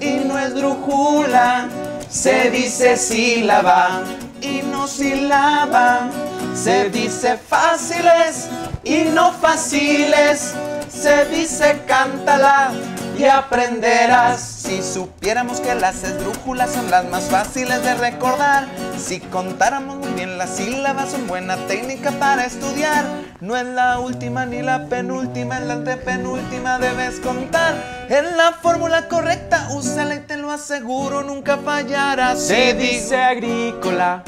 C: Y no es drújula, se dice sílaba y no sílaba. Se dice fáciles y no fáciles. Se dice cántala y aprenderás. Si supiéramos que las esdrújulas son las más fáciles de recordar. Si contáramos muy bien las sílabas, son buena técnica para estudiar. No es la última ni la penúltima, es la antepenúltima debes contar. En la fórmula correcta, úsala y te lo aseguro, nunca fallarás.
G: Se
C: Sí,
G: dice agrícola.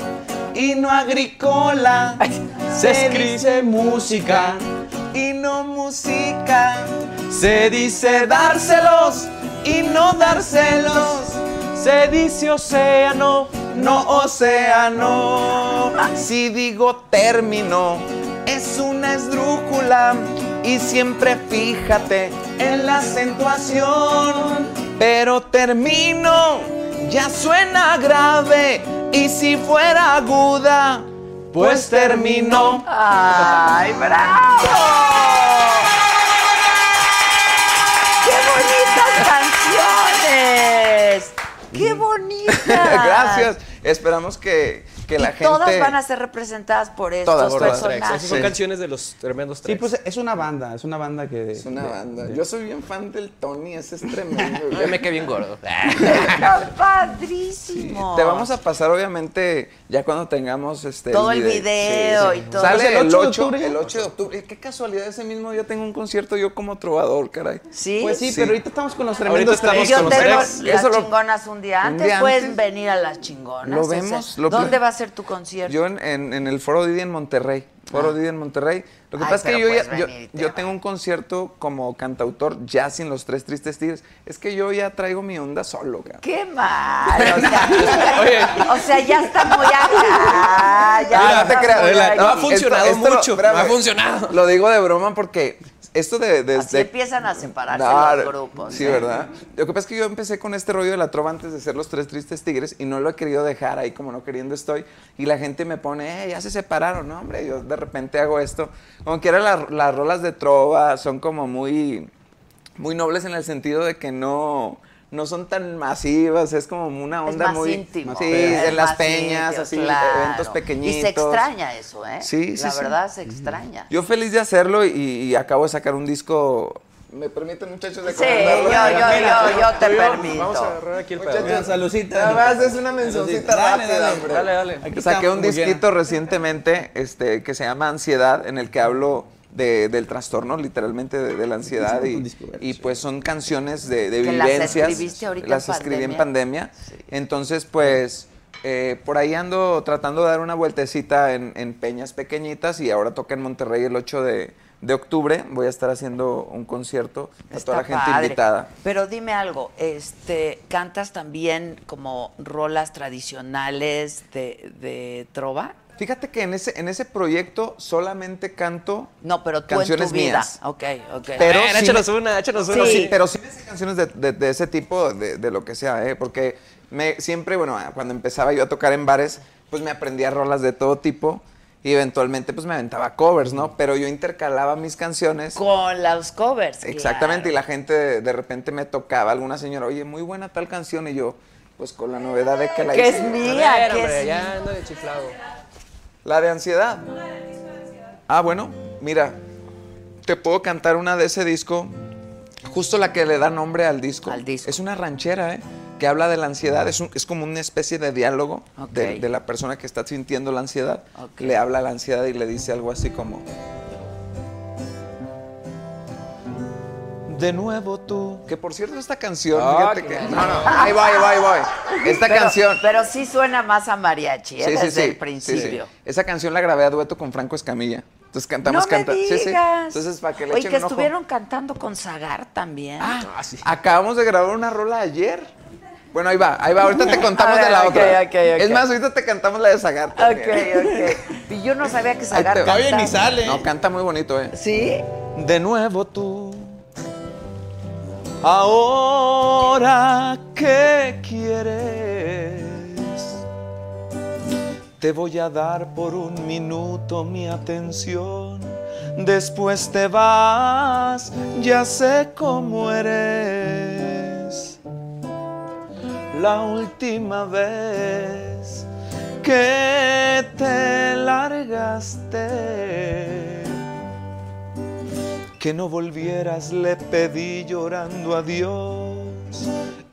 C: y no agrícola.
G: Se escribe música.
C: y no música. Se dice dárselos y no dárselos.
G: Se dice océano.
C: No océano. Si digo término, es una esdrújula. Y siempre fíjate en la acentuación. Pero termino, ya suena grave. Y si fuera aguda, pues terminó.
A: ¡Ay, bravo! ¡Qué bonitas canciones! ¡Qué bonitas!
C: Gracias. Esperamos que, que
A: Y
C: la gente.
A: todas van a ser representadas por estos
C: Todas, todas.
A: personajes.
C: Sí.
G: Son canciones de los tremendos
F: Sí,
G: tres.
F: pues es una banda, es una banda que.
C: Es una banda. Yo soy bien fan del Tony, ese es tremendo. güey.
F: me quedé bien gordo.
A: Está padrísimo.
C: Te vamos a pasar, obviamente, ya cuando tengamos este.
A: Todo el video y todo.
F: Pues,
C: Sale
A: ¿Es el
C: el 8,
A: ocho de
F: octubre?
C: el 8 de octubre. Eh, Qué casualidad, ese mismo día tengo un concierto yo como trovador, caray.
A: Sí.
F: Pues sí,
C: Sí.
F: pero ahorita estamos con los
G: Ahorita
F: tremendos
G: estamos
A: Yo
G: con
A: tengo
G: los
A: las
G: tres.
C: Eso lo-
A: chingonas un día
C: un
A: antes.
C: día
A: Pueden
C: antes.
A: venir a las chingonas. ganas.
C: Lo
A: O sea,
C: vemos, lo
A: ¿Dónde
C: pla-
A: va a ser tu concierto?
C: Yo en, en- en el Foro Didi en Monterrey. Foro
A: Ah.
C: Didi en Monterrey. Lo que
A: Ay,
C: pasa es que
A: pero
C: yo ya
A: puedes
C: yo,
A: venir y te
C: yo tengo un concierto como cantautor ya sin los tres tristes tigres. Es que yo ya traigo mi onda solo, cabrón.
A: ¡Qué mal! O sea, o sea, ya está muy acá. Ya
C: Ah, no
A: está
C: te creas.
A: muy
C: Adela,
A: aquí.
G: no ha funcionado
C: lo-
G: mucho, no
C: espérame.
G: ha funcionado.
C: Lo digo de broma porque esto de
A: Así
C: desde
A: empiezan a separarse
C: Claro,
A: los grupos.
C: este, Sí,
A: ¿eh?
C: ¿verdad? Lo que pasa es que yo empecé con este rollo de la trova antes de ser los tres tristes tigres y no lo he querido dejar ahí como no queriendo estoy. Y la gente me pone, eh, ya se separaron, ¿no, hombre? Yo de repente hago esto. Como que las, las rolas de trova son como muy, muy nobles en el sentido de que no... No son tan masivas, es como una
A: Es
C: onda
A: más
C: muy.
A: íntimo.
C: Sí,
A: Es
C: en las
A: más
C: peñas,
A: íntimo,
C: así,
A: claro.
C: eventos pequeñitos.
A: Y se extraña eso, ¿eh?
C: Sí, sí,
A: La
C: sí.
A: verdad se extraña.
C: Yo feliz de hacerlo y, y acabo de sacar un disco. ¿Me permiten, muchachos, de
A: Sí, yo, yo, yo, yo te permito.
G: agarrar aquí el
F: Muchachos, salucita.
C: Nada más es una mencioncita
F: Dale,
C: rápida,
F: dale,
C: hombre.
G: Dale, dale.
F: Aquí
C: Saqué
F: estamos,
C: un
F: Mugera.
C: disquito recientemente este, que se llama Ansiedad, en el que hablo de- del trastorno, literalmente, de, de la ansiedad.
F: Sí, un
C: Y,
F: disco,
C: y, pues son canciones de, de
A: Que las
C: vivencias.
A: escribiste ahorita en
C: Las escribí en
A: pandemia.
C: pandemia. Entonces, pues, eh, por ahí ando tratando de dar una vueltecita en, en peñas pequeñitas y ahora toca en Monterrey el 8 de, de octubre. Voy a estar haciendo un concierto a toda la
A: Está
C: gente
A: padre.
C: invitada.
A: Pero dime algo, este, ¿cantas también como rolas tradicionales de, de trova?
C: Fíjate que en ese, en ese proyecto solamente canto
A: No, pero tú
C: canciones
A: en tu vida.
C: mías.
A: Ok, ok.
C: Pero
G: A ver,
C: sí
G: Eh, échanos
C: me-
G: una, échanos
C: Pero
G: una.
C: sí, pero sí me sé canciones de, de- de ese tipo, de, de lo que sea, ¿eh? Porque me, siempre, bueno, cuando empezaba yo a tocar en bares, pues me aprendía rolas de todo tipo y eventualmente pues me aventaba covers, ¿no? Pero yo intercalaba mis canciones.
A: Con los covers. claro.
C: Exactamente, y la gente de, de repente me tocaba, alguna señora, oye, muy buena tal canción, y yo, pues con la novedad de que la
A: Que
C: hice.
A: es mía, que es
G: ya ando de chiflado.
C: La de ansiedad. Ah, bueno, mira, te puedo cantar una de ese disco, justo la que le da nombre al disco.
A: Al disco.
C: Es una ranchera, ¿eh? Que habla de la ansiedad, es, un- es como una especie de diálogo
A: Ok.
C: de, de la persona que está sintiendo la ansiedad.
A: Ok.
C: Le habla a la ansiedad y le dice algo así como... De nuevo tú. Que por cierto, esta canción, fíjate que. No, no, ahí voy, ahí voy, ahí voy. Esta
A: Pero-
C: canción.
A: Pero sí suena más a mariachi, ¿eh? desde el principio.
C: Sí, sí. Esa canción la grabé a dueto con Franco Escamilla. Entonces cantamos
A: no
C: canta.
A: me
C: Sí,
A: digas.
C: sí. Entonces para que le
A: Oye,
C: echen
A: que
C: un ojo.
A: estuvieron cantando con Zagar también.
C: Ah, Acabamos de grabar una rola ayer. Bueno, ahí va, ahí va. Ahorita te contamos
A: A ver,
C: de la
A: Ah, ok,
C: otra.
A: ok, ok.
C: Es más, ahorita te cantamos la de Zagar.
A: ok,
C: también.
A: ok. Y yo no sabía que
C: Ahí te
A: Zagar
C: va.
A: cantaba.
C: No, canta muy bonito, eh.
A: ¿Sí?
C: De nuevo tú. Ahora que quieres, te voy a dar por un minuto mi atención. Después te vas, ya sé cómo eres. La última vez que te largaste que no volvieras le pedí llorando a Dios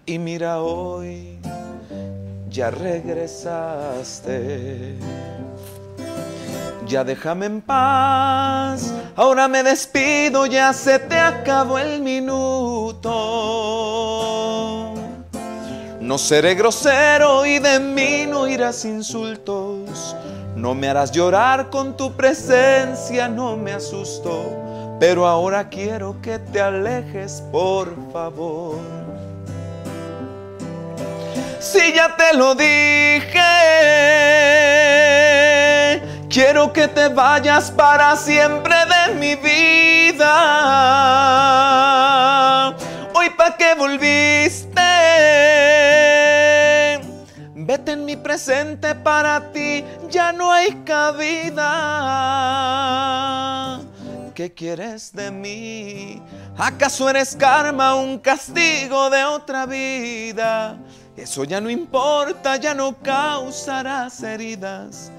C: y mira hoy ya regresaste. Ya déjame en paz, ahora me despido, ya se te acabó el minuto. No seré grosero y de mí no irás insultos. No me harás llorar con tu presencia, no me asusto. Pero ahora quiero que te alejes, por favor. Si ya te lo dije, quiero que te vayas para siempre de mi vida. Hoy pa' que volviste, vete en mi presente para ti, ya no hay cabida. ¿Qué quieres de mí? ¿Acaso eres karma, un castigo de otra vida? Eso ya no importa, ya no causarás heridas.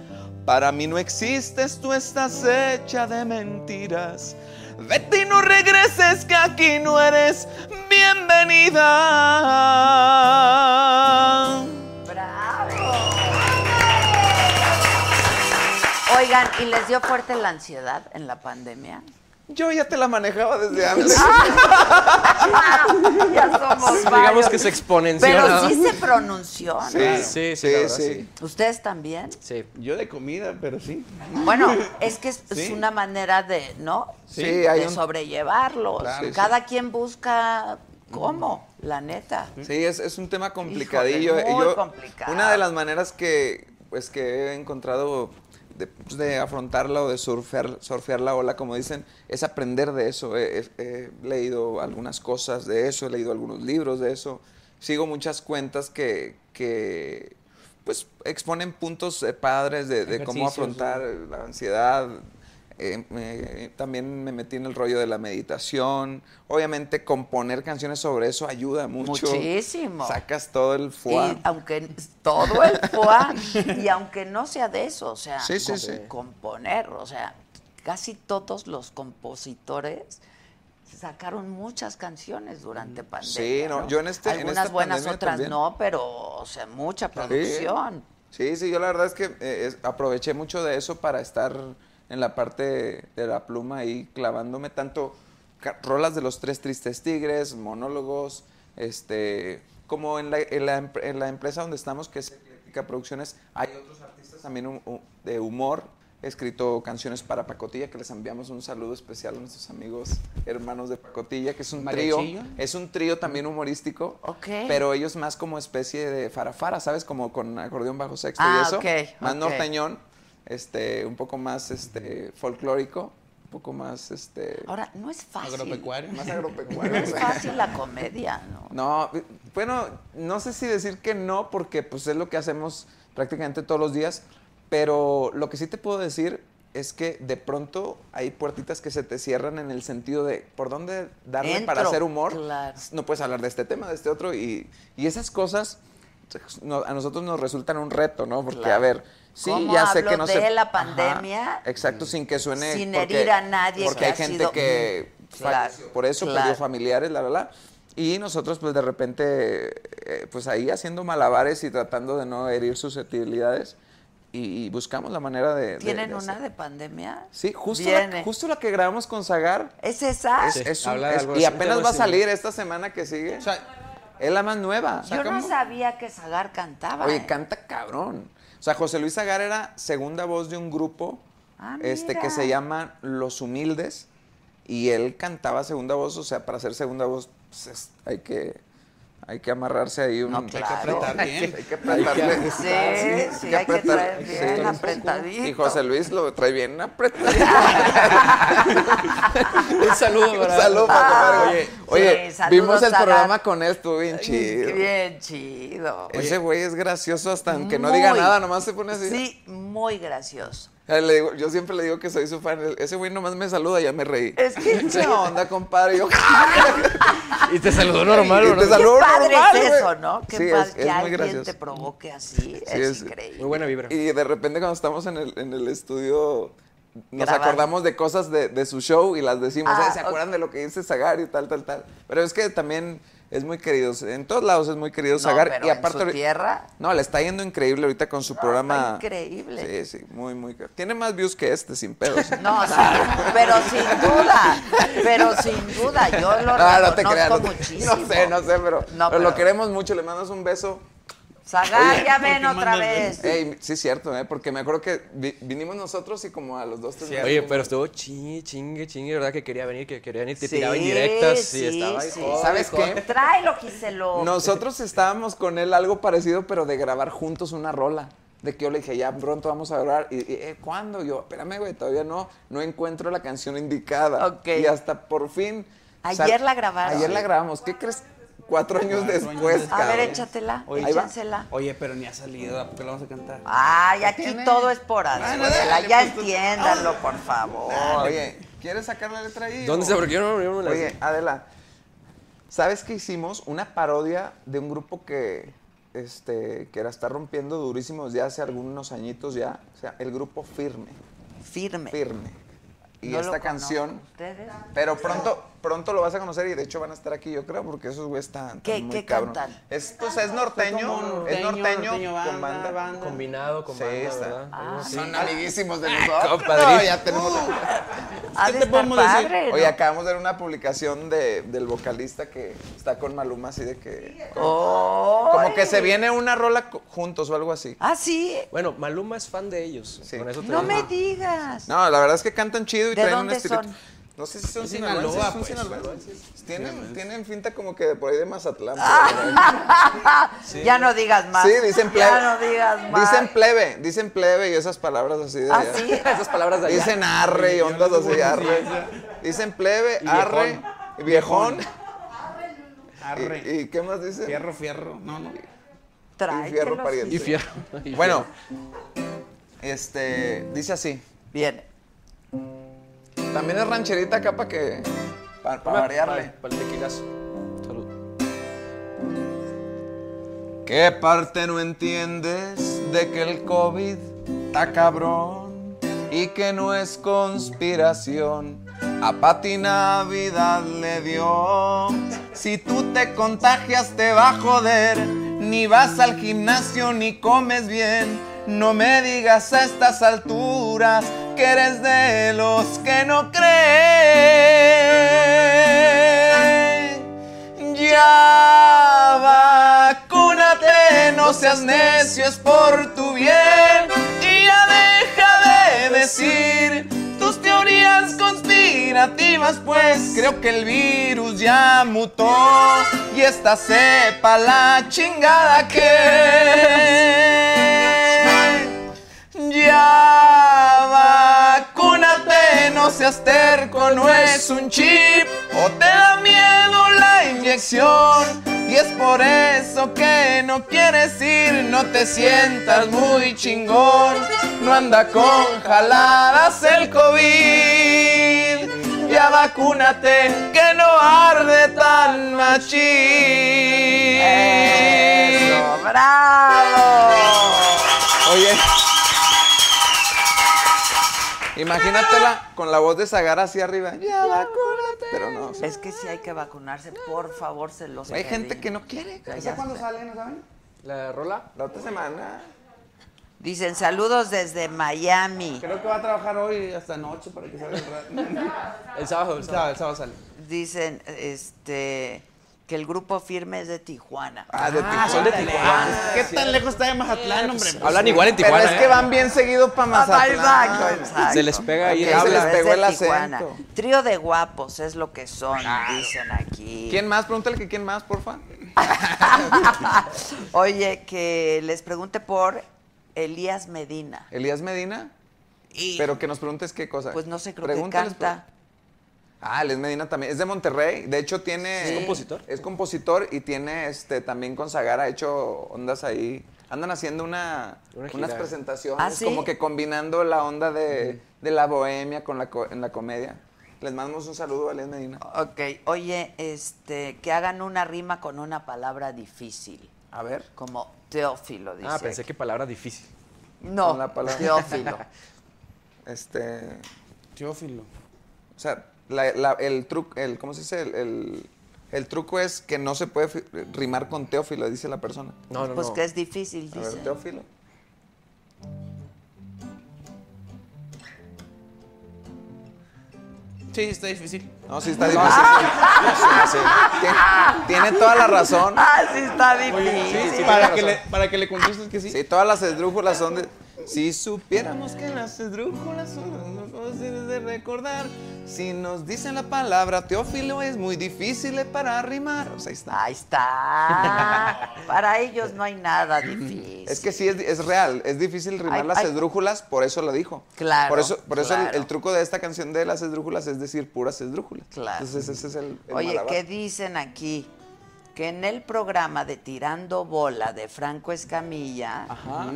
C: Para mí no existes, tú estás hecha de mentiras. Vete y no regreses, que aquí no eres bienvenida.
A: Oigan, ¿y les dio fuerte la ansiedad en la pandemia? Ah,
C: Yo ya te la manejaba desde antes.
A: ya somos
G: Digamos
A: varios.
G: que se exponencia.
A: Pero sí se pronunció, ¿no?
G: Sí, sí, sí, la verdad, sí.
A: ¿Ustedes también?
G: Sí.
F: Yo de comida, pero sí.
A: Bueno, es que es, es una manera de, ¿no?
C: Sí,
A: de
C: hay un-
A: sobrellevarlo.
C: Claro, sí,
A: Cada quien busca cómo, la neta.
C: Sí, es, es un tema complicadillo.
A: Híjole,
C: eh,
A: muy
C: yo-
A: complicado.
C: Una de las maneras que, pues, que he encontrado de, pues, de afrontarla o de surfear, surfear la ola, como dicen, es aprender de eso. He, he- he leído algunas cosas de eso, he leído algunos libros de eso. Sigo muchas cuentas que, que, pues, exponen puntos eh, padres de, de cómo
F: Ejercicios,
C: afrontar la ansiedad. Eh, me- también me metí en el rollo de la meditación. Obviamente, componer canciones sobre eso ayuda mucho mucho.
A: Muchísimo.
C: Sacas todo el
A: Y
C: foie.
A: aunque todo el foie, y aunque no sea de eso, o sea,
C: Sí, sí,
A: com-
C: sí.
A: componer, o sea, casi todos los compositores sacaron muchas canciones durante pandemia.
C: Mm, Sí, no, yo en este- en
A: Algunas
C: esta
A: buenas,
C: pandemia
A: otras
C: también.
A: no, pero, o sea, mucha producción.
C: Sí, sí, yo la verdad es que eh, es- aproveché mucho de eso para estar en la parte de la pluma ahí clavándome tanto ca- rolas de los tres tristes tigres, monólogos, este, como en la, en la, em- en la empresa donde estamos, que es Ecléctica Producciones, hay otros artistas también hu- hu- de humor. He escrito canciones para Pacotilla, que les enviamos un saludo especial a nuestros amigos hermanos de Pacotilla, que es un trío.
F: ¿Mariachillo?
C: Es un trío también humorístico.
A: Ok.
C: Pero ellos más como especie de farafara, ¿sabes? Como con acordeón bajo sexto
A: Ah,
C: y eso.
A: ok,
C: más
A: ok.
C: norteñón, este, un poco más este, folclórico, un poco más este,
A: Ahora, no es fácil.
F: Agropecuario.
C: más
A: No
C: agropecuario. o
A: es
C: sea.
A: fácil la comedia, ¿no?
C: No, bueno, no sé si decir que no, porque pues es lo que hacemos prácticamente todos los días, pero lo que sí te puedo decir es que de pronto hay puertitas que se te cierran en el sentido de por dónde darle
A: Entro,
C: para hacer humor.
A: claro.
C: No puedes hablar de este tema, de este otro, y, y esas cosas no- a nosotros nos resultan un reto, ¿no? Porque,
A: Claro.
C: a ver, sí,
A: ¿Cómo
C: ya sé
A: hablo
C: que no
A: de
C: se...
A: la
C: Ajá,
A: pandemia?
C: exacto, sin que suene...
A: Sin
C: porque-
A: herir a nadie
C: Porque
A: que
C: hay
A: ha
C: gente
A: sido-
C: que...
A: Mm, claro,
C: por eso
A: claro.
C: perdió familia familiares, la, la, la. Y nosotros, pues de repente, eh, pues ahí haciendo malabares y tratando de no herir susceptibilidades. Y, y buscamos la manera de. de-
A: ¿Tienen
C: de
A: una
C: hacer.
A: de pandemia?
C: Sí, justo
A: Viene.
C: la, justo la que grabamos con Zagar.
A: ¿Es esa?
C: es- es un-
F: habla de
C: es-
F: algo así.
C: y apenas
F: Algo
C: va a
F: así.
C: salir esta semana que sigue. O sea, es la más nueva.
A: Yo no
C: Sacamos-
A: sabía que Zagar cantaba.
C: Oye,
A: ¿eh?
C: canta cabrón. O sea, José Luis Zagar era segunda voz de un grupo
A: Ah,
C: este, que
A: mira.
C: se llama Los Humildes. Y él cantaba segunda voz. O sea, para ser segunda voz pues, es- hay que. Hay que amarrarse ahí un...
A: No, claro.
F: apretar bien.
C: Hay que apretarle.
A: Sí, sí, hay que
C: apretar-
A: traer bien
C: sí.
A: apretadito.
C: Y José Luis lo trae bien apretadito.
F: Un saludo
C: Un
F: para.
C: saludo para
A: Ah,
C: Oye,
A: sí,
C: oye
A: saludos,
C: vimos el
A: Zagar.
C: programa con él, estuvo bien chido.
A: Bien chido.
C: Ese güey es gracioso hasta aunque no
A: Muy.
C: diga nada, nomás se pone así.
A: Sí, muy gracioso.
C: Ay, le digo- yo siempre le digo que soy su fan. El- Ese güey nomás me saluda y ya me reí.
A: Es que-
C: ¿Qué onda, compadre? Yo,
G: Y te saludó normal,
C: Y
G: ¿o
C: te
G: ¿no?
C: sal- Saludo
A: Qué padre
C: normal,
A: es
C: güey.
A: eso, ¿no? Qué
C: Sí,
A: padre
C: es-
A: que
C: es muy
A: alguien
C: gracioso.
A: te provoque así. es,
C: es-
G: Muy
A: increíble.
G: buena vibra.
C: y de repente cuando estamos en el, en el estudio, nos
A: Grabando.
C: acordamos de cosas de, de su show y las decimos.
A: Ah,
C: "Eh, ¿Se acuerdan de lo que dice Zagar y tal, tal, tal? Pero es que también es muy querido. En todos lados es muy querido
A: No,
C: Zagar.
A: pero
C: y
A: en
C: aparte,
A: su
C: ahori-
A: tierra.
C: No, le está yendo increíble ahorita con su programa.
A: increíble.
C: Sí, sí, muy, muy. Tiene más views que este, sin pedos.
A: No, sí, pero sin duda, pero sin duda, yo lo
C: Ah,
A: reconozco
C: no,
A: muchísimo.
C: No sé, no sé, pero,
A: No,
C: pero
A: pero-
C: lo queremos mucho. Le mandas un beso.
A: Zagar,
C: Oye,
A: ya
F: ¿por qué
A: ven otra
F: mandas
A: vez.
C: Ey, sí, cierto, ¿eh? Porque me acuerdo que vi- vinimos nosotros y como a los dos, tres meses-
G: Oye, pero estuvo chingue, chingue, chingue, ¿verdad? Que quería venir, que querían ir, te
A: Sí,
G: tiraba indirectas. Sí,
A: sí,
G: estaba ahí.
A: sí.
C: ¿Sabes qué?
A: Tráelo, Giselo.
C: Nosotros estábamos con él algo parecido, pero de grabar juntos una rola. De que yo le dije, ya pronto vamos a grabar. Y, y, eh, ¿cuándo? Yo, espérame, güey, todavía no, no encuentro la canción indicada.
A: Ok.
C: Y hasta por fin.
A: Ayer la grabaron.
C: Ayer la grabamos. ¿Qué crees? Cuatro años después,
A: A ver,
C: cabrón.
A: échatela,
C: Oye, ahí va.
A: échensela.
F: Oye, pero ni ha salido. ¿A poco la vamos a cantar?
C: Ah,
A: Ay, aquí todo es por Azuela.
F: dale,
A: Ya
F: pues, tú-
C: Ah.
A: entiéndanlo, por favor.
C: Oye, ¿quieres sacar la letra ahí?
G: ¿Dónde
C: o-
G: se porque yo no, yo no me la
C: Oye,
G: sé.
C: Adela, ¿sabes que hicimos? Una parodia de un grupo que, este, que la está rompiendo durísimo desde hace algunos añitos ya. O sea, el grupo Firme.
A: Firme.
C: Firme. y
A: No lo
C: esta
A: conozco.
C: canción.
A: ¿Ustedes?
C: Pero pronto, pronto lo vas a conocer y de hecho van a estar aquí, yo creo, porque esos güeyes están
A: ¿Qué-
C: muy
A: qué
C: cabrón.
A: cantan?
C: Es, pues, es norteño,
F: Como
C: es norteño,
F: norteño,
C: con banda.
G: Combinado con
C: Sí,
G: banda,
C: está. Ah.
G: ¿verdad?
A: Ah,
G: Algo así.
C: Son amiguísimos de nosotros.
G: compadre.
C: No, ya tenemos.
A: Uh,
G: Este
A: Ha de
C: ¿Qué te
A: estar
C: podemos
A: padre,
C: decir?
A: ¿no?
C: Oye, acabamos de ver una publicación de, del vocalista que está con Maluma, así de que. Como que se viene una rola co- juntos o algo así.
A: Ah, sí.
G: Bueno, Maluma es fan de ellos.
C: Sí.
G: Con eso te
A: No
G: digo.
A: me digas.
C: No, la verdad es que cantan chido y
A: ¿De
C: traen
A: dónde
C: un espíritu.
A: son?
C: No sé si son
F: Sinaloa,
C: sinaloenses, son
F: pues.
C: sinaloenses. Tienen, tienen finta como que de por ahí de Mazatlán.
A: Ah,
C: pero-
A: Ya no digas más.
C: Sí, dicen plebe.
A: Ya no digas más.
C: Dicen plebe, dicen plebe y esas palabras así de.
A: ¿Ah, sí?
G: Esas palabras de allá.
C: Dicen arre y ondas así, arre. Dicen plebe, arre, y viejón.
F: Arre.
C: ¿Y, y qué más dicen?
F: Fierro, fierro. No, no.
A: Tráetelos.
C: y fierro pariente.
G: Y fierro. Y
C: Bueno, este, dice así.
A: Bien.
C: También es rancherita acá para que. para variarle.
G: Para el tequilazo. Salud.
C: ¿Qué parte no entiendes de que el COVID está cabrón y que no es conspiración? A Pati Navidad le dio. Si tú te contagias te va a joder, ni vas al gimnasio ni comes bien. No me digas a estas alturas que eres de los que no creen. Ya vacúnate, no seas necio, es por tu bien. Y ya deja de decir tus teorías conspirativas, pues creo que el virus ya mutó. Y esta sepa la chingada que es. Ya vacúnate, no seas terco, no es un chip. O te da miedo la inyección. Y es por eso que no quieres ir, no te sientas muy chingón. No anda con jaladas el COVID. Ya vacúnate, que no arde tan machín.
A: Eso, bravo.
C: Oye. Imagínatela con la voz de Sagara así arriba. Ya vacúnate. Pero no. o sea,
A: Es que si hay que vacunarse, por favor, se los
C: hay gente que no quiere.
A: Ya
C: ¿Esa cuándo
A: sé.
C: sale? ¿No saben?
G: ¿La rola?
C: La otra semana.
A: Dicen saludos desde Miami.
F: Creo que va a trabajar hoy hasta noche para que salga el ra-
G: El sábado, el sábado.
F: Sábado, el sábado sale.
A: Dicen este que el grupo firme es de Tijuana.
C: Ah, de Tijuana.
G: son de Tijuana.
F: ¿Qué tan lejos está de Mazatlán, hombre?
G: Hablan igual en Tijuana.
C: Pero es que
G: ¿eh?
C: van bien seguido
A: Ah,
C: para
A: va
C: Mazatlán.
A: el banco, exacto.
G: Se les pega ahí
A: Ok,
G: el
C: se les
A: pero es
C: pegó
A: de
C: el
A: Tijuana.
C: acento.
A: Trío de guapos es lo que son, dicen aquí.
C: ¿Quién más? Pregúntale que quién más, porfa.
A: Oye, que les pregunte por Elías Medina.
C: Elías Medina.
A: Y-
C: Pero que nos preguntes qué cosa.
A: Pues no sé, creo que
C: Pregúntales,
A: canta.
C: Ah, Elías Medina también. Es de Monterrey. De hecho, tiene.
G: ¿Es compositor?
C: Es compositor y tiene este también con Sagara ha hecho ondas ahí. Andan haciendo una,
G: Una gira.
C: unas presentaciones.
A: ¿Ah, sí?
C: Como que combinando la onda de, de la bohemia con la, co- en la comedia. Les mandamos un saludo a Elías Medina.
A: Ok, oye, este, que hagan una rima con una palabra difícil.
C: A ver.
A: Como Teófilo, dice.
G: Ah, pensé
A: aquí.
G: que palabra difícil.
A: No,
C: con la palabra.
A: Teófilo.
C: Este.
F: Teófilo.
C: O sea, la- la- el truco, el, ¿cómo se dice? El, el- el truco es que no se puede fi- rimar con Teófilo, dice la persona.
G: No, no,
A: pues
G: no.
A: que es difícil,
C: A ver,
A: dice.
C: Teófilo.
F: Sí, está difícil.
C: No, sí está difícil. Sí, sí, sí. Tien- Tiene, toda la razón.
A: Ah, sí está difícil.
F: Sí, para, que le, para que le contestes que sí.
C: Sí, todas las esdrújulas son de... Si supiéramos que las esdrújulas son las fáciles de recordar, si nos dicen la palabra Teófilo es muy difícil para rimar. O sea, ahí está.
A: Ahí está. Para ellos no hay nada difícil.
C: Es que sí, es, es real. Es difícil rimar
A: Ay,
C: las
A: ay.
C: esdrújulas, por eso lo dijo.
A: Claro,
C: Por eso, por eso el-
A: claro.
C: el, truco de esta canción de las esdrújulas es decir puras esdrújulas.
A: Claro.
C: Entonces ese es el, el
A: Oye,
C: malabar.
A: ¿qué dicen aquí? Que en el programa de Tirando Bola de Franco Escamilla,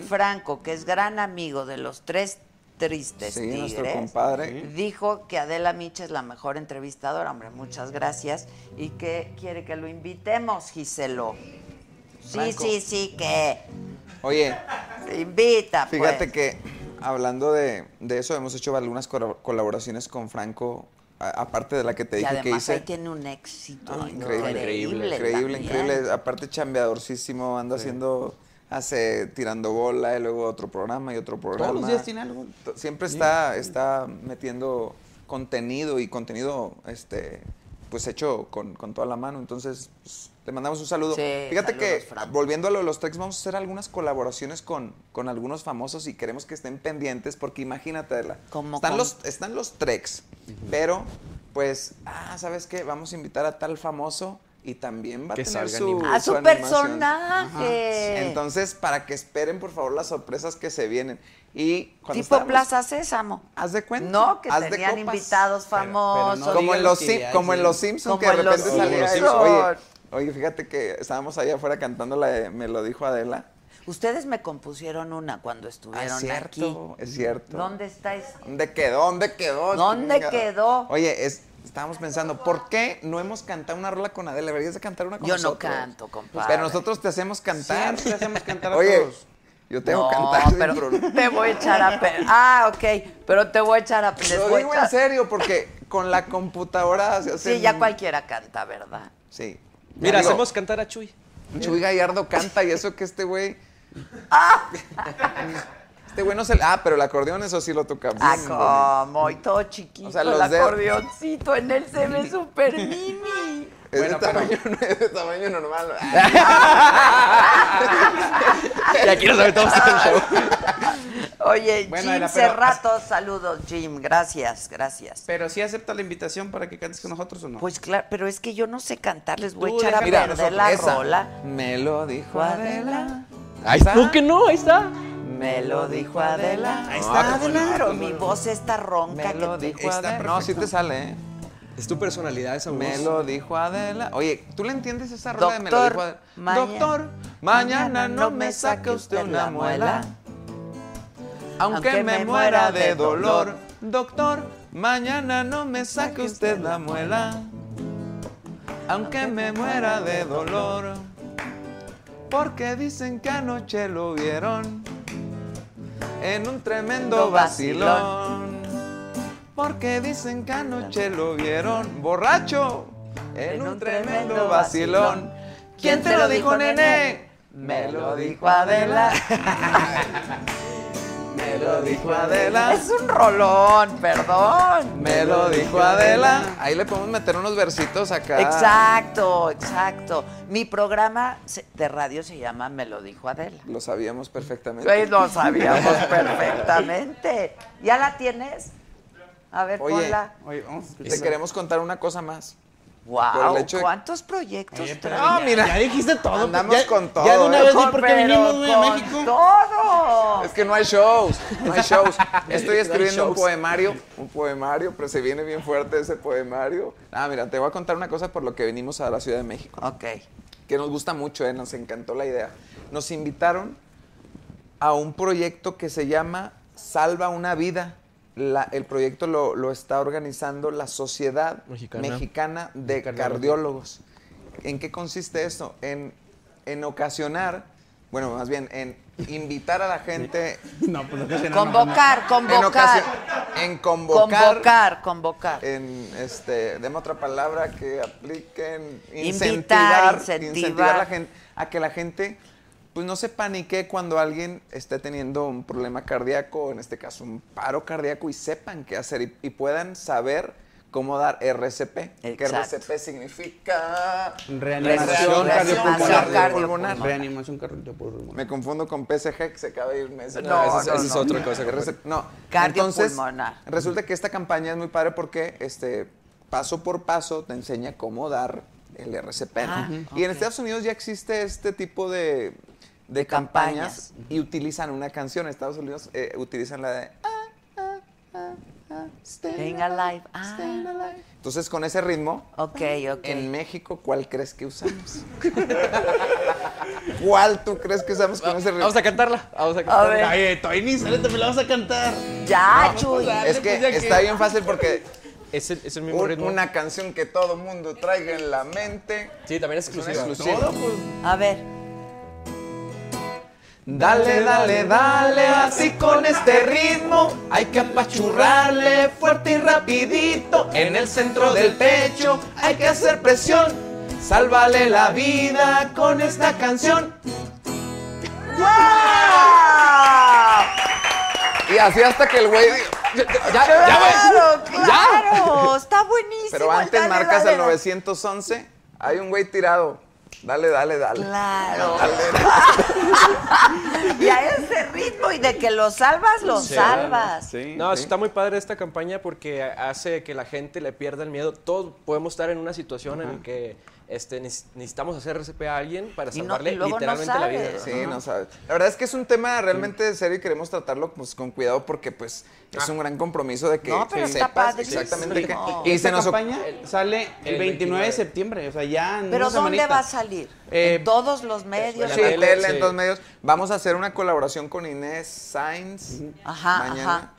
A: Franco, que es gran amigo de los tres tristes
C: Sí,
A: tigres,
C: nuestro compadre.
A: dijo que Adela Micha es la mejor entrevistadora. Hombre, muchas gracias. Y que quiere que lo invitemos, Giselo. Sí, sí, sí, que
C: Oye,
A: invita,
C: fíjate
A: pues.
C: que hablando de, de eso, hemos hecho algunas cora- colaboraciones con Franco, a- aparte de la que te
A: Y
C: dije que
A: además
C: hice.
A: ahí tiene un éxito
C: Ah,
A: increíble.
C: increíble, increíble,
A: también. ¿eh?
C: increíble. Aparte chambeadorcísimo, anda haciendo, hace tirando bola y luego otro programa y otro programa.
F: días tiene algo.
C: T- Siempre está, está metiendo contenido y contenido, este, pues hecho con, con toda la mano. Entonces, pues, le mandamos un saludo.
A: Sí,
C: Fíjate que,
A: saludos, Fran.
C: volviendo a lo de los tracks, vamos a hacer algunas colaboraciones con, con algunos famosos y queremos que estén pendientes porque imagínate, Adela,
A: ¿Cómo,
C: están
A: cómo?
C: los están los treks, pero pues, ah, ¿sabes qué? Vamos a invitar a tal famoso y también va a
G: Que
C: tener
G: salga
C: su,
G: animado.
A: A su
C: animación.
A: personaje.
C: Entonces, para que esperen, por favor, las sorpresas que se vienen. Y cuando
A: tipo
C: estábamos-
A: Plaza Sésamo.
C: Haz de cuenta.
A: No, que
C: haz de
A: tenían
C: copas.
A: invitados famosos.
F: no
C: como en los,
F: que
C: Sim-
F: ya
C: como en
F: hicieron.
C: los Simpsons
A: Como
C: que de
A: en los
C: repente salía
A: Simpsons.
C: eso. Oye, oye, fíjate que estábamos allá afuera cantando la de Me lo dijo Adela. Ah,
A: Ustedes me compusieron una cuando estuvieron
C: es cierto,
A: aquí.
C: es cierto.
A: ¿Dónde está esa?
C: ¿Dónde quedó? ¿Dónde quedó? Este
A: ¿Dónde
C: Chingado.
A: quedó?
C: Oye, es- estábamos pensando, ¿por qué no hemos cantado una rola con Adela? Deberías de cantar una con
A: Yo no
C: nosotros. Pues,
A: canto, compadre.
C: Pero nosotros te hacemos cantar.
F: Siempre hacemos cantar a
C: Oye,
F: todos.
C: yo tengo
A: no,
C: que cantar. sin
A: pero
C: problema.
A: te voy a echar a perder. Ah, ok. Pero te voy a echar a perder.
C: Lo digo en serio porque con la computadora se hace.
A: Sí, ya cualquiera canta, ¿verdad?
C: Sí.
G: Mira,
C: Digo,
G: hacemos cantar a Chuy.
C: Chuy Gallardo canta y eso que este güey.
A: Ah.
C: Este güey no se. Ah, pero el acordeón, eso sí lo toca. bien
A: Ah,
C: bonito.
A: como, y todo chiquito,
C: O sea,
A: el
C: los dedos.
A: acordeoncito, en él se ve súper mini.
C: Es
F: Bueno,
C: de tamaño, es de tamaño normal.
G: Ya quiero saber todo el show.
A: Oye,
F: Bueno,
A: Jim
F: era, pero-
A: Cerrato, saludos, Jim, gracias, gracias.
F: Pero sí acepta la invitación para que cantes con nosotros o no.
A: Pues claro, pero es que yo no sé cantar, les voy a
F: Tú
A: echar a
F: déjame
A: perder la
C: esa.
A: rola.
C: Me lo dijo Adela.
G: Ahí está. No, que no, ahí está.
A: Me lo dijo Adela. Ahí está, Pero mi voz está ronca.
C: Me lo
A: que te-
C: dijo Adela. No, sí te sale, ¿eh?
G: Es tu personalidad esa voz.
C: Me lo dijo Adela. Oye, ¿tú le entiendes esa rola de me lo
A: Doctor,
C: dijo Adela?
A: maña-
C: Doctor, mañana no me saque usted una muela. Aunque me muera de dolor. Doctor, mañana no me saque usted la muela. Aunque me muera de dolor. Porque dicen que anoche lo vieron en un tremendo vacilón. Porque dicen que anoche lo vieron borracho en un tremendo vacilón. ¿Quién te lo dijo, nene? Me lo dijo Adela. Me lo dijo Adela.
A: Es un rolón, perdón.
C: Me lo dijo Adela. Ahí le podemos meter unos versitos acá.
A: Exacto, exacto. Mi programa se- de radio se llama Me lo dijo Adela.
C: Lo sabíamos perfectamente.
A: Pues lo sabíamos perfectamente. ¿Ya la tienes? A ver,
C: Oye,
A: ponla.
F: Oye, vamos a escuchar.
C: Te queremos contar una cosa más.
A: Wow,
C: el hecho de-
A: ¿cuántos proyectos traes?
C: Ah, mira.
D: Ya dijiste todo.
C: Andamos
D: ya,
C: con todo,
D: Ya de una
C: ¿eh?
D: vez di
A: Con-
D: por qué
A: pero
D: vinimos güey, a
A: con
D: México.
A: Todo.
C: Es que no hay shows, no hay shows. Estoy escribiendo un
D: shows.
C: poemario, un poemario, pero se viene bien fuerte ese poemario. Ah, mira, te voy a contar una cosa por lo que venimos a la Ciudad de México,
A: Ok.
C: que nos gusta mucho, eh, nos encantó la idea. Nos invitaron a un proyecto que se llama Salva una vida. La- el proyecto lo, lo está organizando la Sociedad
G: Mexicana.
C: Mexicana de Cardiólogos. ¿En qué consiste esto? En, en ocasionar, bueno, más bien, en invitar a la gente
F: No, pues no te
A: Convocar,
C: en,
A: convocar.
C: ocasión- en convocar, Eh,
A: Convocar, convocar.
C: en este, deme otra palabra que apliquen,
A: Invitar,
C: incentivar,
A: incentivar.
C: a la gente, a que la gente pues no se panique cuando alguien esté teniendo un problema cardíaco, en este caso un paro cardíaco y sepan qué hacer y, y puedan saber cómo dar RCP, que
A: Exacto.
C: RCP significa
F: Reanimación
A: Reanimación
F: cardiopulmonar.
A: cardiopulmonar.
F: Reanimación cardiopulmonar.
C: Me confundo con PSG, que se acaba de irme. Ese
A: No,
C: ese-
A: no,
C: ese
A: no.
C: cosa. RC No, entonces,
A: Cardiopulmonar.
C: resulta que esta campaña es muy padre porque este, paso por paso te enseña cómo dar el RCP. ¿no?
A: Ah,
C: y
A: ujú.
C: en Estados Unidos ya existe este tipo de, de
A: campañas.
C: campañas, y utilizan una canción. En Estados Unidos eh, utilizan la de... "Ah, ah, ah, ah, stay
A: Staying
C: alive,
A: alive. Ah.
C: staying alive". Entonces, con ese ritmo,
A: Ok, ok.
C: en México, ¿cuál crees que usamos? ¿Cuál tú crees que usamos con ese ritmo?
G: Vamos a cantarla. Vamos a
A: A
G: cantarla.
A: ver,
F: Ay, Toini, salete, me la vas a cantar.
A: ya, Chuy.
C: Es que
A: pues,
C: está bien fácil porque
G: Es el, es el mismo
C: un-
G: ritmo.
C: una canción que todo mundo traiga en la mente
G: Sí, también es
C: es una
G: exclusiva.
C: exclusiva.
A: A ver.
C: Dale, dale, dale, así con este ritmo. Hay que apachurrarle fuerte y rapidito. En el centro del pecho hay que hacer presión. Sálvale la vida con esta canción. Y así hasta que el güey. Ya, ya, ya,
A: Claro,
C: güey.
A: claro, está buenísimo.
C: Pero antes
A: dale,
C: marcas
A: dale,
C: al
A: dale.
C: 911, hay un güey tirado. Dale, dale, dale.
A: Claro.
C: Dale, dale.
A: Y a ese ritmo y de que lo salvas, lo
G: Sí.
A: salvas.
C: Sí,
G: No,
C: sí.
G: está muy padre esta campaña porque hace que la gente le pierda el miedo. Todos podemos estar en una situación en la que este, neces- necesitamos hacer RCP a alguien para
A: Y no- y
G: salvarle
A: luego no
G: literalmente la vida.
A: sabes.
C: Sí,
A: Ajá.
C: no sabes. La verdad es que es un tema realmente serio y queremos tratarlo pues, con cuidado porque pues
G: Ah.
C: es un gran compromiso de que
A: No, pero
C: que
A: está padre,
C: exactamente
A: sí,
C: qué.
A: no.
C: Y
F: Esta
C: se nos oc-
F: campaña sale el
G: el
F: 29 de
G: 29.
F: septiembre, o sea, ya en
A: Pero
F: una
A: ¿dónde
F: semanita.
A: va a salir?
F: Eh,
A: en todos los medios.
C: Sí,
G: tele,
C: tele,
G: sí.
C: en todos medios. Vamos a hacer una colaboración con Inés Sainz.
A: Ajá, ajá.
C: mañana.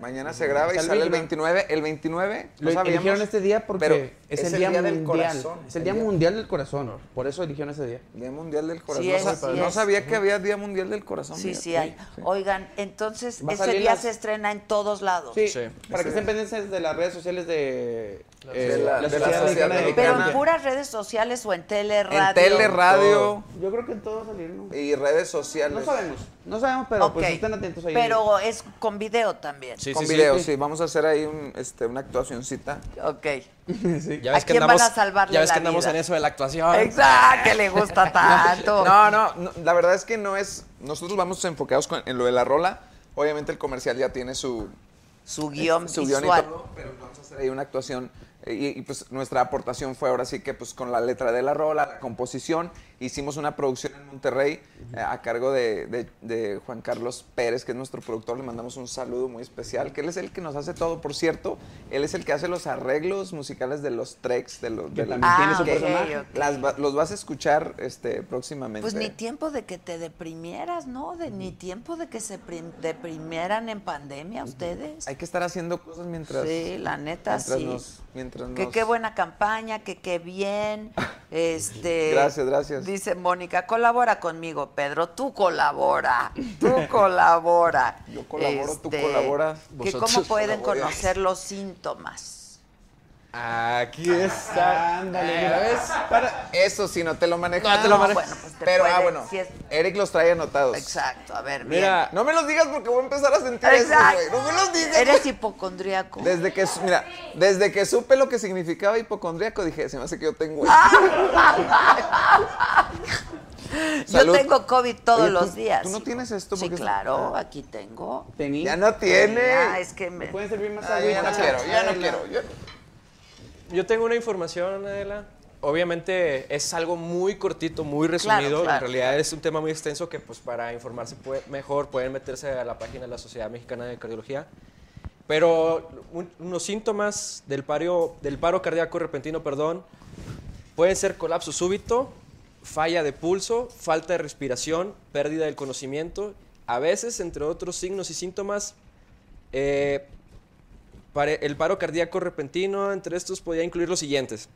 C: Mañana se graba y
F: Sale
C: sale el
F: 29.
C: 29. El 29, no
F: Lo
C: sabíamos,
F: eligieron este día porque
C: pero
F: es, el, día,
C: del
F: mundial.
C: corazón.
F: es el Día Mundial del Corazón. Por eso eligieron ese día.
C: Día Mundial del Corazón.
A: Sí
C: No
A: es,
C: sa-
A: sí
C: no
A: es.
C: sabía que había Día Mundial del Corazón.
A: Sí,
C: fíjate.
A: sí hay. Oigan, entonces
F: Va a
A: ese
F: salir
A: día
F: las-
A: se estrena en todos lados.
F: Sí,
G: Sí.
F: para que estén pendientes de las redes sociales de, eh,
C: de la- de la Sociedad
F: Mexicana de
C: Mexicana.
A: Pero
F: Mexicana.
A: en puras redes sociales o en tele, radio.
C: En tele, radio
F: Yo creo que en todo va a salir, ¿no?
C: y redes sociales.
F: No sabemos, no sabemos, pero pues
A: Ok.
F: estén atentos ahí.
A: Pero es con video también.
G: Sí,
C: con
G: sí, sí.
C: video, sí. Vamos a hacer ahí un, este, una actuacioncita.
A: Ok.
G: Ya
A: ¿A
G: ves que
A: quién van
G: andamos,
A: a salvarle
G: ya ves
A: la
G: que andamos
A: vida?
G: en eso de la actuación.
A: Exacto, que le gusta tanto.
C: No, no, no, la verdad es que no es. Nosotros vamos enfocados con- en lo de la rola. Obviamente el comercial ya tiene su,
A: Su guión
C: su guión y
A: visual.
C: todo, pero vamos a hacer ahí una actuación. eh, Y, y, pues nuestra aportación fue ahora sí que pues con la letra de la rola, la composición. Hicimos una producción en Monterrey eh, a cargo de, de- de Juan Carlos Pérez, que es nuestro productor. Le mandamos un saludo muy especial, que él es el que nos hace todo, por cierto. Él es el que hace los arreglos musicales de los tracks, de, los de la-
A: también tiene su Ah, ok, personaje. ok.
C: Las va- los vas a escuchar este, próximamente.
A: Pues ni tiempo de que te deprimieras, ¿no? De, ni tiempo de que se prim- deprimieran en pandemia ustedes.
C: Hay que estar haciendo cosas mientras.
A: Sí, la neta,
C: mientras
A: sí.
C: Nos, mientras
A: Que
C: nos-
A: qué buena campaña, que qué bien. Este,
C: Gracias, gracias.
A: Dice Mónica, colabora conmigo, Pedro. Tú colabora, tú colabora. Este,
C: Yo colaboro, tú colaboras,
A: Que
C: vosotros
A: cómo pueden
C: colaboráis.
A: conocer los síntomas.
E: Aquí está.
F: Ándale,
C: Eh,
F: mira,
C: Ah, ¿ves? Para- Eso sí, no te lo manejas.
A: No te lo No, manejas. bueno, pues te
C: Pero, ah,
A: puede-
C: bueno.
A: si es-
C: Eric los trae anotados.
A: Exacto, a ver,
E: Mira,
C: No me los digas porque voy a empezar a sentir
A: bien. Exacto.
C: eso, güey. No me los digas.
A: Eres hipocondríaco.
C: Desde que, su- mira, desde que supe lo que significaba hipocondríaco, dije, se me hace que yo tengo eso.
A: Yo
C: Salud.
A: tengo COVID todos
C: Oye, ¿tú-
A: los días.
C: tú no
A: hijo.
C: tienes esto?
A: Sí,
C: Porque es- Ah.
A: claro, aquí tengo.
F: Tení.
C: Ya no tiene.
A: Ah, es que me...
F: Pueden servir más
C: Ah, yo ya no
F: agüita.
C: quiero, ya no quiero. yo-
G: Yo tengo una información, Adela. Obviamente es algo muy cortito, muy resumido.
A: claro.
G: En realidad es un tema muy extenso que pues para informarse pue- mejor pueden meterse a la página de la Sociedad Mexicana de Cardiología. Pero un- unos síntomas del, pario- del paro cardíaco repentino, perdón, pueden ser colapso súbito, falla de pulso, falta de respiración, pérdida del conocimiento. A veces, entre otros signos y síntomas, eh, Pare- el paro cardíaco repentino, entre estos podía incluir los siguientes.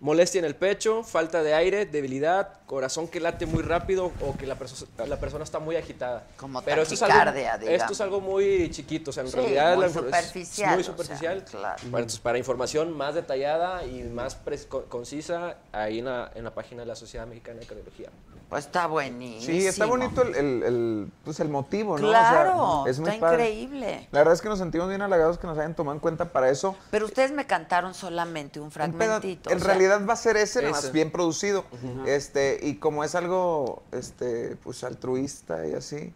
G: Molestia en el pecho, falta de aire, debilidad, corazón que late muy rápido o que la, perso- la persona está muy agitada.
A: Como
G: esto
A: taquicardia,
G: es, algo,
A: digamos.
G: esto es algo muy chiquito, o sea, en
A: Sí,
G: realidad
A: muy
G: la info- es
A: superficial,
G: muy
A: o sea,
G: superficial.
A: claro.
G: Bueno, entonces, para información más detallada y más pres- co- concisa, ahí en la, en la página de la Sociedad Mexicana de Cardiología.
A: Pues está buenísimo.
C: Sí, está bonito el, el- el, pues el motivo, ¿no? O sea,
A: Claro,
C: es muy
A: está
C: padre.
A: increíble.
C: La verdad es que nos sentimos bien halagados que nos hayan tomado en cuenta para eso.
A: Pero ustedes me cantaron solamente un
C: Un peda-
A: fragmentito. o
C: En
A: sea,
C: realidad va a ser ese, nada más
G: Ese.
C: bien producido. este, y como es algo este, pues altruista y así,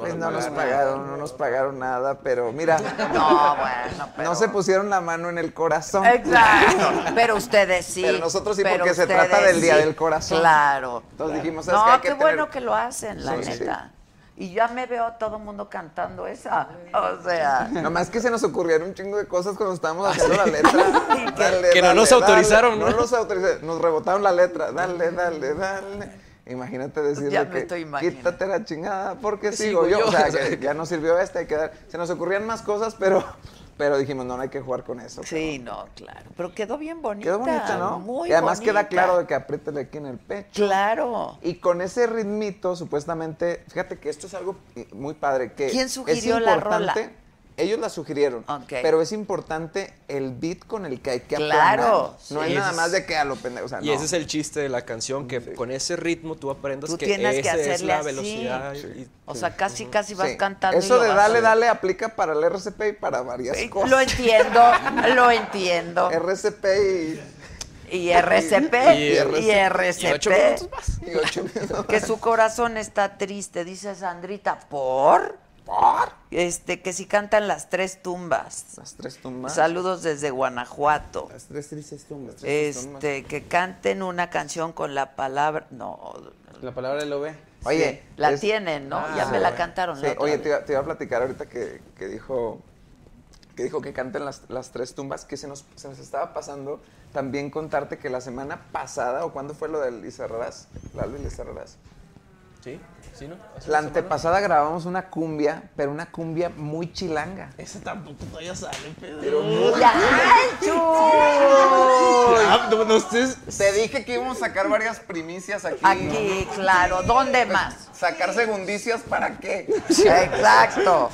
C: pues no, nos pagaron, no nos pagaron nada, pero mira,
A: No, bueno, pero...
C: no se pusieron la mano en el corazón.
A: Exacto, pero ustedes sí.
C: Pero nosotros sí,
A: pero
C: porque se
A: ustedes
C: trata del Día
A: sí.
C: del Corazón.
A: Claro.
C: Entonces dijimos, ¿sabes
A: No,
C: qué? Hay
A: qué
C: que tener-
A: bueno que lo hacen, la
C: Sí, sí.
A: neta. Y ya me veo a todo el mundo cantando esa. O sea,
C: Nomás que se nos ocurrieron un chingo de cosas cuando estábamos
A: Ah,
C: haciendo la letra. Dale,
G: que no nos autorizaron,
C: dale.
G: ¿no?
C: No nos autorizaron, nos rebotaron la letra. Dale, dale, dale. Imagínate decirle
A: Ya me
C: que
A: estoy imaginando.
C: quítate la chingada porque
G: Sigo
C: sigo yo.
G: yo.
C: este, O sea, que ya no sirvió esta, hay que dar. Se nos ocurrían más cosas, pero Pero dijimos, no, no hay que jugar con eso.
A: Sí, no, claro. Pero quedó bien bonita.
C: Quedó bonita, ¿no?
A: Muy
C: y además queda
A: bonita.
C: claro de que apriétale aquí en el pecho.
A: Claro.
C: Y con ese ritmito, supuestamente, fíjate que esto es algo eh, muy padre. Que
A: ¿Quién
C: es
A: sugirió la rola?
C: importante- Ellos la sugirieron.
A: Ok.
C: Pero es importante el beat con el que hay que
A: Claro,
C: aplanar.
A: sí.
C: No es
A: Y
C: nada
A: ese
C: más
A: es-
C: de que a lo pendejo. O sea,
G: Y
C: no.
G: ese es el chiste de la canción, que con ese ritmo tú aprendas
A: Tú
G: que
A: tienes que
G: esa es
A: hacerle
G: la
A: así.
G: velocidad.
A: Sí.
G: y-
A: O sea, casi, casi vas
C: Sí.
A: cantando. y
C: Eso
A: lo
C: de
A: vas-
C: dale, dale aplica para el RCP y para varias
A: Sí,
C: cosas.
A: Lo entiendo, lo entiendo.
C: RCP y,
A: Y RCP,
C: Y RCP.
A: y
G: Y ocho minutos
A: RCP.
G: más.
C: y ocho minutos.
A: Que su corazón está triste, dice Sandrita. ¿Por? ¿Por? Este, que si cantan las tres tumbas.
C: Las tres tumbas.
A: Saludos desde Guanajuato.
C: Las tres tristes tumbas.
A: Este, que canten una canción con la palabra. No,
F: La palabra lo ve.
C: Oye,
A: la
C: es-
A: tienen, ¿no?
C: Ah,
A: ya
C: sí,
A: me la
C: güey.
A: cantaron.
C: Sí,
A: la otra
C: Oye,
A: vez.
C: te iba, te iba a platicar ahorita que, que dijo que dijo que canten las, las tres tumbas, que se nos, se nos estaba pasando también contarte que la semana pasada, o cuándo fue lo del Izarrarás, la del Izarrarás,
G: ¿Sí? ¿Sí, no? Hace
C: la
G: una semana.
C: antepasada grabamos una cumbia, pero una cumbia muy chilanga.
F: Ese tampoco todavía sale, Pedro.
A: ¡Ay, Chuy!
C: Te dije que íbamos a sacar varias primicias aquí.
A: Aquí, claro. ¿Dónde más?
C: ¿Sacar segundicias para qué?
A: Exacto.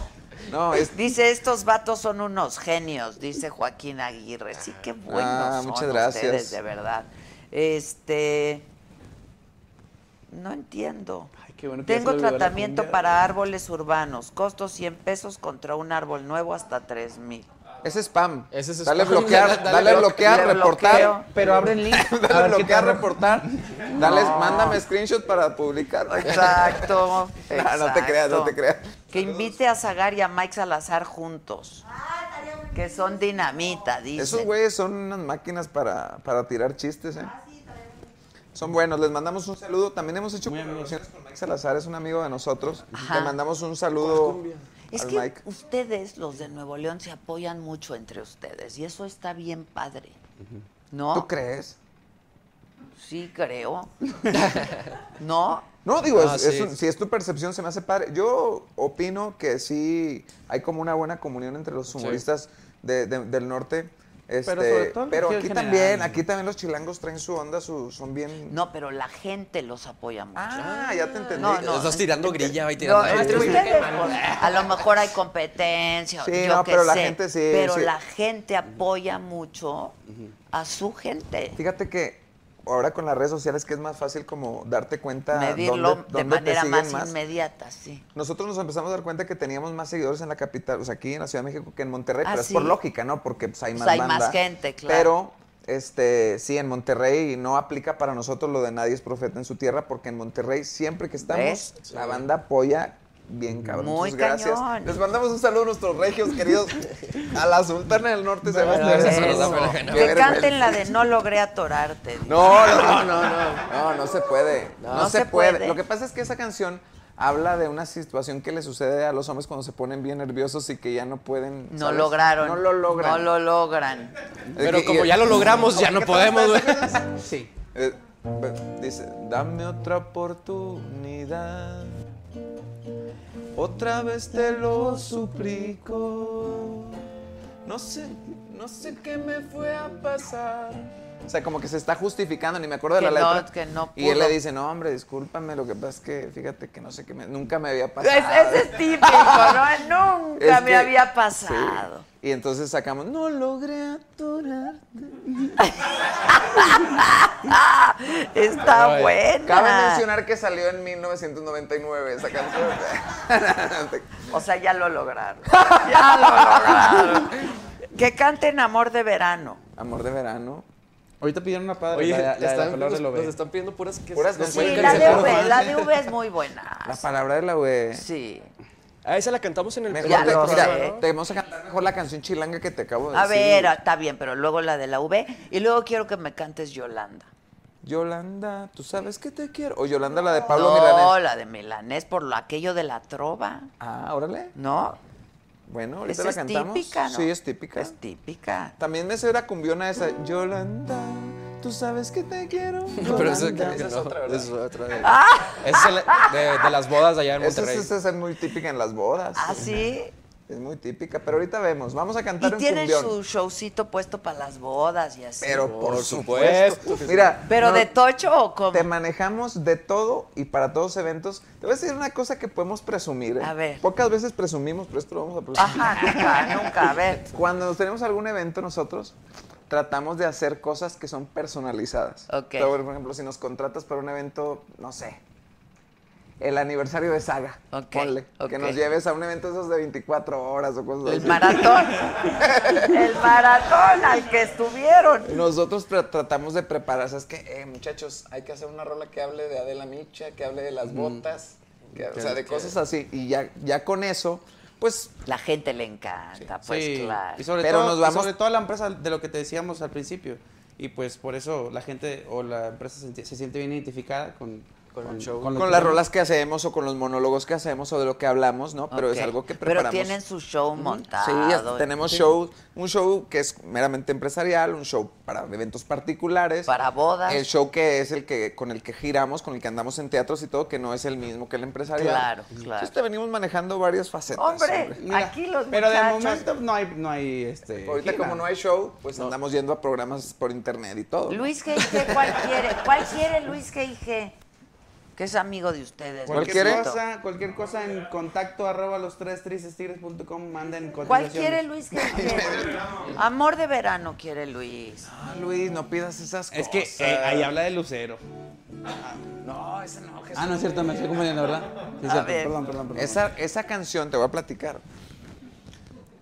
C: No, es...
A: Dice, estos vatos son unos genios, dice Joaquín Aguirre. Sí, qué buenos
C: Ah,
A: son
C: muchas gracias.
A: ustedes, de verdad. Este... No entiendo.
F: Ay, qué bueno que ya se
A: Tengo
F: le olvidó la
A: tratamiento
F: cumbia.
A: para árboles urbanos. Costo 100 pesos contra un árbol nuevo hasta 3 mil.
C: Es spam.
G: Ese es
C: dale
G: spam.
C: bloquear,
G: Dale-
C: dale,
G: dale bloque-
C: bloquear,
A: dale bloqueo.
C: reportar.
F: Pero abre el link. A
C: Dale
F: ver qué
C: bloquear,
F: tal.
C: reportar. Dale, mándame screenshot para publicar.
A: Exacto.
C: No, no te creas, no te creas.
A: Que invite a Zagar y a Mike Salazar juntos. Que son dinamita, dice.
C: Esos güeyes son unas máquinas para, para tirar chistes, ¿eh? Son buenos, les mandamos un saludo. También hemos hecho colaboraciones con Mike Salazar, es un amigo de nosotros.
A: Ajá.
C: Le mandamos un saludo
A: Es
C: al
A: que
C: Mike.
A: ustedes, los de Nuevo León, se apoyan mucho entre ustedes y eso está bien padre. ¿No?
C: ¿Tú crees?
A: Sí, creo. ¿No?
C: No, digo,
G: Ah,
C: es- es
G: sí.
C: un- si es tu percepción, se me hace padre. Yo opino que sí hay como una buena comunión entre los humoristas de- de- del norte. este, pero
F: sobre todo en región
C: aquí
F: general.
C: también, aquí también los chilangos traen su onda, su, son bien.
A: No, pero la gente los apoya mucho.
C: Ah, ya te entendí.
A: No, no.
G: Estás tirando grilla y
A: No,
G: tirando.
A: entre ustedes, pues, a lo mejor hay competencia,
C: Sí,
A: yo
C: no,
A: qué
C: pero la
A: sé,
C: gente sí,
A: pero
C: sí.
A: la gente apoya mucho a su gente.
C: Fíjate que ahora con las redes sociales que es más fácil como darte cuenta
A: Medirlo
C: dónde-
A: de
C: dónde te
A: manera
C: siguen
A: más, inmediata, sí.
C: Nosotros nos empezamos a dar cuenta que teníamos más seguidores en la capital, o sea, aquí en la Ciudad de México que en Monterrey,
A: Ah,
C: pero
A: sí.
C: es por lógica, ¿no? Porque pues, hay
A: Pues
C: más
A: hay más
C: banda.
A: gente, claro.
C: Pero, este, sí, en Monterrey no aplica para nosotros lo de nadie es profeta en su tierra, porque en Monterrey siempre que estamos,
A: ¿Ves?
C: la banda apoya bien cabrón.
A: Muy
C: Muchas gracias.
A: cañón.
C: Les mandamos un saludo a nuestros regios queridos, a la Sultana del Norte, se va a
A: Eso.
C: estar- Qué
A: Que
C: vergüenza.
A: canten la de no logré atorarte. dice.
C: No, no, no, no. No, no se puede. No, se, puede.
A: puede.
C: Lo que pasa es que esa canción habla de una situación que le sucede a los hombres cuando se ponen bien nerviosos y que ya no pueden.
A: No
C: ¿sabes?
A: lograron.
C: No lo logran.
A: No lo logran.
G: Pero como ya lo logramos, ya no podemos, güey.
F: Sí.
C: Eh, pues, dice, dame otra oportunidad. Otra vez te lo suplico. No sé, no sé qué me fue a pasar. O sea, como que se está justificando, ni me acuerdo de
A: Que
C: la
A: no,
C: letra.
A: que no
C: y él
A: pudo.
C: le dice, no, hombre, discúlpame, lo que pasa es que fíjate que no sé qué me, nunca me había
A: Es,
C: pasado.
A: ese es típico, ¿no? Nunca
C: Es
A: me
C: que-
A: había
C: Sí.
A: pasado.
C: Y entonces sacamos, no logré atorarte.
A: Está buena.
C: Cabe mencionar que salió en 1999 esa canción.
A: O sea, ya lo lograron. Ya lo lograron. Que canten amor de verano.
C: Amor de verano.
F: Ahorita pidieron una padre.
G: Oye,
F: la, la- la
G: están-
F: palabra
G: nos,
F: lo
G: nos
F: ve.
G: están pidiendo Pues, puras que
C: Puras
G: nos
C: canciones.
G: pueden
A: Sí, la de
G: cancelar.
A: V, la de V es muy
C: La
A: buena.
C: palabra ¿eh? de la UE.
A: Sí.
G: A Ah, esa la cantamos en el
C: Mejor
A: Ya
C: te,
A: lo
C: mira,
A: sé.
C: te vamos a cantar mejor la canción chilanga que te acabo de
A: A
C: decir.
A: ver, está bien, pero luego la de la V. Y luego quiero que me cantes Yolanda.
C: Yolanda, tú sabes que te quiero. O Yolanda, la de Pablo
A: no,
C: Milanés.
A: la de Milanés por lo, aquello de la trova,
C: Ah, órale.
A: ¿no?
C: Bueno, ahorita
A: Esa
C: la
A: es
C: cantamos.
A: típica, ¿no?
C: Sí, es típica.
A: Es típica.
C: También me sé la cumbiona esa. Yolanda, tú sabes que te quiero.
G: Pero esa,
C: Yolanda.
G: esa es
C: no,
G: otra, ¿verdad? Esa es otra. de- Esa es la- de, de las bodas allá en
C: Esa
G: Monterrey.
C: es, esa es muy típica en las bodas.
A: ¿Ah, sí?
C: Es muy típica, pero ahorita vemos. Vamos a cantar
A: Y
C: un
A: tienen
C: cumbión.
A: su showcito puesto para las bodas y así.
C: Pero por, supuesto. Mira,
A: ¿Pero
C: no-
A: de tocho o cómo?
C: te manejamos de todo y para todos eventos. Te voy a decir una cosa que podemos presumir. ¿eh?
A: A ver.
C: Pocas veces presumimos, pero esto lo vamos a presumir.
A: Ajá, nunca, nunca, a ver.
C: Cuando nos tenemos algún evento nosotros, tratamos de hacer cosas que son personalizadas.
A: Ok.
C: Te voy a poner, Por ejemplo, si nos contratas para un evento, no sé, el aniversario de Saga,
A: Ok,
C: ponle,
A: ok.
C: que nos lleves a un evento de esos de 24 horas o cosas
A: El
C: así.
A: maratón. El maratón al que estuvieron.
C: Nosotros tra- tratamos de preparar, ¿sabes qué? Eh, muchachos, hay que hacer una rola que hable de Adela Micha, que hable de las botas, que- o sea, de cosas así. Y ya, ya con eso, pues
A: La gente le encanta, pues
F: Sí,
A: claro.
F: Y sobre
C: Pero
F: todo,
C: nos
F: y
C: vamos-
F: sobre todo la empresa de lo que te decíamos al principio. Y pues por eso la gente o la empresa se, se siente bien identificada con,
G: Con el show.
F: lo
C: con
F: que
C: las
F: tenemos.
C: rolas que hacemos o con los monólogos que hacemos o de lo que hablamos, ¿no? Pero
A: Ok.
C: es algo que preparamos.
A: Pero tienen su show montado.
C: Sí, hasta tenemos show, un show que es meramente empresarial, un show para eventos particulares.
A: Para bodas.
C: El show que es el que con el que giramos, con el que andamos en teatros y todo, que no es el mismo que el empresarial.
A: Claro, claro.
C: Entonces te venimos manejando varias facetas.
A: Hombre,
F: Mira,
A: aquí los
F: Pero de
A: muchachos-
F: momento no hay, no hay este.
C: Ahorita
F: gira.
C: como no hay show, pues andamos yendo a programas por internet y todo. ¿no?
A: Luis G.I.G., ¿cuál quiere? ¿Cuál quiere Luis G.I.G.? Que es amigo de ustedes.
C: ¿Cuál
A: Luisito.
C: quiere?
F: cosa, cualquier cosa en contacto arroba los tres tristes tigres punto com, manden
A: ¿Cuál
F: cotizaciones.
A: quiere Luis G.I.G.? Amor de verano quiere Luis.
C: Ah, Luis, no pidas esas
F: Es
C: cosas.
F: que eh, ahí habla de Lucero.
C: Ah, No, esa no, Jesús.
F: Ah, no es cierto, me estoy confundiendo, ¿verdad? Sí, es cierto.
A: ver.
F: Perdón, perdón, perdón.
C: Esa, esa canción, te voy a platicar.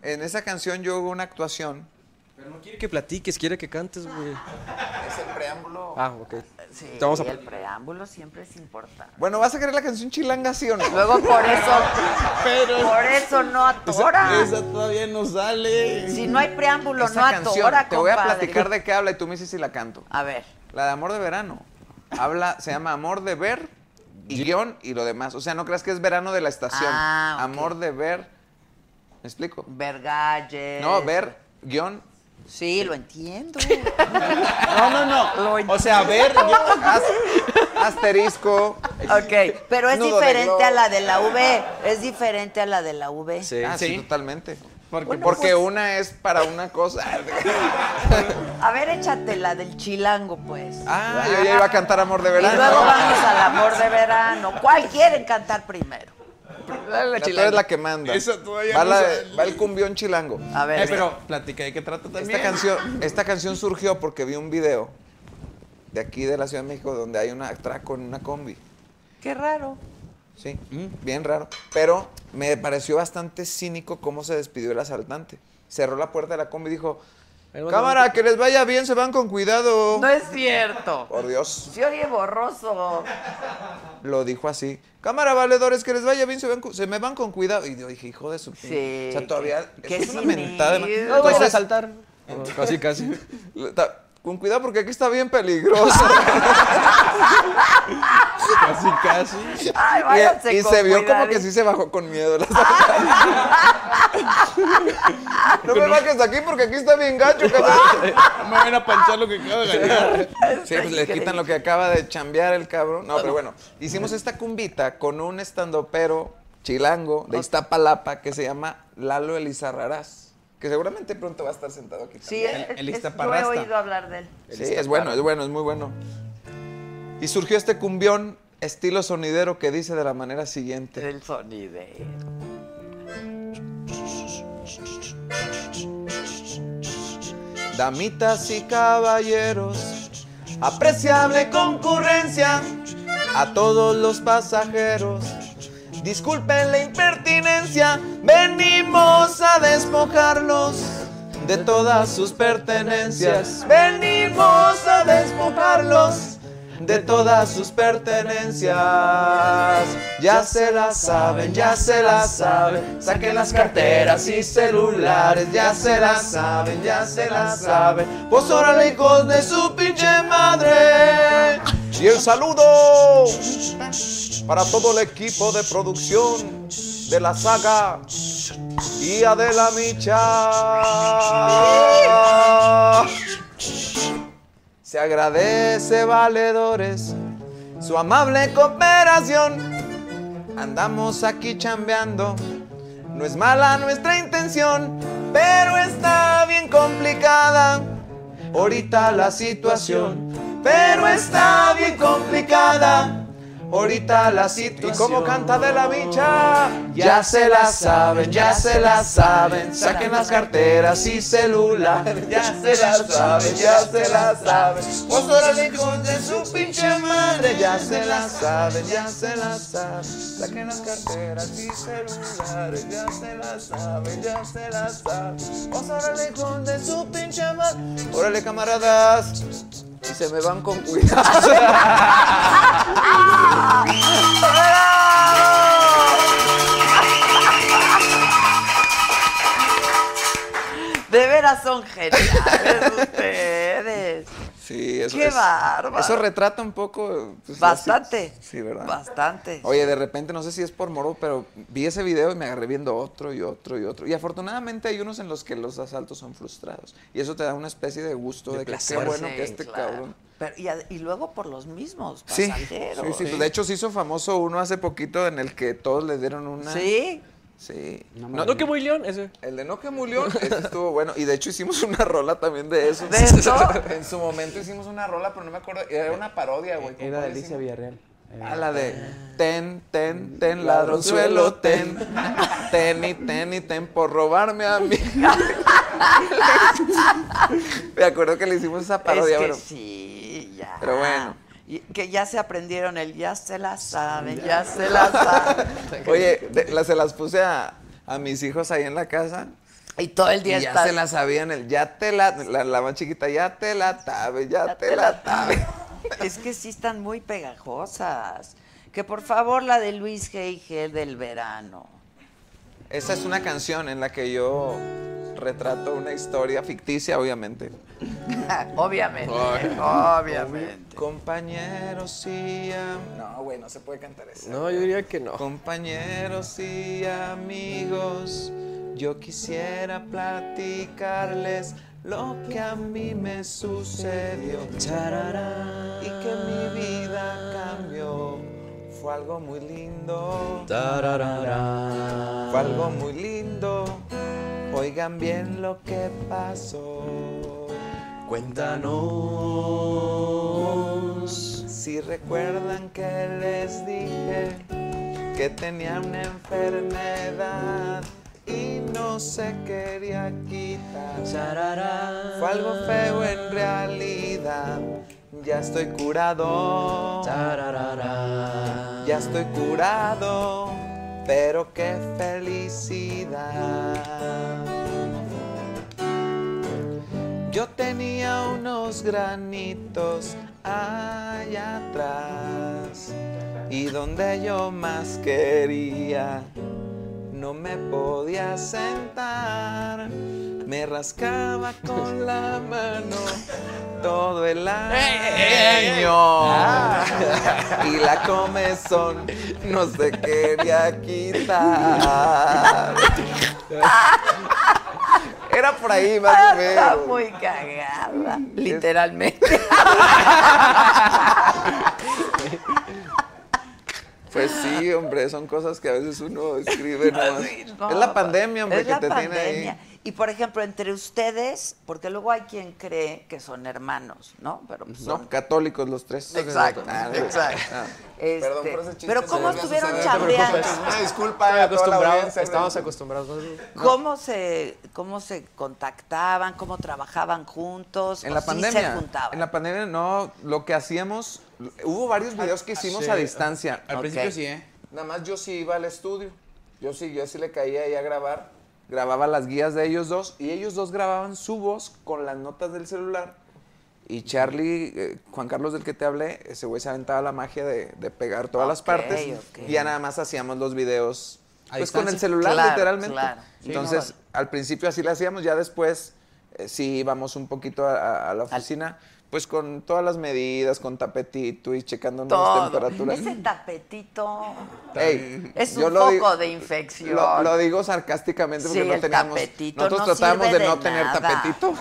C: En esa canción yo hubo una actuación.
G: Pero no quiere que platiques, quiere que cantes, güey.
C: Es el preámbulo.
G: Ah, ok.
A: Sí,
G: Te vamos a
A: el
G: pl-
A: preámbulo siempre es importante.
C: Bueno, ¿vas a querer la canción chilanga, sí o no?
A: Luego por eso, por eso no atora.
F: Esa todavía no sale. Eh,
A: si no hay preámbulo,
C: Esa
A: no atora,
C: canción, te voy a
A: compadre.
C: platicar de qué habla y tú me dices si la canto.
A: A ver,
C: La de Amor de Verano. Habla, se llama Amor de Ver y guión y lo demás. O sea, no creas que es verano de la estación.
A: Ah, ok.
C: Amor de Ver. ¿Me explico?
A: Vergalles.
C: No, ver guión.
A: Sí, lo entiendo.
F: No, no, no. O sea, a ver, yo-
C: as- asterisco.
A: ok, pero es
C: Nudo de
A: diferente
C: globo.
A: a la de la V. Es diferente a la de la V.
G: Sí.
C: Ah, sí,
F: Sí.
C: totalmente.
F: Porque- pues-
C: Porque,
F: Bueno,
C: una es para una cosa. Ah,
A: A ver, échate la del chilango, pues.
C: Ah, yo ya iba a cantar Amor de Verano.
A: Y luego vamos al amor de verano. ¿Cuál quieren cantar primero?
C: La tú eres la que manda.
F: Esa todavía
C: va,
F: no
C: la-
F: sale.
C: va el cumbión chilango.
A: A ver.
F: Eh, pero platica de qué trata también.
C: Esta canción, esta canción surgió porque vi un video de aquí de la Ciudad de México donde hay un atraco en una combi.
A: Qué raro.
C: Sí,
G: Mm.
C: bien raro. Pero me pareció bastante cínico cómo se despidió el asaltante. Cerró la puerta de la combi y dijo,
G: Ahí va,
C: cámara, que les vaya bien, se van con cuidado.
A: No es cierto.
C: Por Dios,
A: Se oye borroso.
C: lo dijo así. Cámara, valedores, que les vaya bien, se, van cu- se me van con cuidado. Y yo dije, hijo de su... pin-".
A: Sí,
C: O sea, todavía
A: qué-
C: es una
A: qué
C: mentada. de ma-
A: cínico. No vayan a
C: saltar.
G: Casi, casi.
C: Le- ta- Con cuidado porque aquí está bien peligroso. eh,
F: Casi, casi.
A: Ay, váyanse
C: y y
A: con
C: se vio como
A: cuidadito.
C: que sí se bajó con miedo. la no me bajes de aquí porque aquí está bien gacho. cabrón.
F: No me van a panchar lo que acabo de ganar.
C: sí, pues le quitan lo que acaba de chambear el cabrón. No, pero bueno, hicimos esta cumbita con un estandopero chilango de Iztapalapa que se llama Lalo Elizarrarás. Que seguramente pronto va a estar sentado aquí.
A: Sí, es-
F: El-
A: es-
F: el
A: es- yo he
F: Iztaparrasta.
A: oído hablar de él.
C: Sí, es bueno, es bueno, es muy bueno. Y surgió este cumbión estilo sonidero que dice de la manera siguiente.
A: El sonidero.
C: Damitas y caballeros, apreciable concurrencia a todos los pasajeros. Disculpen la impertinencia, venimos a despojarlos de todas sus pertenencias. Venimos a despojarlos de todas sus pertenencias. Ya se las saben, ya se las saben. Saquen las carteras y celulares, ya se las saben, ya se las saben. Pues órale, hijos de su pinche madre. Y el saludo para todo el equipo de producción de la saga y Adela Micha. Se agradece, valedores, su amable cooperación. Andamos aquí chambeando No es mala nuestra intención, pero está bien complicada. Ahorita la situación, pero está bien complicada. Ahorita la situación. ¿Y cómo canta de la bicha? Ya se la saben, ya se la saben. Saquen las carteras y celular. Ya se la saben, ya se la saben. Vos órale, hijos de su pinche madre. Ya se la saben, ya se la saben. Saquen las carteras y celulares. Ya se la saben, ya se la saben. Vos órale, hijos de su pinche madre. Órale, camaradas. Y se me van con cuidado.
A: De veras son geniales ustedes.
C: Sí, eso
A: ¡Qué
C: es-
A: bárbaro!
C: Eso retrata un poco. pues,
A: Bastante.
C: las- sí, ¿verdad?
A: Bastante.
C: Oye, de repente, no sé si es por moro, pero vi ese video y me agarré viendo otro y otro y otro. Y afortunadamente hay unos en los que los asaltos son frustrados. Y eso te da una especie de gusto de, que qué bueno
A: Sí,
C: que este
A: claro.
C: cabrón.
A: Pero, y, ad- y luego por los mismos
C: Sí,
A: pasajeros. ¿eh?
C: sí, sí. De hecho, se hizo famoso uno hace poquito en el que todos le dieron una.
A: Sí.
C: Sí.
G: No, que muy león, ese.
C: El de No que murió, ese estuvo bueno. Y de hecho hicimos una rola también de eso.
A: ¿De eso?
C: En su momento hicimos una rola, pero no me acuerdo. Era una parodia, güey. ¿cómo
F: Era de
C: le
F: Alicia
C: hicimos?
F: Villarreal. Eh,
C: A la de ten, ten, ten, ladronzuelo, ten, ten y ten y ten por robarme a mí. Me acuerdo que le hicimos esa parodia,
A: es que
C: pero
A: sí, ya.
C: pero bueno.
A: Y- que ya se aprendieron el ya se la saben, ya se la saben.
C: Oye, de- la- se las puse a, a mis hijos ahí en la casa.
A: Y todo el
C: Y
A: día
C: ya
A: está.
C: se la sabían, el ya te la, la, la más chiquita, ya te la tabe, ya, te, la tabe.
A: Es que sí están muy pegajosas. Que por favor la de Luis G.I.G. del verano.
C: Esa es una canción en la que yo retrato una historia ficticia, obviamente.
A: obviamente, obviamente.
C: Compañeros y am- No, güey, no se puede cantar eso.
G: No, yo diría que no.
C: Compañeros y amigos, yo quisiera platicarles lo que a mí me sucedió. Charará. Y que mi vida cambió. Fue algo muy lindo. Fue algo muy lindo. Oigan bien lo que pasó. Cuéntanos. Si recuerdan que les dije que tenía una enfermedad y no se quería quitar. Fue algo feo en realidad. Ya estoy curado. Ya estoy curado. Pero qué felicidad. Yo tenía unos granitos allá atrás y donde yo más quería no me podía sentar. Me rascaba con la mano todo el año
A: Ah.
C: y la comezón no se quería quitar. Era por ahí más o
A: Está
C: menos.
A: muy cagada, literalmente.
C: Pues sí, hombre, son cosas que a veces uno escribe nomás.
A: No,
C: es la pandemia, hombre,
A: es
C: que
A: la
C: te tiene
A: pandemia.
C: ahí.
A: Y por ejemplo, entre ustedes, porque luego hay quien cree que son hermanos, ¿no? Pero pues, son-
C: No, católicos los tres.
A: Exacto,
C: Ah, no.
A: exacto.
C: Ah.
A: Este,
C: Perdón por ese chiste,
A: pero ¿cómo
C: señor.
A: estuvieron
C: No te
A: chambeando?
C: preocupes. Una disculpa
G: Estamos
C: a toda la
G: acostumbrados,
C: audiencia.
G: estamos acostumbrados. ¿no?
A: ¿Cómo se, ¿Cómo se contactaban? ¿Cómo trabajaban juntos?
C: En
A: ¿O
C: la
A: sí
C: pandemia.
A: se juntaban?
C: en la pandemia no, lo que hacíamos, hubo varios videos que hicimos
G: sí,
C: a
G: al-
C: distancia.
F: Ah, Al
C: Ok.
F: principio sí, ¿eh?
C: Nada más yo sí iba al estudio. Yo sí, yo sí le caía ahí a grabar. Grababa las guías de ellos dos y ellos dos grababan su voz con las notas del celular. Y Charlie, eh, Juan Carlos del que te hablé, ese güey se aventaba la magia de, de pegar todas las
A: Ok,
C: partes.
A: ok.
C: Y ya nada más hacíamos los videos
F: A
C: pues con el
F: distancia.
C: celular
A: Claro,
C: literalmente.
A: claro. Sí,
C: Entonces, al principio así lo hacíamos, ya después eh, sí íbamos un poquito a, a- a la oficina, pues con todas las medidas, con tapetito y checando las
A: Todo.
C: temperaturas.
A: Ese tapetito
C: Ey,
A: es
C: yo
A: un
C: lo
A: foco
C: digo-
A: de infección.
C: Lo, lo digo sarcásticamente porque
A: Sí,
C: no
A: el
C: teníamos.
A: tapetito
C: nosotros
A: no
C: tratábamos de
A: sirve
C: no
A: de
C: tener
A: nada.
C: tapetito.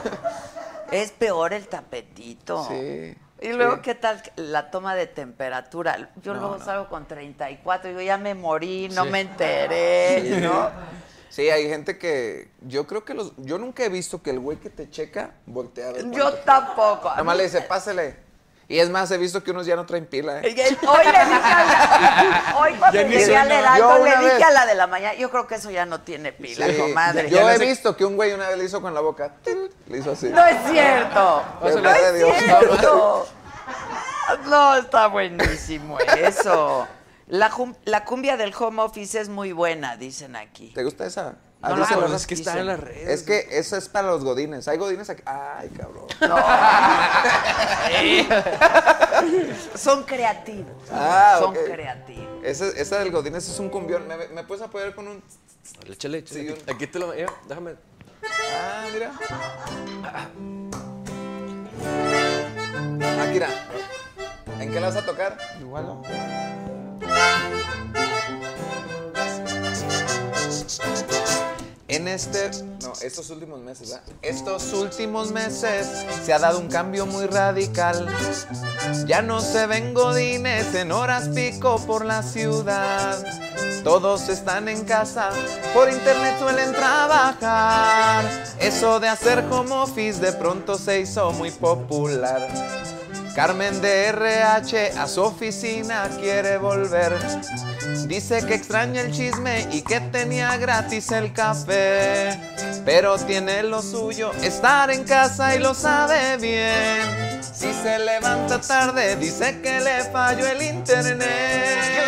A: Es peor el tapetito.
C: Sí,
A: Y luego,
C: sí.
A: ¿qué tal la toma de temperatura? Yo luego salgo con 34 y digo, ya me morí, no me enteré, ¿no?
E: Sí, hay gente que. Yo creo que los. Yo nunca he visto que el güey que te checa voltea a ver.
A: Yo tampoco. A
E: Nomás
A: mí-
E: le dice, pásele. Y es más, he visto que unos ya no traen pila, ¿eh?
A: Hoy le dije a la, hoy cuando
E: Ya ni
A: llegué al
E: suena.
A: Heraldo,
E: Yo
A: le
E: una
A: dije
E: vez-
A: a la de la mañana, yo creo que eso ya no tiene pila,
E: Sí.
A: comadre.
E: Yo he
A: no,
E: visto que un güey una vez le hizo con la boca. tit, Le hizo así.
A: es cierto.
E: Pero
A: No
E: de Dios.
A: es cierto. No, está buenísimo eso. La, jum- la cumbia del home office es muy buena, dicen aquí.
E: ¿Te gusta esa?
A: No
E: Ah,
A: la
E: dice,
A: hago,
E: ¿verdad?
A: es que está en las
G: redes.
E: Es que eso es para los godines. Hay godines aquí. Ay, cabrón.
A: Son creativos.
E: Ah,
A: Son
E: ok.
A: creativos.
E: Esa, esa del godines es un cumbión. ¿Me, me puedes apoyar con un...?
G: Échale, échale.
E: Sí,
G: aquí, aquí te lo. ya, déjame.
E: Ah, mira. Aquí mira. ¿En qué la vas a tocar?
F: Igual no.
E: En este, no, estos últimos meses, ¿verdad? Estos últimos meses se ha dado un cambio muy radical. Ya no se ven godines en horas pico por la ciudad. Todos están en casa, por internet suelen trabajar. Eso de hacer home office de pronto se hizo muy popular. Carmen de RH a su oficina quiere volver. Dice que extraña el chisme y que tenía gratis el café. Pero tiene lo suyo, estar en casa y lo sabe bien. Si se levanta tarde, dice que le falló el internet.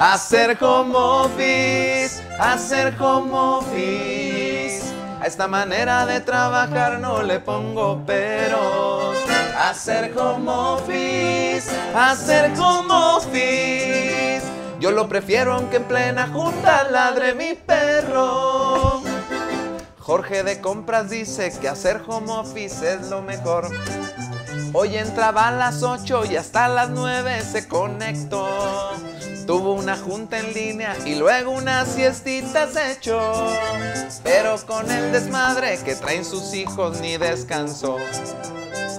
E: Hacer home office, hacer home office. A esta manera de trabajar no le pongo peros. Hacer home office, hacer home office. Yo lo prefiero aunque en plena junta ladre mi perro. Jorge de compras dice que hacer home office es lo mejor. Hoy entraba a las 8 y hasta las 9 se conectó. Tuvo una junta en línea y luego una siestita se echó. Pero con el desmadre que traen sus hijos ni descansó.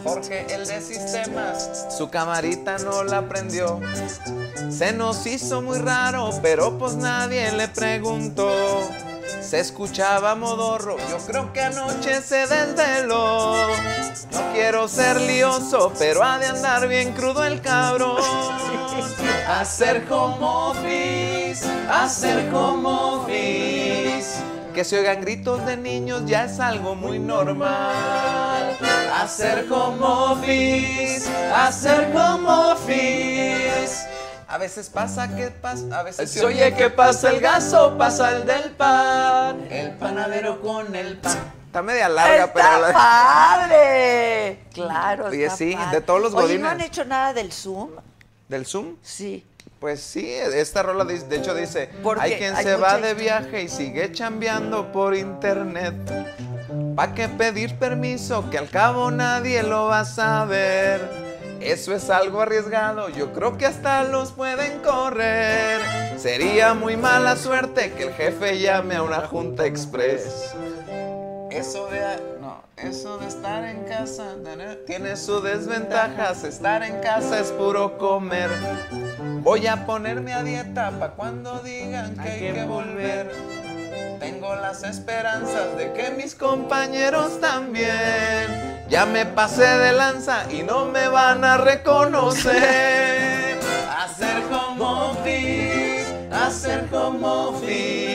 E: Jorge, el de sistemas, su camarita no la prendió. Se nos hizo muy raro, pero pues nadie le preguntó. Se escuchaba modorro, yo creo que anoche se desveló. No quiero ser lioso, pero ha de andar bien crudo el cabrón. Hacer home office, hacer home office. Que se oigan gritos de niños ya es algo muy normal. Hacer home office, hacer home office. A veces pasa que pasa, a veces se oye que pasa el gas o pasa el del pan. El panadero con el pan. Está media larga,
A: ¡Está
E: pero la-
A: padre! Claro,
E: Oye,
A: está
E: sí,
A: padre.
E: de todos los
A: Oye, ¿no
E: godines.
A: han hecho nada del Zoom?
E: del Zoom.
A: Sí.
E: Pues sí, esta rola dice- de hecho dice,
A: ¿Por
E: hay
A: qué?
E: quien
A: Hay
E: se va
A: mucha-
E: de viaje y sigue chambeando por internet. ¿Pa' qué pedir permiso que al cabo nadie lo va a saber? Eso es algo arriesgado, yo creo que hasta los pueden correr. Sería muy mala suerte que el jefe llame a una junta express. Eso de, no, eso de estar en casa tener- tiene sus desventajas. Estar en casa es puro comer. Voy a ponerme a dieta pa' cuando digan que hay que volver. Tengo las esperanzas de que mis compañeros también. Ya me pasé de lanza y no me van a reconocer. Hacer home office, hacer home office.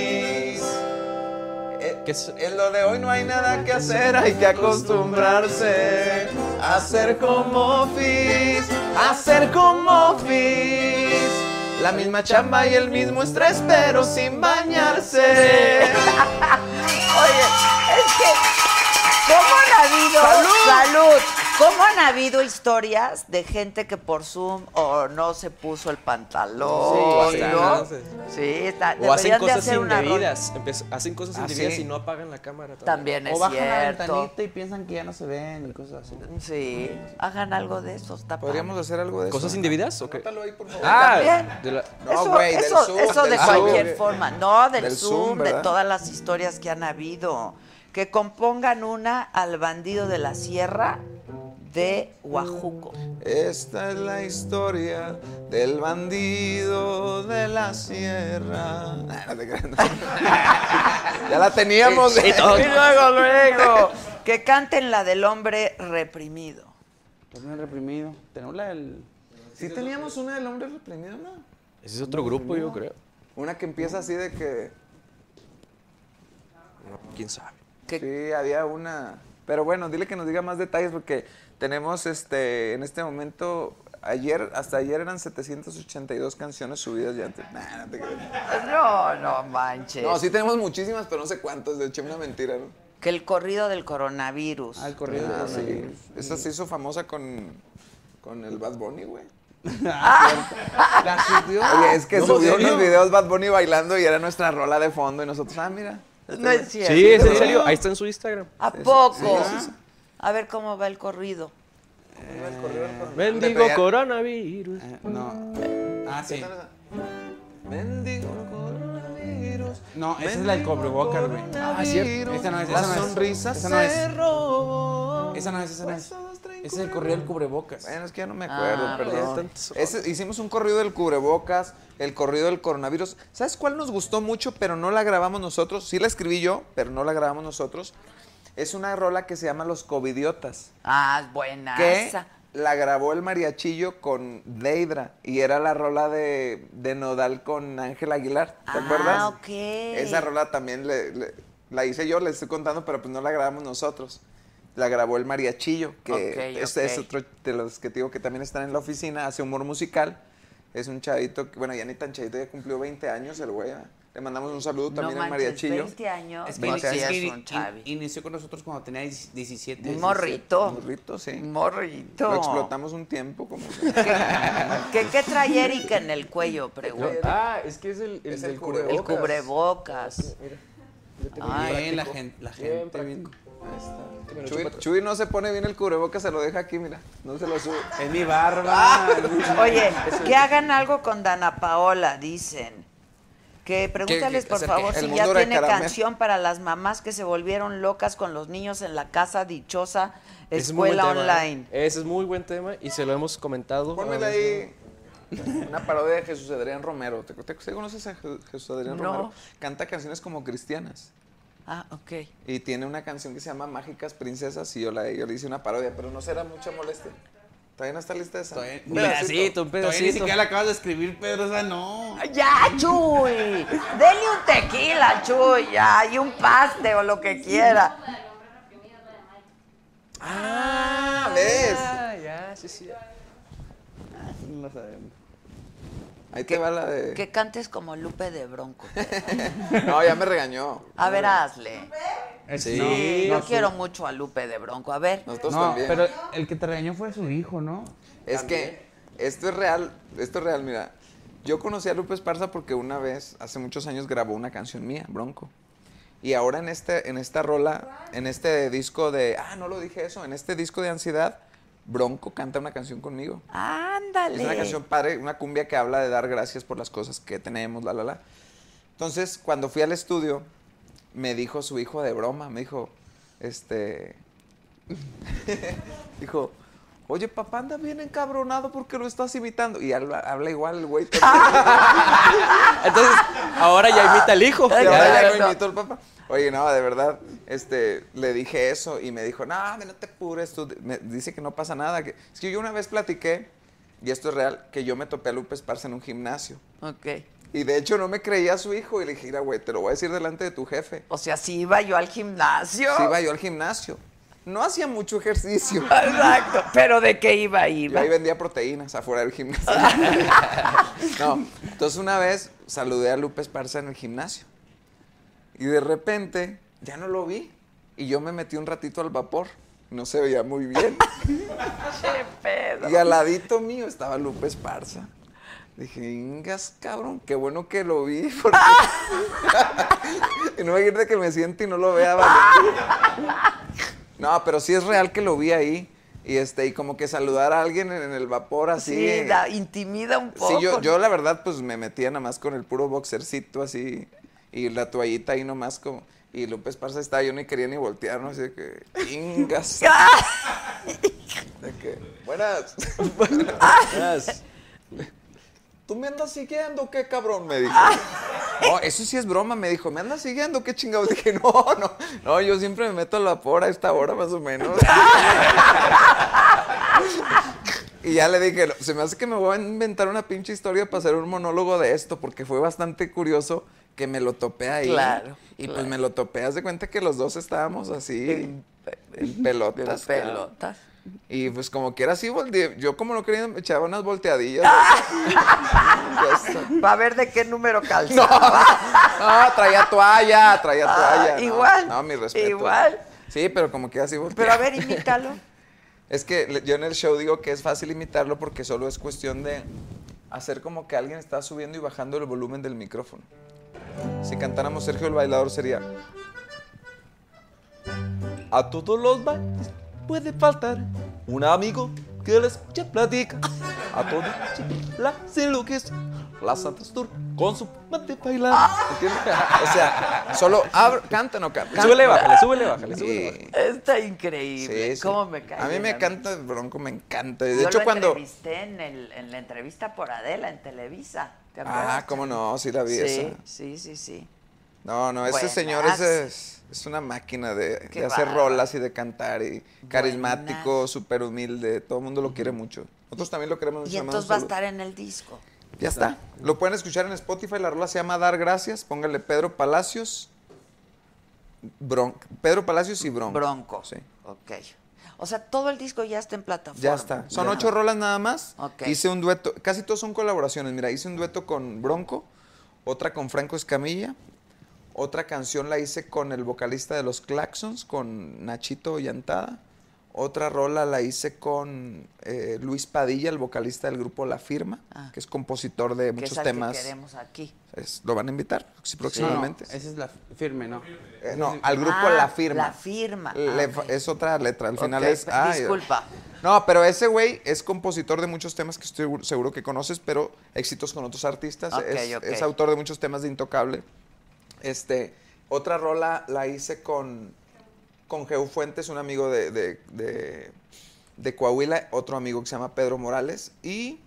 E: Eh, En lo de hoy no hay nada que hacer, hay que acostumbrarse. Hacer home office, hacer home office. La misma chamba y el mismo estrés, pero sin bañarse.
A: Oye, es que, ¿cómo han habido?
E: ¡Salud!
A: ¡Salud! ¿Cómo han habido historias de gente que por Zoom o no se puso el pantalón?
G: Sí,
A: ¿no?
G: sí.
A: Sí, está.
G: O hacen
A: deberían de
G: cosas
A: hacer una rola.
G: indebidas. Empieza- hacen cosas
E: Ah,
G: indebidas
E: sí.
G: y no apagan la cámara.
A: También es
F: O bajan la
A: cierto.
F: ventanita y piensan que ya no se ven y cosas así.
A: Sí, hagan algo de eso. Está padre.
E: hacer algo de
G: ¿Cosas indebidas o qué?
A: También.
G: Ah, de la-
E: No,
A: eso,
E: güey, del
A: eso,
E: Zoom,
A: eso de
E: del
A: cualquier
E: Zoom.
A: forma. No, del,
E: Del
A: Zoom,
E: Zoom,
A: de
E: ¿verdad?
A: todas las historias que han habido. Que compongan una al bandido de la sierra de Huajuco.
C: Esta es la historia del bandido de la sierra. Nah, no te creas, no. ya la teníamos.
A: Y, y luego, luego, que canten la del hombre reprimido.
F: Torneo reprimido. Tenemos la del.
C: Sí teníamos una del hombre reprimido, ¿no?
G: Ese es otro grupo, yo creo.
C: Una que empieza así de que...
G: ¿Quién sabe?
C: Sí, había una... Pero bueno, dile que nos diga más detalles porque tenemos este en este momento... Ayer, hasta ayer eran 782 canciones subidas ya antes. Nah, no, te creas.
A: No, no manches.
C: No, sí tenemos muchísimas, pero no sé cuántas. De hecho, una mentira, ¿no?
A: Que el corrido del coronavirus.
F: Al corrido.
C: Ah, sí. Esa se hizo famosa con, con el Bad Bunny, güey.
F: La subió.
C: Oye, es que subió unos videos Bad Bunny bailando y era nuestra rola de fondo y nosotros, ah, mira.
A: No es cierto.
G: Sí, es en serio. Ahí está en su Instagram.
A: ¿A poco? A ver cómo va el corrido.
G: Bendigo coronavirus.
F: No. Ah, sí.
C: Mendigo coronavirus.
F: No, esa es la del cubrebocas, güey.
C: Ah,
F: cierto. Esa no es, esa
C: La
F: no es.
C: sonrisa
F: Esa no es.
C: se robó.
F: Esa no es, esa no es. Ese es el correo del cubrebocas.
C: Bueno, es que ya no me acuerdo,
A: Ah,
C: perdón.
G: tantos-
C: Ese- hicimos un corrido del cubrebocas, el corrido del coronavirus. ¿Sabes cuál nos gustó mucho, pero no la grabamos nosotros? Sí la escribí yo, pero no la grabamos nosotros. Es una rola que se llama Los Covidiotas,
A: Ah, buena.
C: que
A: esa.
C: la grabó el mariachillo con Deidra y era la rola de, de Nodal con Ángel Aguilar. ¿Te acuerdas?
A: Ah, ok.
C: Esa rola también le- le- la hice yo, le estoy contando, pero pues no la grabamos nosotros. La grabó el mariachillo, que
A: Ok,
C: este es
A: ok.
C: otro de los que te digo que también están en la oficina, hace humor musical. Es un chavito, que, bueno, ya ni tan chavito, ya cumplió 20 años el güey. ¿eh? Le mandamos un saludo
A: no
C: también al
A: manches,
C: mariachillo.
A: 20 años.
F: Es que,
C: No,
F: ini-
C: o sea,
F: es
A: sí,
F: que
A: es
F: ini-
A: un
F: in-
A: chavi.
F: inició con nosotros cuando tenía 17.
A: Un
F: 17.
A: morrito.
C: Morrito, sí.
A: Morrito.
C: Lo explotamos un tiempo como...
A: ¿Qué, qué trae Erika en el cuello? Pregunta.
G: Ah, es que es el, el,
C: Es el
G: del
C: cubrebocas.
G: cubrebocas.
A: El cubrebocas.
F: Ay,
A: Ay,
F: la gente, la
G: Bien
F: gente bien-
C: Chuy, Chuy no se pone bien el cubrebocas, se lo deja aquí, mira. No se lo sube.
F: Es mi barba.
A: Oye, que hagan algo con Dana Paola, dicen. Que pregúntales,
F: que
A: por
F: hacer
A: favor,
C: qué? El
A: si ya
C: mundo de
A: tiene
C: caramel.
A: canción para las mamás que se volvieron locas con los niños en la casa dichosa
G: Ese es muy buen
A: escuela
G: tema, ¿eh?
A: online.
G: Ese es muy buen tema y se lo hemos comentado.
C: Pónmela ahí una parodia de Jesús Adrián Romero. ¿Te, te- te conoces a Je- Jesús Adrián
A: No.
C: Romero? Canta canciones como cristianas.
A: Ah, ok.
C: Y tiene una canción que se llama Mágicas Princesas y yo, la, yo le hice una parodia, pero no será mucha molestia. Todavía no está lista esa.
F: Todavía-
C: Un pedacito.
G: pedacito, un
F: Todavía ni
G: pedacito.
F: siquiera la acabas de escribir, Pedro, o sea, no.
A: Ya, Chuy. Denle un tequila, Chuy, ya, y un paste o lo que quiera.
C: Ah, ¿Ves?
G: Ah, ya, sí, sí.
C: Ah,
F: No lo sabemos.
C: Ahí te va la de.
A: Que cantes como Lupe de Bronco.
C: No, ya me regañó.
A: A ver, hazle.
F: Sí.
A: Yo quiero mucho a Lupe de Bronco. A ver.
C: Nosotros
F: No,
C: también.
F: pero el que te regañó fue su hijo, ¿no?
C: Es que esto es real, esto es real, mira. Yo conocí a Lupe Esparza porque una vez, hace muchos años, grabó una canción mía, Bronco. Y ahora en, este, en esta rola, en este disco de... Ah, no lo dije eso. En este disco de Ansiedad, Bronco canta una canción conmigo. Es una canción
A: Ándale.
C: padre, una cumbia que habla de dar gracias por las cosas que tenemos, la, la, la. Entonces, cuando fui al estudio, me dijo su hijo de broma, me dijo, este... dijo, oye, papá anda bien encabronado porque lo estás imitando. Y habla, habla igual el güey.
G: Entonces, ahora ya imita al hijo.
C: Y ahora ya
G: Ya,
C: lo imitó el papá. Oye, no, de verdad, este, le dije eso y me dijo, no, hombre, no te apures, tú, me dice que no pasa nada. que-". Es que yo una vez platiqué, y esto es real, que yo me topé a Lupe Esparza en un gimnasio.
A: Ok.
C: Y de hecho no me creía a su hijo y le dije, mira, güey, te lo voy a decir delante de tu jefe.
A: O sea, sí iba yo al gimnasio.
C: Sí, iba yo al gimnasio. No hacía mucho ejercicio.
A: Exacto. Pero ¿de qué iba?
C: Yo
A: Iba.
C: ahí vendía proteínas afuera del gimnasio. no, entonces una vez saludé a Lupe Esparza en el gimnasio. Y de repente ya no lo vi. Y yo me metí un ratito al vapor. No se veía muy bien.
A: Qué pedo.
C: Y al ladito mío estaba Lupe Esparza. Dije, ingas, cabrón, qué bueno que lo vi. Porque... y no me de que me siente y no lo vea. vale. no, pero sí es real que lo vi ahí. Y, este, y como que saludar a alguien en, en el vapor así.
A: Sí, da- intimida un
C: Sí,
A: poco.
C: yo, yo la verdad, pues me metía nada más con el puro boxercito así. Y la toallita ahí nomás como. Y Lupe Esparza estaba, yo ni quería ni voltear, ¿no? Así de que, ingas.
A: Ah,
C: De que, buenas. buenas. ¿Tú me andas siguiendo qué, cabrón? Me dijo.
A: Ah.
C: No, eso sí es broma, me dijo. ¿Me andas siguiendo qué chingados? Dije, no, no. No, yo siempre me meto a la por a esta hora más o menos. Y ya le dije, "No, se me hace que me voy a inventar una pinche historia para hacer un monólogo de esto, porque fue bastante curioso que me lo topé ahí.
A: Claro,
C: Y
A: claro.
C: pues me lo topé, haz de cuenta que los dos estábamos así, en, pelotas.
A: En
C: cabrón.
A: pelotas.
C: Y pues como quiera así, volteé. yo como no quería, me echaba unas volteadillas. Ya está.
A: Va a ver de qué número
C: No,
A: calzaba.
C: no, traía toalla, traía
A: Ah,
C: toalla. no.
A: igual,
C: No, mi respeto.
A: igual.
C: Sí, pero como que así. volteaba.
A: Pero a ver, imítalo.
C: Es que le- yo en el show digo que es fácil imitarlo porque solo es cuestión de hacer como que alguien está subiendo y bajando el volumen del micrófono. Si cantáramos Sergio el bailador sería. A todos los bailes puede faltar un amigo que les ya platica. A todos la se lo que es la Santa Stur con su mate bailar. ¿Entiendes? O sea, solo abro, canta no canta.
G: Súbele, bájale, súbele, bájale, súbele, bájale.
C: Sí.
A: Está increíble.
C: Sí, sí.
A: ¿Cómo me cae?
C: A mí
A: bien
C: me canta el bronco, me encanta. De
A: Yo
C: hecho,
A: lo
C: cuando.
A: entrevisté en, el- en la entrevista por Adela, en Televisa. ¿Te acuerdas?
C: Ah, cómo no, sí la vi
A: Sí,
C: esa.
A: sí, sí, sí.
C: No, no, ese
A: Buenas.
C: señor ese es, es una máquina de,
A: Qué
C: de hacer
A: bárbaro.
C: rolas y de cantar. y Carismático, súper humilde, todo el mundo lo quiere mucho. Nosotros también lo queremos mucho.
A: Y
C: le mando
A: entonces
C: un
A: va a
C: saludo.
A: estar en el disco.
C: Ya está. Lo pueden escuchar en Spotify. La rola se llama Dar Gracias. Póngale Pedro Palacios. Bron- Pedro Palacios y Bronco.
A: Bronco.
C: Sí.
A: Ok. O sea, todo el disco ya está en plataforma.
C: Ya está. Son ocho rolas nada más.
A: Ok.
C: Hice un dueto. Casi todos son colaboraciones. Mira, hice un dueto con Bronco, otra con Franco Escamilla, otra canción la hice con el vocalista de los Claxons, con Nachito Llantada. Otra rola la hice con eh, Luis Padilla, el vocalista del grupo La Firma,
A: Ah.
C: que es compositor de
A: que es
C: muchos
A: al
C: temas.
A: Que queremos aquí.
C: Es- ¿Lo van a invitar Sí, próximamente?
F: Esa es la firme, ¿no?
C: Eh, no, al grupo
A: Ah,
C: La Firma.
A: La Firma.
C: Le-
A: Ah, ok.
C: Es otra letra, al final
A: Ok,
C: es... ay,
A: disculpa.
C: No, pero ese güey es compositor de muchos temas que estoy seguro- seguro que conoces, pero éxitos con otros artistas.
A: Ok,
C: es,
A: ok.
C: es autor de muchos temas de Intocable. Este, otra rola la hice con, con Geu Fuentes, un amigo de, de- de- de Coahuila, otro amigo que se llama Pedro Morales, y,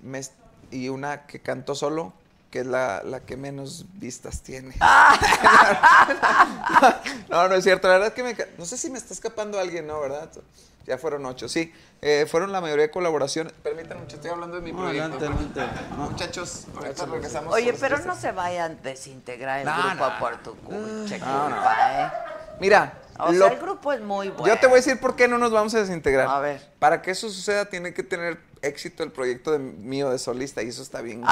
C: me est- y una que cantó solo, que es la, la que menos vistas tiene.
A: Ah.
C: No, no es cierto. La verdad que me. ca- No sé si me está escapando alguien, ¿no? ¿Verdad? Ya fueron ocho, sí. Eh, fueron la mayoría de colaboraciones. Permítanme, muchachos, estoy hablando de mi proyecto.
F: adelante, adelante.
C: Muchachos, ahorita regresamos.
A: Oye,
C: con los
A: pero no
C: chistes.
A: se vayan a desintegrar el
C: No,
A: grupo
C: no.
A: por tu culpa, ¿eh?
C: Mira,
A: O
C: lo-
A: sea, el grupo es muy bueno.
C: yo te voy a decir por qué no nos vamos a desintegrar.
A: A ver.
C: Para que eso suceda, tiene que tener éxito el proyecto de, mío de solista, y eso está bien.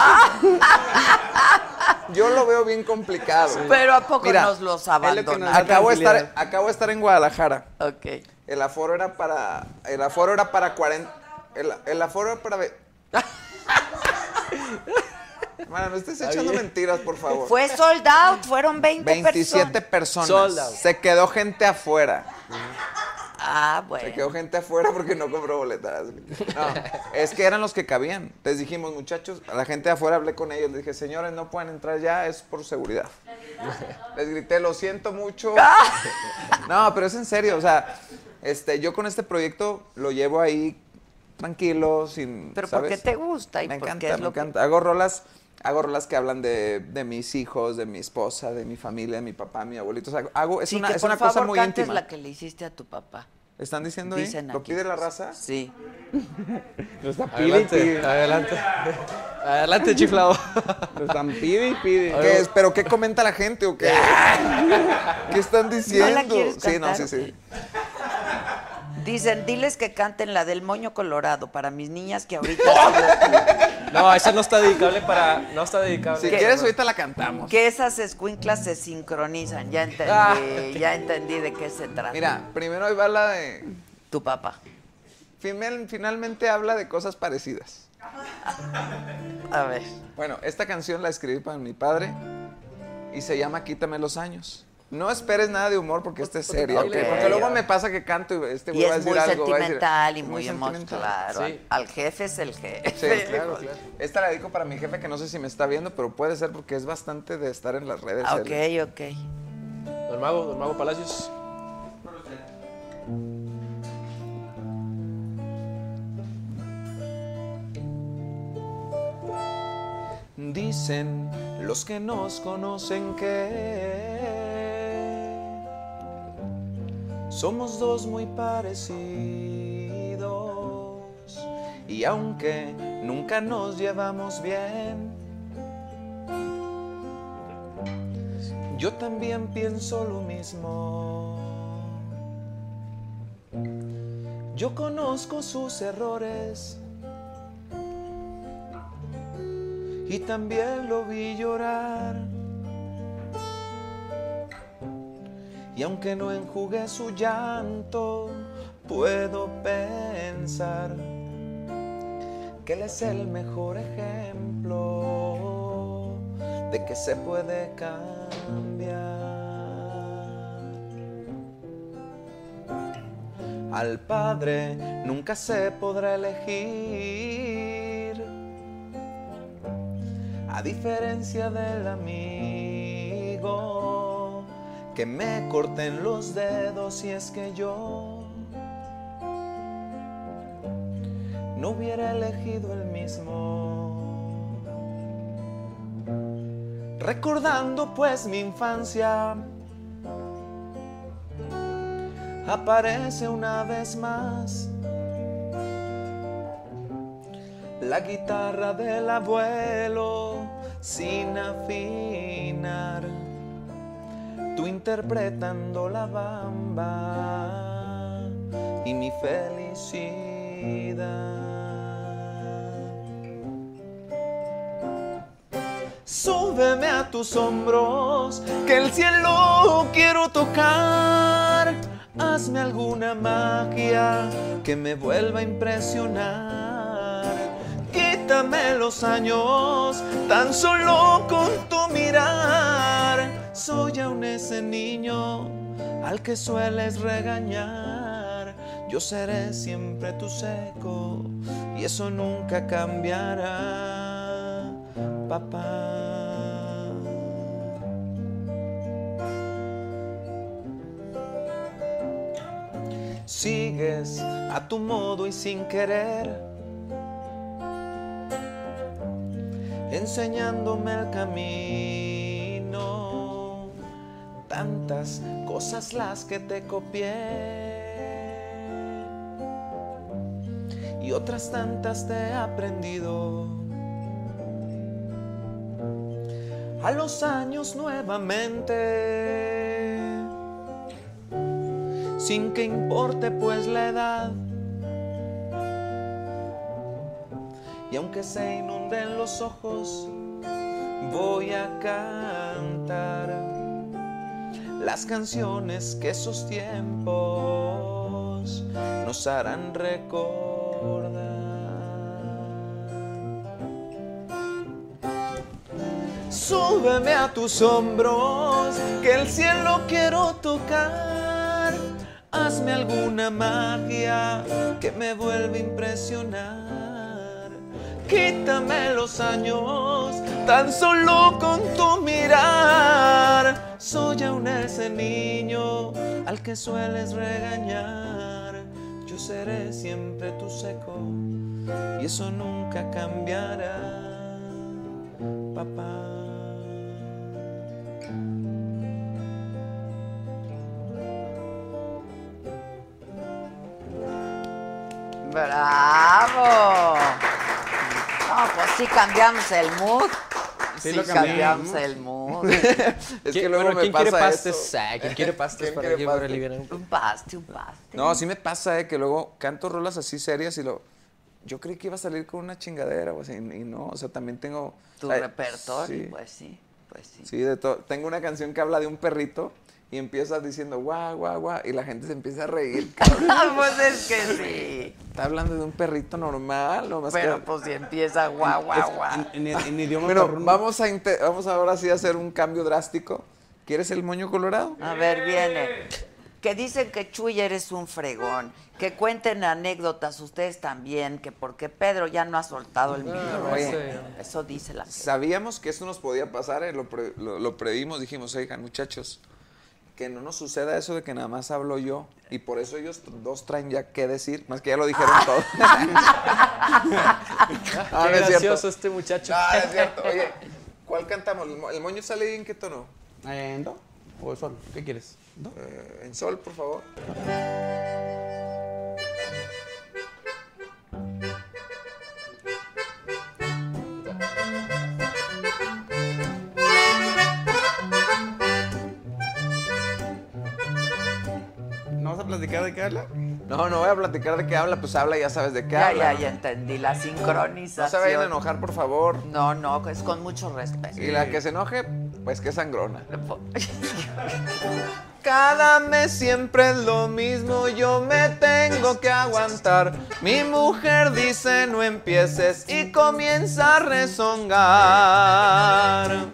C: Yo lo veo bien complicado.
A: Pero ¿a poco nos los abandonan?
C: acabo, de estar, acabo de estar en Guadalajara.
A: Ok.
C: El aforo era para. El aforo era para 40. El, el aforo era para. ve- Mano, no estés echando mentiras, por favor.
A: Fue sold out, fueron 20
C: 27
A: personas.
C: personas.
G: Sold out.
C: Se quedó gente afuera.
A: Ah,
C: Se
A: bueno.
C: quedó gente afuera porque no compró boletas. No, es que eran los que cabían. Les dijimos, muchachos, a la gente de afuera hablé con ellos. Les dije, señores, no pueden entrar ya, es por seguridad. Les grité, lo siento mucho. No, pero es en serio, o sea, este, yo con este proyecto lo llevo ahí tranquilo, sin.
A: Pero porque
C: ¿sabes?
A: te gusta y
C: me
A: porque
C: encanta,
A: es
C: me
A: lo que-
C: encanta. Hago rolas. Hago rolas que hablan de, de mis hijos, de mi esposa, de mi familia, de mi papá, mi abuelito. O sea, hago, es
A: Sí,
C: una,
A: que
C: es
A: por
C: una cosa
A: favor
C: muy
A: cantes
C: íntima.
A: la que le hiciste a tu papá.
C: ¿Están diciendo ahí?
A: Dicen
C: ¿Lo
A: aquí.
C: pide la raza?
A: Sí.
F: Lo está pide y
G: Adelante,
F: pide.
G: adelante. Adelante, chiflado.
F: Lo están pide y pide.
C: ¿Qué es? ¿Pero qué comenta la gente o qué? ¿Qué están diciendo?
A: quieres
C: sí, no,
A: cantar?
C: sí, sí.
A: Dicen, diles que canten la del moño colorado para mis niñas que ahorita...
G: No, esa no está dedicable para. No está dedicable.
C: Si
A: ¿Qué?
C: quieres, ahorita la cantamos.
A: que esas escuinclas se sincronizan. Ya entendí, ya entendí de qué se trata.
C: Ah. Mira, primero ahí va la de.
A: Tu papá.
C: final- finalmente habla de cosas parecidas.
A: A ver.
C: Bueno, esta canción la escribí para mi padre y se llama Quítame los años. No esperes nada de humor porque este es serio.
A: Ok.
C: Porque luego me pasa que canto y este
A: Y
C: güey va a
A: es
C: decir
A: muy
C: algo. va a decir-
A: sentimental y muy emocional.
C: sentimental.
A: Claro,
G: Sí.
A: al, al jefe es el jefe.
C: Sí, claro, claro. Esta la dedico para mi jefe que no sé si me está viendo, pero puede ser porque es bastante de estar en las redes.
A: Ah,
C: él.
A: Ok, ok.
G: Don Mago, Don Mago Palacios.
E: Dicen los que nos conocen que somos dos muy parecidos y aunque nunca nos llevamos bien, yo también pienso lo mismo. Yo conozco sus errores y también lo vi llorar. Y aunque no enjugué su llanto, puedo pensar que él es el mejor ejemplo de que se puede cambiar. Al padre nunca se podrá elegir, a diferencia del amigo, que me corten los dedos si es que yo no hubiera elegido el mismo. Recordando pues mi infancia, aparece una vez más la guitarra del abuelo sin afinar, tú interpretando la bamba y mi felicidad. Súbeme a tus hombros, que el cielo quiero tocar. Hazme alguna magia que me vuelva a impresionar. Quítame los años, tan solo con tu mirar. Soy aún ese niño al que sueles regañar. Yo seré siempre tu seco y eso nunca cambiará, papá. Sigues a tu modo y sin querer, enseñándome el camino. Tantas cosas las que te copié y otras tantas te he aprendido. A los años nuevamente sin que importe pues la edad. Y aunque se inunden los ojos, voy a cantar las canciones que esos tiempos nos harán recordar. Súbeme a tus hombros, que el cielo quiero tocar. Hazme alguna magia que me vuelva a impresionar. Quítame los años, tan solo con tu mirar. Soy aún ese niño al que sueles regañar. Yo seré siempre tu seco y eso nunca cambiará, papá.
A: ¡Bravo! No, pues sí cambiamos el mood. Sí,
E: Sí lo
A: cambiamos
E: cambiamos.
A: el mood.
E: Es
C: ¿Qui-
E: que luego
C: bueno,
E: me
C: ¿quién quiere
E: pasa
C: pastes?
E: eso.
C: Ah, ¿Quién quiere pastes
E: ¿Quién
C: para
E: quiere
C: que para
E: pastes?
C: aliviar un-
A: Un paste, un paste.
E: No, sí me pasa, eh, que luego canto rolas así serias y lo. Yo creí que iba a salir con una chingadera o así, y no, o sea, también tengo.
A: Tu
E: o sea,
A: repertorio,
E: sí,
A: pues sí, pues sí.
E: Sí, de todo. Tengo una canción que habla de un perrito y empiezas diciendo guau, guau, guau, y la gente se empieza a reír.
A: pues es que sí.
E: Está hablando de un perrito normal, o más
A: Pero
E: que.
A: pues si empieza guau, guau, guau.
H: En, en- en idioma
E: bueno,
H: perruno.
E: vamos, a inte- vamos ahora sí a hacer un cambio drástico. ¿Quieres el moño colorado?
A: A ver, viene. Que dicen que Chuy eres un fregón. Que cuenten anécdotas ustedes también. Que porque Pedro ya no ha soltado
C: Ah,
A: el micrófono.
E: ese-
A: Eso dice la gente.
E: Sabíamos que eso nos podía pasar, eh, lo, pre- lo- lo previmos, dijimos, oigan, muchachos,
C: que no nos suceda eso de que nada más hablo yo y por eso ellos dos traen ya qué decir, más que ya lo dijeron todo. Ah, no, no
G: Qué
C: es cierto. Ah,
G: gracioso este muchacho.
C: No, no es cierto. Oye, ¿cuál cantamos? ¿El mo- ¿El moño sale en qué tono?
F: ¿En do? Eh, ¿O sol? ¿Qué quieres? ¿Do?
C: Eh, en sol, por favor.
F: ¿No vas a platicar de qué habla?
C: No, no voy a platicar de qué habla, pues habla, ya sabes de qué
A: Ya,
C: habla.
A: ya, ya entendí. La sincronización.
C: No se vayan a enojar, por favor.
A: No, no, es con mucho respeto.
C: Y la que se enoje, pues que es sangrona.
E: Cada mes siempre es lo mismo, yo me tengo que aguantar. Mi mujer dice no empieces y comienza a rezongar.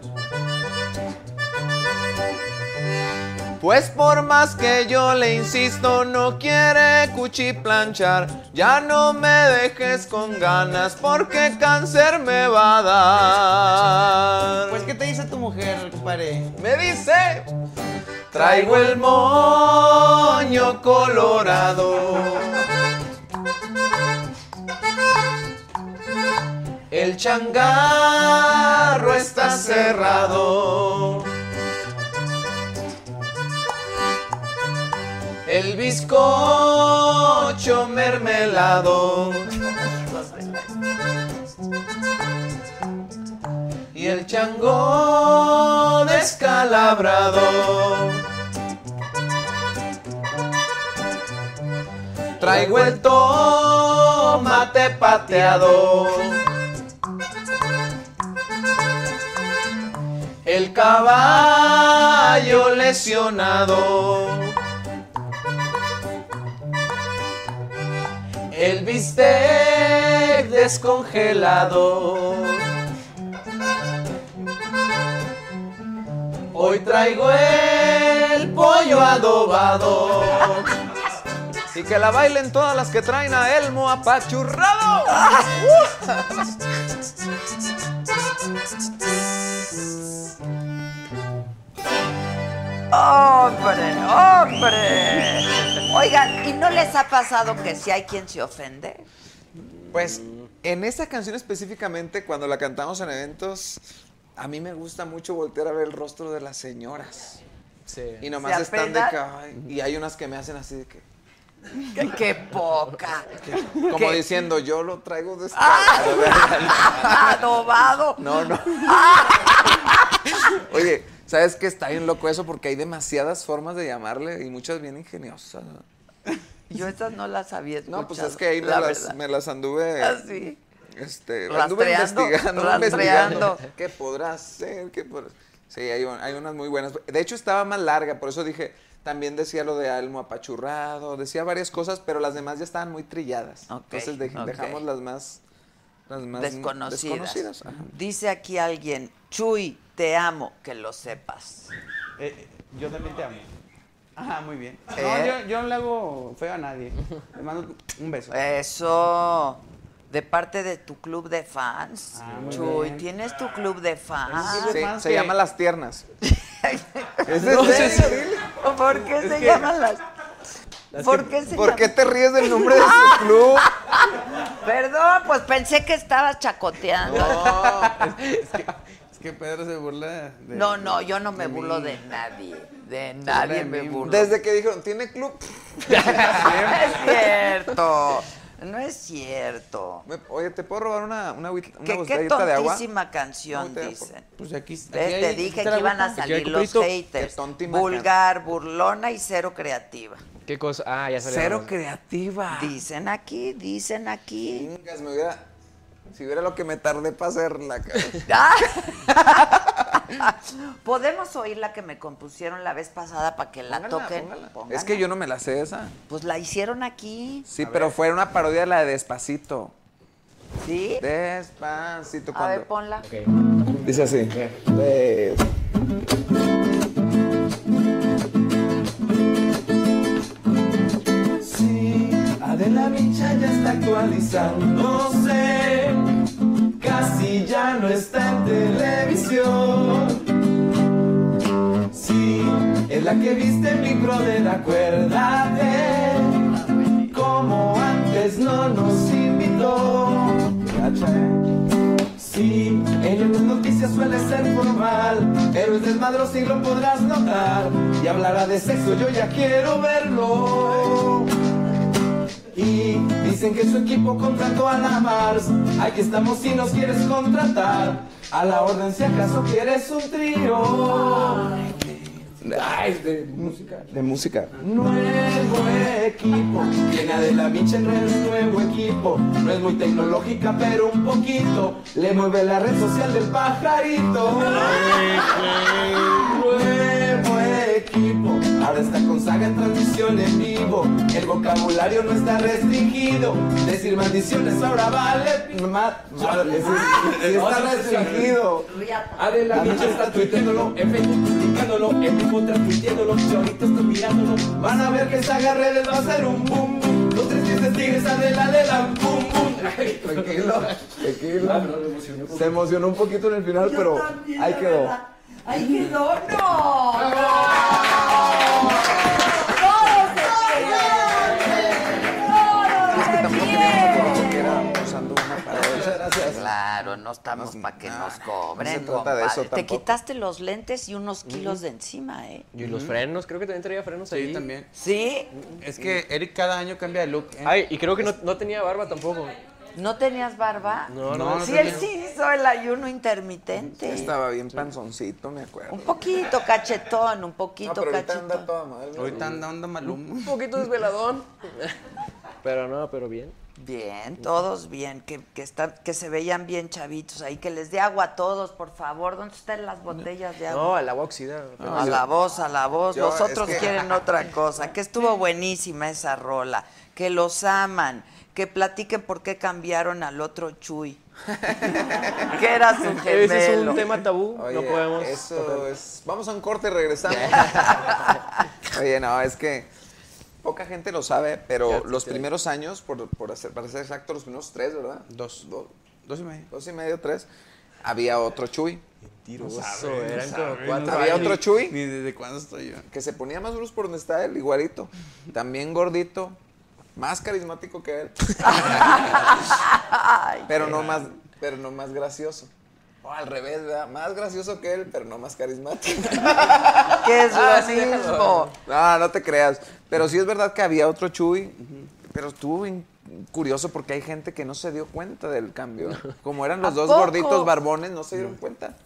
E: Pues por más que yo le insisto, no quiere cuchiplanchar. Ya no me dejes con ganas porque cáncer me va a dar.
F: Pues, ¿qué te dice tu mujer, compadre?
E: Me dice, traigo el moño colorado. El changarro está cerrado. El bizcocho mermelado. Y el chango descalabrado. Traigo el tomate pateado. El caballo lesionado. El bistec descongelado. Hoy traigo el pollo adobado. Y que la bailen todas las que traen a Elmo apachurrado.
A: ¡Hombre, hombre! Oigan, ¿y no les ha pasado que si hay quien se ofende?
C: Pues en esa canción específicamente, cuando la cantamos en eventos, a mí me gusta mucho voltear a ver el rostro de las señoras.
G: Sí.
C: Y nomás
A: ¿Se
C: están de
A: apenan?
C: que, "Ay", Y hay unas que me hacen así de que.
A: ¡Qué, qué poca!
C: Como
A: ¿Qué? Ah.
C: diciendo, yo lo traigo de
A: ¡Adobado!
C: No, no. Oye, ¿sabes qué? Está bien loco eso porque hay demasiadas formas de llamarle y muchas bien ingeniosas.
A: Yo estas no las había escuchado.
C: No, pues es que ahí me
A: la
C: las,
A: verdad. Ah,
C: me las anduve.
A: Así.
C: Este,
A: Rastreando,
C: anduve investigando,
A: rastreando.
C: investigando. ¿Qué podrá ser? ¿Qué podrá- Sí, hay, un- hay unas muy buenas. De hecho, estaba más larga, por eso dije, también decía lo de Almo apachurrado, decía varias cosas, pero las demás ya estaban muy trilladas.
A: Ok,
C: Entonces dej-
A: ok.
C: dejamos las más, las más
A: Desconocidas.
C: desconocidas, ajá.
A: Dice aquí alguien, Chuy, te amo, que lo sepas.
F: Eh, yo también te amo. Ah, muy bien.
A: ¿Eh?
F: No, yo, yo no le hago feo a nadie. Le mando un beso.
A: Eso. De parte de tu club de fans.
F: Ah, muy
A: Chuy,
F: bien.
A: ¿tienes tu club de fans?
C: Sí,
F: más
C: se
F: que-
C: llama Las Tiernas. ¿Es en
A: No sé
C: serio?
A: si- ¿Por qué se llaman las.? ¿Por qué se
C: ¿Por qué
A: llaman?
C: te ríes del nombre de
A: Ah.
C: su club?
A: Perdón, pues pensé que estabas chacoteando.
F: Es que, es que Pedro se burla de.
A: No, no, yo no me
F: mí.
A: burlo de nadie. De nadie
F: de
A: me
F: mí.
A: burlo.
C: Pues Desde que dijeron, ¿tiene club?
A: No es cierto. No es cierto.
C: Me- Oye, ¿te puedo robar una, una, agüita-
A: Que
C: una
A: qué
C: botellita de agua?
A: tontísima canción
C: Una botella, por-
A: dicen.
F: Pues aquí, aquí
A: ¿Ves?
F: hay-
A: Te Este, dije
F: ¿te la
A: que iban a
F: gusta?
A: salir
G: hay
A: los
G: cuprito.
A: haters.
C: Qué tontísima
A: Vulgar, burlona y cero creativa.
G: ¿Qué cosa? Ah, ya salió.
C: Cero creativa.
A: Dicen aquí, dicen aquí.
C: Chingas, me hubiera. Si hubiera lo que me tardé para hacerla, cabrón.
A: Ah. Podemos oír la que me compusieron la vez pasada para que la toquen. Póngala.
C: Es que yo no me la sé esa.
A: Pues la hicieron aquí,
C: Sí, pero fue una parodia de la de Despacito.
A: ¿sí?
C: Despacito.
A: A ver,
C: Cuando...
A: ponla.
C: Dice así. Des-
E: Sí, Adela Micha ya está actualizándose. Casi ya no está en televisión. Sí, el Es la que viste en mi brother, acuérdate. Como antes no nos invitó. Sí, en las noticias suele ser formal. Héroes desmadroso y lo podrás notar. Y hablará de sexo, yo ya quiero verlo. Y dicen que su equipo contrató a la Mars. Aquí estamos si nos quieres contratar. A la orden si acaso quieres un trío. Ay, de música.
C: De música.
E: Nuevo equipo, llena de la micha en redes, nuevo equipo. No es muy tecnológica, pero un poquito. Le mueve la red social del pajarito. Nuevo equipo, ahora está con saga en transmisión en vivo. El vocabulario no está restringido. Decir maldiciones ahora vale. pi- ma- madre, sí, sí está restringido.
I: Adela Micha está tuiteándolo, en Facebook publicándolo, en vivo transmitiéndolo, y ahorita estoy mirándolo.
E: Van a ver que esa redes va a ser un boom. boom. Los tres que se tigres Adela le dan boom boom. Ay, Tranquilo, tranquilo. Se emocionó un poquito en el final, pero ahí quedó.
A: ¡Ay, qué dono! ¡Todos se quieren! ¡Todos se quieren! Claro, no estamos para que nos cobren,
C: no se trata de
A: compadre.
C: eso
A: Te
C: tampoco.
A: quitaste los lentes y unos kilos de encima, ¿eh?
G: Y los frenos, creo que también traía frenos ahí.
F: Sí, también.
A: ¿Sí?
F: Es que Eric cada año cambia de look. ¿eh?
G: Ay, y creo que no, no tenía barba tampoco.
A: ¿No tenías barba?
G: No,
F: no,
A: Sí,
F: no
A: él
F: tenía.
A: sí hizo el ayuno intermitente.
C: Estaba bien panzoncito, me acuerdo.
A: Un poquito cachetón, un
C: No,
A: poquito
C: pero ahorita anda
A: cachetón.
C: toda madre.
F: Ahorita anda onda malumo.
G: Un poquito desveladón. Pero no, pero bien.
A: Bien, todos bien, que, que, están, que se veían bien chavitos ahí, que les dé agua a todos, por favor. ¿Dónde están las botellas de agua?
G: No, el agua oxidada.
A: a la voz, a la voz.
C: Yo,
A: Los otros
C: es que-
A: quieren otra cosa. Que estuvo buenísima esa rola. Que los aman. Que platiquen por qué cambiaron al otro Chuy. que era su gemelo.
G: Ese es un tema tabú,
C: Oye,
G: no podemos.
C: Eso es. Vamos a un corte y regresamos. Oye, no, es que poca gente lo sabe, pero los primeros años, por, por hacer, para ser exacto, los primeros tres, ¿verdad? Dos. dos y medio. Dos y medio, tres. Había otro Chuy.
G: Eso, eran como cuatro
C: Había
G: años.
C: otro Chuy.
F: Ni desde cuándo estoy yo.
C: que se ponía más brusco por donde está él, igualito. También gordito, más carismático que él. pero no más, pero no más gracioso. O al revés, ¿verdad? Más gracioso que él, pero no más carismático.
A: Que es lo
C: Ah, sí,
A: mismo.
C: No, no te creas. Pero sí es verdad que había otro Chuy, pero estuvo bien curioso porque hay gente que no se dio cuenta del cambio. Como eran los
A: ¿A
C: dos
A: poco?
C: gorditos barbones, no se dieron cuenta.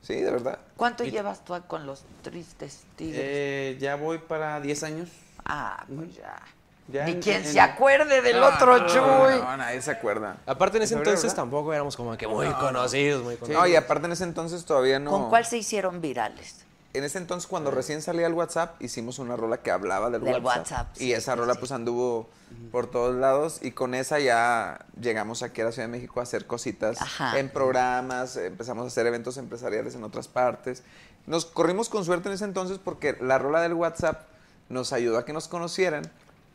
C: Sí, de verdad.
A: ¿Cuánto llevas tú con los tristes tigres?
F: Eh, ya voy para 10 años.
A: ah, pues ya.
F: Ya
A: Ni
F: en-
A: quien
F: en-
A: se acuerde del otro Chuy.
C: No, nadie se acuerda.
G: Aparte en ese
C: Febrero,
G: entonces
C: ¿verdad?
G: tampoco éramos como que muy conocidos, muy
C: No,
G: conocidos.
C: y aparte en ese entonces todavía no.
A: ¿Con cuál se hicieron virales?
C: En ese entonces, cuando recién salía el WhatsApp, hicimos una rola que hablaba del,
A: Del
C: WhatsApp.
A: WhatsApp, sí,
C: y esa rola pues anduvo por todos lados. Y con esa ya llegamos aquí a la Ciudad de México a hacer cositas
A: Ajá.
C: en programas, empezamos a hacer eventos empresariales en otras partes. Nos corrimos con suerte en ese entonces porque la rola del WhatsApp nos ayudó a que nos conocieran.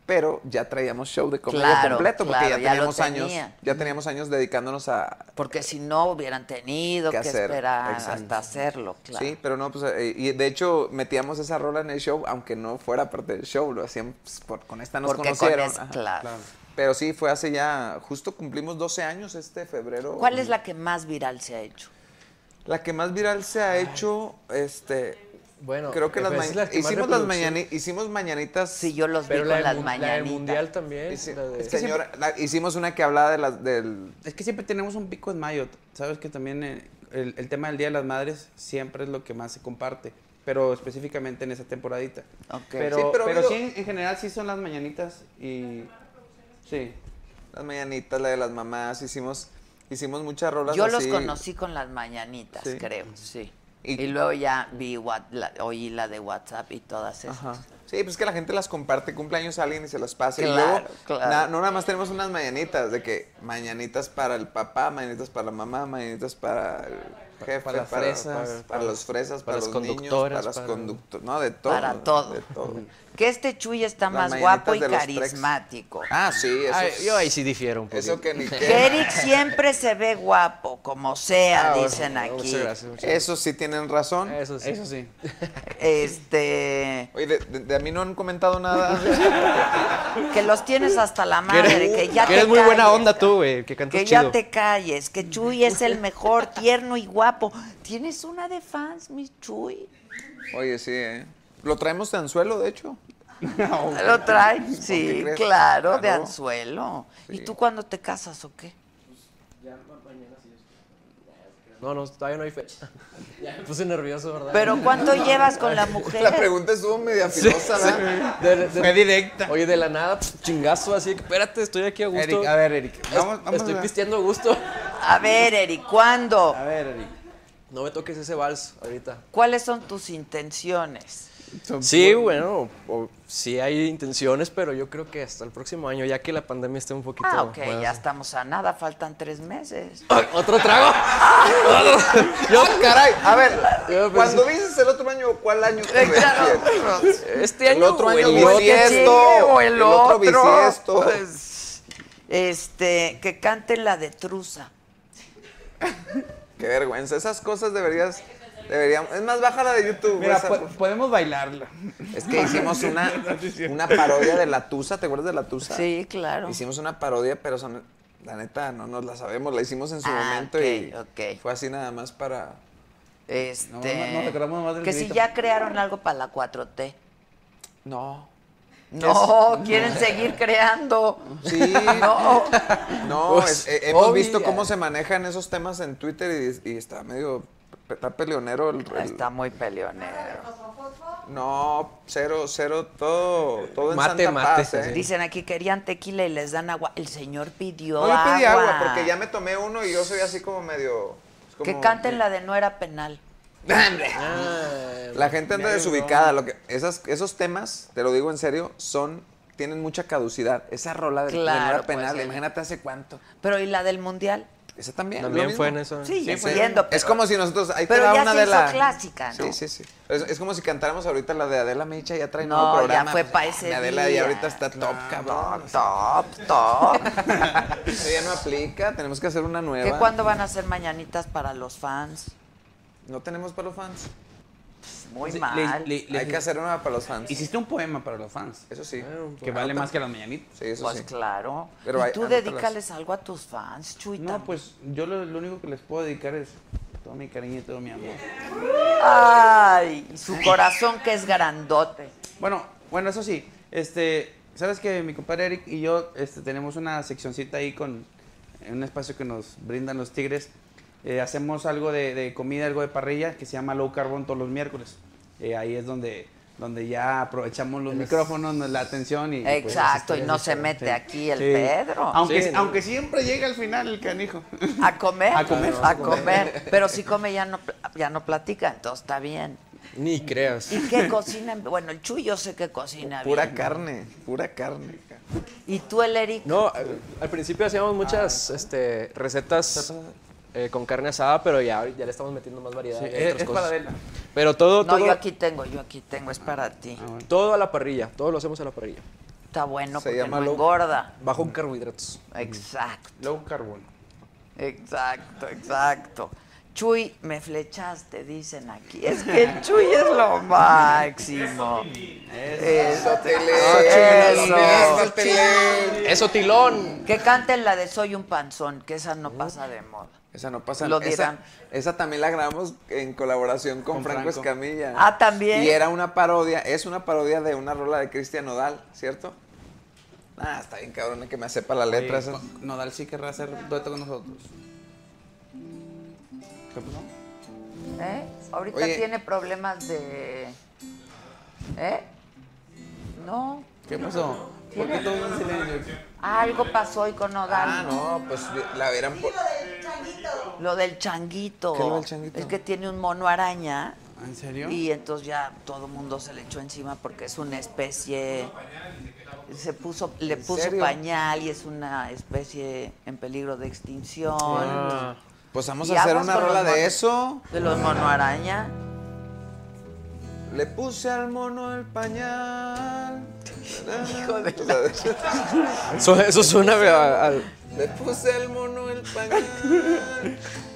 C: Pero ya traíamos show de comedia
A: Claro,
C: completo, porque
A: claro,
C: ya
A: ya lo
C: teníamos años,
A: tenía.
C: ya teníamos años dedicándonos a,
A: Porque si no hubieran tenido que
C: Que hacer,
A: esperar
C: exacto.
A: hasta hacerlo, claro.
C: Sí, pero no, pues, eh, y de hecho metíamos esa rola en el show, aunque no fuera parte del show, lo hacíamos pues, por- con esta nos
A: Porque con
C: conocieron.
A: es,
C: ajá.
A: claro.
C: Pero sí, fue hace ya, justo cumplimos 12 años este febrero.
A: ¿Cuál es la que más viral se ha hecho?
C: La que más viral se ha hecho, este,
G: Bueno,
C: creo que las,
G: pues, es
C: maña-
G: la que más
C: hicimos las
G: reproducción.
C: mañani- hicimos mañanitas.
A: Sí, yo los
G: Pero
A: vi con
G: la, del
A: las
G: mun- la del
A: mañanitas.
G: mundial también.
C: hici-
G: ¿Eh? la de-
C: señora, la- hicimos una que hablaba de las, del,
F: Es que siempre tenemos un pico en mayo. Sabes que también eh, el, el tema del Día de las Madres siempre es lo que más se comparte, pero específicamente en esa temporadita.
A: Ok.
F: Pero
C: Sí,
F: sí,
C: pero
F: pero
C: digo-
F: sí en, en general sí son las mañanitas y... Sí.
C: las mañanitas, la de las mamás, hicimos, hicimos muchas rolas
A: Yo los
C: así.
A: conocí con las mañanitas,
C: Sí.
A: creo, sí. Y,
C: Y-
A: luego ya vi what- la- oí la de WhatsApp y todas esas.
C: Ajá. Sí, pues que la gente las comparte, cumpleaños a alguien y se las pasa. y
A: Claro,
C: luego,
A: claro.
C: na- no nada más tenemos unas mañanitas, de que mañanitas para el papá, mañanitas para la mamá, mañanitas para el- jefe,
F: para las fresas,
C: para, los fresas, para,
F: las
C: los niños, para
F: conductoras,
C: las
F: para-
C: conductoras, no, de todo.
A: Para todo.
C: de todo.
A: Que este Chuy está
C: Las
A: más
C: mañanitas
A: guapo y
C: de los Trex.
A: carismático.
C: Ah, sí, eso
F: Ay,
C: es-
F: yo ahí sí difiero un poco.
C: Eso que ni
A: Que
C: qué.
A: Eric siempre se ve guapo, como sea,
C: Ah,
A: dicen
C: bueno,
A: aquí.
C: muchas gracias, muchas gracias. Eso sí tienen razón.
G: Eso sí.
F: Eso sí.
A: Este,
C: Oye, de, de- de a mí no han comentado nada.
A: que los tienes hasta la madre, que ya te
G: que eres muy buena
A: calles,
G: onda tú, güey, que cantas
A: Que
G: chido.
A: ya te calles, que Chuy es el mejor, tierno y guapo. ¿Tienes una de fans, mi Chuy?
C: Oye, sí, ¿eh? Lo traemos de anzuelo, de hecho.
A: ¿Lo traen?
C: qué
A: Sí,
C: crees?
A: claro, de
C: Claro.
A: anzuelo. ¿Y
C: Sí.
A: tú cuándo te casas o qué?
G: No, no, todavía no hay fecha. Me Puse nervioso, ¿verdad?
A: ¿Pero cuánto llevas con la mujer?
C: La pregunta estuvo media filosa, ¿verdad?
G: De- de-
F: Fue directa.
G: Oye, de la nada, pf, chingazo, así que espérate, estoy aquí a gusto.
F: Eric, a ver, Eric.
G: Es-
F: Vamos, vamos
G: estoy
F: a-
G: pisteando a gusto.
A: A ver, Eri, ¿cuándo?
F: A ver, Eric.
G: No me toques ese vals ahorita.
A: ¿Cuáles son tus intenciones?
G: Sí, bueno, o- sí hay intenciones, pero yo creo que hasta el próximo año, ya que la pandemia esté un poquito.
A: Ah, ok,
G: más-
A: ya estamos a nada, faltan tres meses.
G: ¡Ay, ¿Otro trago?
C: Yo, caray, a ver,
G: Yo pensé-
C: cuando dices el otro año, ¿cuál año
A: Eh,
C: te refieres?
G: Este año.
C: El otro
G: o
C: año
G: el otro.
C: bisiesto.
A: Sí, o el,
C: el otro bisiesto.
A: Pues, Este, que canten la de Trusa.
C: Qué vergüenza, esas cosas deberías, deberíamos, es más, baja la de YouTube.
F: Mira,
C: esa,
G: pues.
F: po-
C: por-
F: podemos bailarla.
C: es que hicimos una, una parodia de La Tusa, ¿te acuerdas de La Tusa?
A: Sí, claro.
C: Hicimos una parodia, pero son- la neta no nos la sabemos, la hicimos en su
A: Ah,
C: momento
A: ok,
C: y
A: ok.
C: fue así nada más para...
A: Este,
F: No, no, no, recordamos más del
A: que si
F: grito.
A: ya crearon algo para la 4T.
C: No.
A: No, quieren seguir creando.
C: Sí.
A: No.
C: No,
F: Pues,
C: es- eh, hemos
F: obvio,
C: visto
F: ya.
C: cómo se manejan esos temas en Twitter y, y está medio, está peleonero el, el-
A: Está muy peleonero.
C: No, cero, cero, todo, todo en
G: Mate,
C: Santa
G: mate,
C: Paz, ¿eh?
G: sí.
A: Dicen aquí querían tequila y les dan agua. El señor pidió
C: No, yo
A: agua.
C: pedí agua porque ya me tomé uno y yo soy así como medio... es como-
A: Que canten la de no era penal.
C: La gente anda desubicada. Lo que, esas, esos temas, te lo digo en serio, son tienen mucha caducidad. Esa rola de, de
A: Claro,
C: no era
A: pues,
C: penal,
A: sí.
C: imagínate hace cuánto.
A: Pero ¿y la del mundial?
C: Esa también. lo
G: También
C: mismo.
G: fue en eso.
A: Sí,
C: Sí, fue-
A: entiendo,
C: es
A: pero-
C: como si nosotros. Ahí te
A: pero
C: va
A: ya
C: una
A: se
C: de
A: hizo
C: la.
A: clásica, ¿no?
C: Sí, sí, sí. Es, es como si cantáramos ahorita la de Adela Micha, ya trae
A: No,
C: nuevo
A: ya
C: programa.
A: fue
C: pues,
A: pa' ese
C: Adela
A: día.
C: ya ahorita está top, cabrón.
A: Top, top.
C: Eso ya no aplica, tenemos que hacer una
A: ¿Que
C: nueva.
A: cuándo van a hacer mañanitas para los fans?
C: No tenemos para los fans.
A: Muy
F: Le-
A: mal.
F: le- le-
C: Hay que hacer una para los fans.
F: Hiciste un poema para los fans.
C: Eso sí. pues,
F: Que vale más que las mañanitas.
C: Sí, eso
A: pues
C: sí.
A: claro.
C: Pero
A: y
C: hay-
A: tú
C: anótalas.
A: dedícales algo a tus fans, Chuy.
F: No,
A: también.
F: pues yo lo, lo único que les puedo dedicar es todo mi cariño y todo mi amor.
A: Ay, y su corazón que es grandote.
F: Bueno, bueno, eso sí. Este, sabes que mi compadre Eric y yo este, tenemos una seccioncita ahí con en un espacio que nos brindan los tigres. Eh, hacemos algo de, de comida, algo de parrilla que se llama Low Carbon todos los miércoles. Eh, ahí es donde, donde ya aprovechamos los micrófonos, nos- la atención y. y, pues,
A: Exacto,
F: las
A: y no
F: historias,
A: se
F: sí.
A: mete
F: Sí.
A: aquí el
F: Sí.
A: Pedro.
F: Aunque,
G: Sí, no.
F: aunque siempre llega al final el canijo.
A: A comer,
F: A comer.
A: a comer. Pero si come ya no, pl- ya no platica, entonces está bien.
G: Ni creas.
A: ¿Y qué cocinan? Bueno, el Chuy yo sé que cocina
C: Pura
A: bien.
C: carne, pura carne. ca-
A: ¿Y tú, el Eric?
G: No, al- al principio hacíamos muchas este, recetas eh, con carne asada, pero ya, ya le estamos metiendo más variedad.
F: Sí,
G: y
F: es,
G: otras
F: es
G: cosas.
F: para Adela.
G: Pero todo,
A: No,
G: todo, Ah.
A: yo aquí tengo, yo aquí tengo, es para ti.
G: todo a la parrilla, todo lo hacemos a la parrilla.
A: Está bueno
C: Se
A: porque
C: llama
A: no
C: lo-
A: engorda.
G: Bajo en carbohidratos.
A: Exacto,
F: Low Carbon.
A: exacto, exacto. Chuy, me flechaste, dicen aquí. Es que el Chuy es lo máximo. Eh, Eso, eso.
G: Eso, tilón.
A: Que canten la de Soy un panzón, que esa no pasa de moda.
C: Esa no pasa
A: Lo
C: esa,
A: dirán.
C: esa también la grabamos en colaboración con,
F: Con
C: Franco,
F: Franco.
C: Escamilla.
A: Ah, ¿también?
C: Y era una parodia, es una parodia de una rola de Cristian Nodal, ¿cierto? Ah, está bien cabrón que me sepa la letra esa.
F: Nodal sí querrá hacer dueto con nosotros. ¿Qué pasó?
A: ¿Eh? Ahorita
C: Oye.
A: tiene problemas de. ¿Eh? No. Ah,
F: ¿Qué pasó? ¿Por qué todo en silencio?
A: Algo pasó hoy con Nodal.
C: Ah, no, pues la verán por...
A: Lo del changuito.
C: ¿Qué lo del changuito?
A: Es que tiene un mono araña.
F: ¿En serio?
A: Y entonces ya todo el mundo se le echó encima porque es una especie. Se puso, le puso
C: serio?
A: pañal y es una especie en peligro de extinción.
C: Pues vamos
A: Y
C: a hacer
A: aguas
C: una
A: con los
C: rola
A: monos-
C: de eso.
A: De los mono araña.
C: Le puse al mono el pañal. Hijo de
G: Eso, eso suena a- al-
C: Le puse al mono el pañal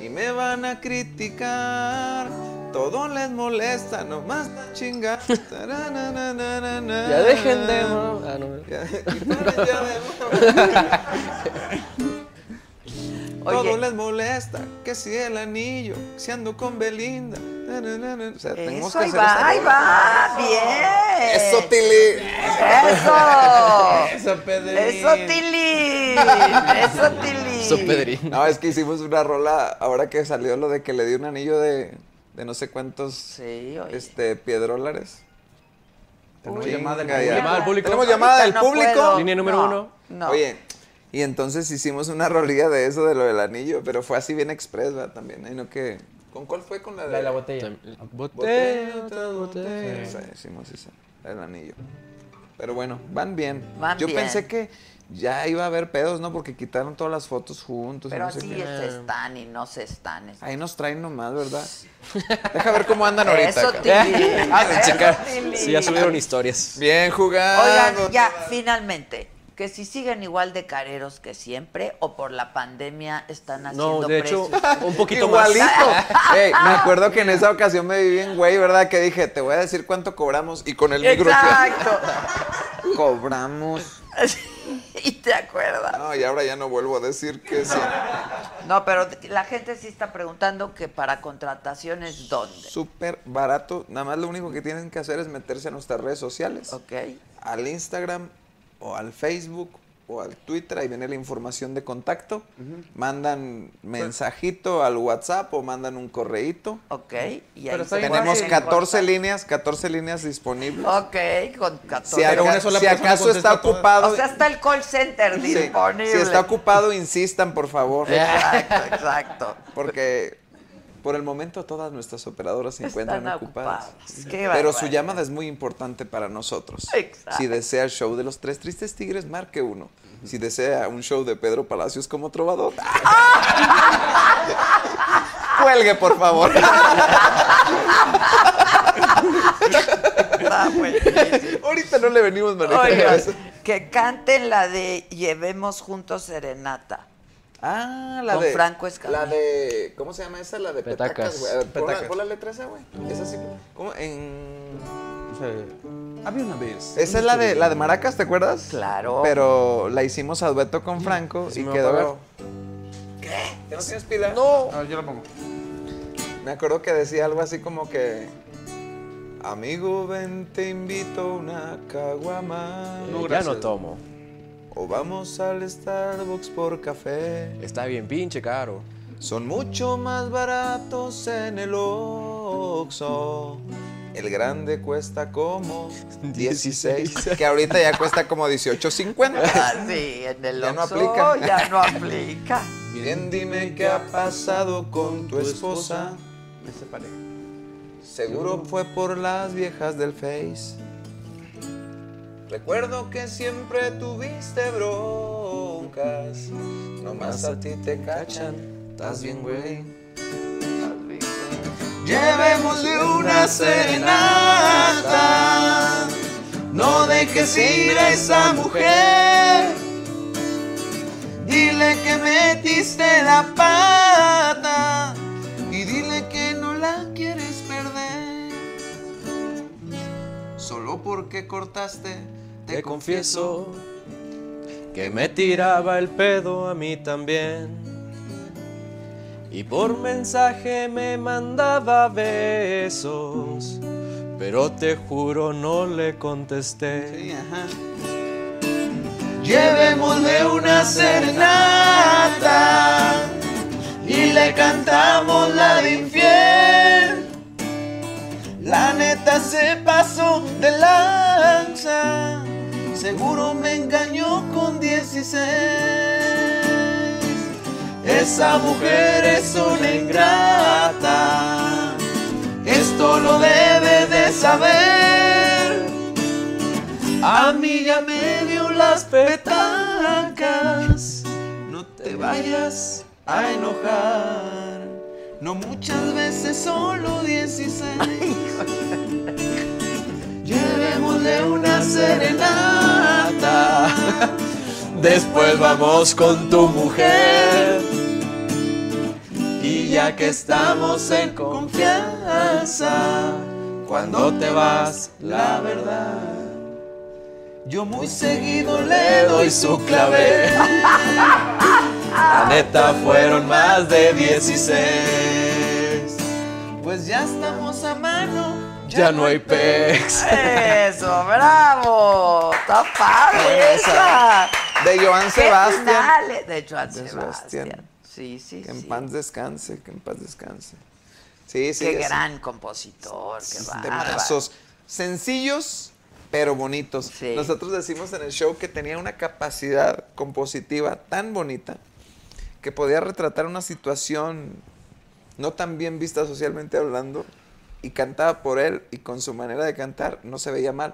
C: y me van a criticar. Todo les molesta, nomás la chingar. Ya
E: Ya dejen de
C: mo-
E: Ah, no.
C: Ya, y ponen ya de mo- Todo
E: Oye.
C: les molesta, que si el anillo, que si ando con Belinda. na, na, na, na. O sea, tenemos
A: Eso,
C: que
A: ahí
C: hacer
A: va,
C: esta
A: ahí
C: rola.
A: va, bien.
C: Eso, Tili.
A: Eso.
C: Eso, Pedrín.
A: Eso, Tili. Eso, Tili.
C: No, es que hicimos una rola ahora que salió lo de que le di un anillo de, de no sé cuántos este, piedrólares. Tenemos
F: Uy,
C: llamada,
F: llamada del
C: ya.
F: público.
C: Tenemos llamada del
F: Ahorita no
C: público.
F: puedo. Línea número No, uno. no.
C: Oye, y entonces hicimos una rolilla de eso, de lo del anillo, pero fue así bien express, ¿verdad? También, ¿eh? no que... ¿Con cuál fue? Con la de
F: La de la botella.
C: Botella, tras botella. O sea, hicimos esa, la del anillo. Pero bueno, van bien.
A: Van
C: Yo
A: bien.
C: pensé que ya iba a haber pedos, ¿no? Porque quitaron todas las fotos juntos. y
A: Pero
C: Pues no sé
A: así
C: qué.
A: se están y no se están.
C: Ahí nos traen nomás, ¿verdad? Deja ver cómo andan ahorita.
A: Eso,
C: cabrón.
A: Tili.
C: Ah, de
A: Eso,
C: checar.
A: Tili.
G: Sí, ya subieron historias.
C: Bien jugado.
A: Oigan, ya, finalmente, que si siguen igual de careros que siempre o por la pandemia están haciendo
G: No, de hecho,
A: precios.
G: un poquito más.
C: Igualito. Ey, me acuerdo que en esa ocasión me viví en güey, ¿verdad? Que dije, te voy a decir cuánto cobramos y con el micro.
A: Exacto.
C: Cobramos.
A: y te acuerdas.
C: No, y ahora ya no vuelvo a decir que sí.
A: No, pero la gente sí está preguntando que para contrataciones, ¿dónde?
C: Súper barato. Nada más lo único que tienen que hacer es meterse a nuestras redes sociales.
A: Ok.
C: Al Instagram o al Facebook o al Twitter. Ahí viene la información de contacto. Mandan
A: Pues
C: mensajito al WhatsApp o mandan un correíto.
A: Ok. Y ahí
C: Pero
A: se
C: tenemos
A: pueden
C: 14 líneas, 14 líneas disponibles.
A: Ok, con 14.
C: Si, aca- si acaso está ocupado,
A: O sea, está el call center
C: sí,
A: disponible.
C: si está ocupado, insistan, por favor.
A: Exacto, exacto.
C: Porque por el momento todas nuestras operadoras se
A: Están
C: encuentran ocupadas.
A: ocupadas. Qué
C: Pero su
A: barbaridad.
C: llamada es muy importante para nosotros.
A: Exacto.
C: Si desea el show de los tres tristes tigres, marque uno. Si desea un show de Pedro Palacios como trovador, ¡ah! cuelgue, por favor. Ah, Ahorita no le venimos manejando
A: Oigan,
C: eso.
A: que canten la de Llevemos Juntos Serenata.
C: Ah, la
A: Con
C: de.
A: Franco Escamilla.
C: La de. ¿Cómo se llama esa? La de
F: Petacas.
C: Petacas, güey. A ver, pon la-
F: Petacas.
C: Pon la letra esa, güey. Esa sí. ¿Cómo? En.
F: Había una vez.
C: Esa es la de, la de Maracas, ¿te acuerdas?
A: Claro.
C: Pero la hicimos a dueto con Franco y
F: me va a apagar.
C: quedó. ¿Qué? ¿No tienes pila? No.
F: A ver, yo la pongo.
C: Me acuerdo que decía algo así como que. Amigo, ven, te invito a una caguama.
G: Eh, ya no tomo.
C: O vamos al Starbucks por café.
G: Está bien pinche caro.
C: Son mucho más baratos en el Oxxo. El grande cuesta como 16, que ahorita ya cuesta como 18.50.
A: Ah, Sí, en el
C: Ya no
A: Oxxo
C: aplica.
A: Ya no aplica.
C: Bien, dime qué ha pasado con tu esposa. Me separé. Seguro fue por las viejas del Face. Recuerdo que siempre tuviste broncas. Nomás a ti te cachan. Estás bien, güey. Llevémosle una serenata. No dejes ir a esa mujer. Dile que metiste la pata. Y dile que no la quieres perder. Solo porque cortaste,
G: Te confieso que me tiraba el pedo a mí también. Y por mensaje me mandaba besos. Pero te juro no le contesté.
C: Llevémosle una serenata y le cantamos la de infiel. La neta se pasó de lanza, seguro me engañó con 16. Esa mujer es una ingrata, esto lo debe de saber. A mí ya me dio las petacas. No te vayas
E: a enojar. No muchas veces, solo 16. Llevémosle una serenata. Después vamos con tu mujer. Y ya que estamos en confianza, cuando te vas, la verdad. Yo muy seguido le doy su clave. La neta fueron más de 16. Pues ya estamos a mano, ya, no hay pex.
A: Eso, bravo. Está padre
C: Esa.
A: esa.
C: De Joan
A: Qué
C: Sebastián.
A: finales De Joan
C: De
A: Sebastián. Sí, sí,
C: Que en
A: sí.
C: paz descanse, que en paz descanse. Sí, sí.
A: Qué
C: es-
A: gran compositor, qué bárbaro.
C: temazos sencillos pero bonitos. Nosotros decimos en el show que tenía una capacidad compositiva tan bonita que podía retratar una situación no tan bien vista socialmente hablando y cantaba por él y con su manera de cantar no se veía mal,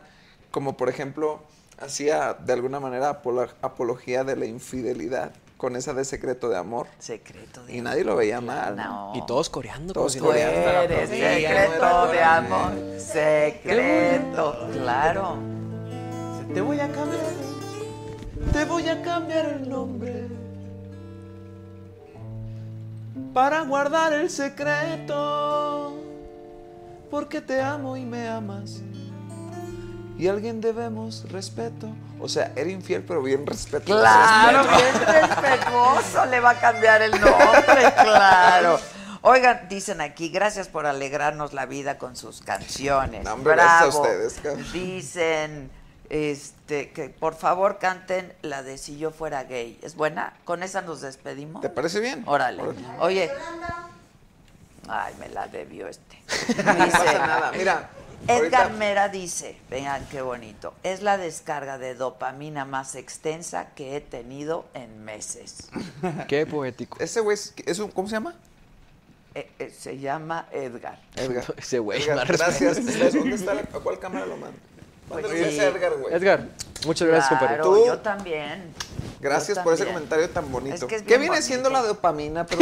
C: como por ejemplo hacía de alguna manera apolo- apología de la infidelidad con esa de secreto de amor.
A: Secreto
C: de Y nadie lo veía mal.
G: Y todos coreando. como
C: Todos
G: si no
C: coreando.
G: hubiera-
A: pues Eres
G: Sí, ya no era
A: secreto de
G: coreano.
A: amor, secreto, claro.
E: Te voy a cambiar, te voy a cambiar el nombre para guardar el secreto, porque te amo y me amas.
C: Y alguien debemos respeto. O sea, era infiel, pero bien respetuoso.
A: Claro,
C: Respeto.
A: bien respetuoso, le va a cambiar el nombre, claro. Oigan, dicen aquí, gracias por alegrarnos la vida con sus canciones.
C: No, hombre, gracias a
A: Bravo.
C: ustedes, cabrón.
A: Dicen, este, que por favor canten la de Si yo fuera gay. ¿Es buena? ¿Con esa nos despedimos?
C: ¿Te parece bien?
A: Órale.
C: Órale.
A: Oye. Ay, me la debió este.
C: No pasa nada, mira,
A: Edgar
C: ahorita-
A: Mera dice, vean qué bonito, es la descarga de dopamina más extensa que he tenido en meses.
G: Qué poético.
C: Ese güey, es, es un- ¿cómo se llama?
A: Eh, eh, se llama Edgar.
C: Edgar.
G: Ese güey.
C: Edgar,
G: más
C: gracias.
G: respeto.
C: ¿Dónde está la- ¿A cuál cámara lo mando? Mándale
A: Pues sí.
C: ese Edgar, güey.
G: Edgar, muchas gracias, compadre.
A: Claro,
C: Tú-
A: yo también.
C: Gracias
A: Yo
C: por ese
A: también.
C: comentario tan bonito.
A: Es que es
C: ¿Qué
A: bien
C: viene
A: bonito.
C: siendo la dopamina? Pero...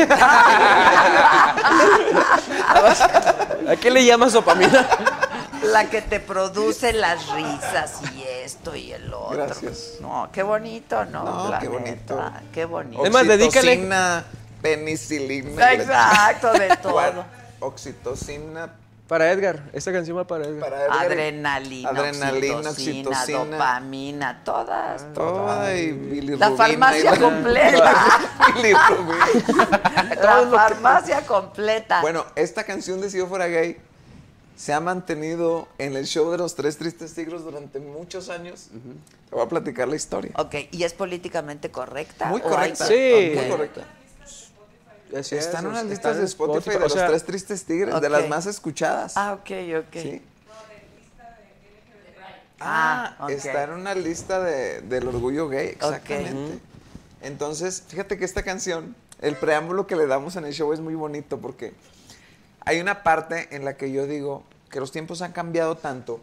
G: ¿A qué le llamas dopamina?
A: La que te produce las risas y esto y el otro.
C: Gracias.
A: No, qué bonito, ¿no?
C: No,
A: La
C: qué bonito.
A: neta, Qué bonito.
G: Además, dedícale-
C: Oxitocina, penicilina.
A: Exacto, de todo.
C: Oxitocina
G: Para Edgar. Esta canción va para Edgar.
C: para Edgar.
A: Adrenalina,
C: Adrenalina,
A: oxitocina,
C: oxitocina.
A: dopamina, todas.
C: Toda y bilirrubina.
A: La farmacia
C: y-
A: completa.
C: bilirrubina.
A: La farmacia completa.
C: Bueno, esta canción de Si yo fuera gay se ha mantenido en el show de los tres tristes tigros durante muchos años. Te voy a platicar la historia.
A: Ok, ¿y es políticamente correcta?
C: Muy
A: ¿O hay-
C: correcta.
G: Sí.
C: Muy correcta.
G: Así es,
C: Están en unas
G: está
C: listas
G: en
C: de Spotify, de
G: o
C: los
G: sea,
C: tres tristes tigres, de
A: ok.
C: las más escuchadas.
A: Ah, ok, ok.
C: Sí.
A: Ah,
C: Ah,
A: ok.
C: está en una lista de- del orgullo gay, exactamente. Entonces, fíjate que esta canción, el preámbulo que le damos en el show es muy bonito porque hay una parte en la que yo digo que los tiempos han cambiado tanto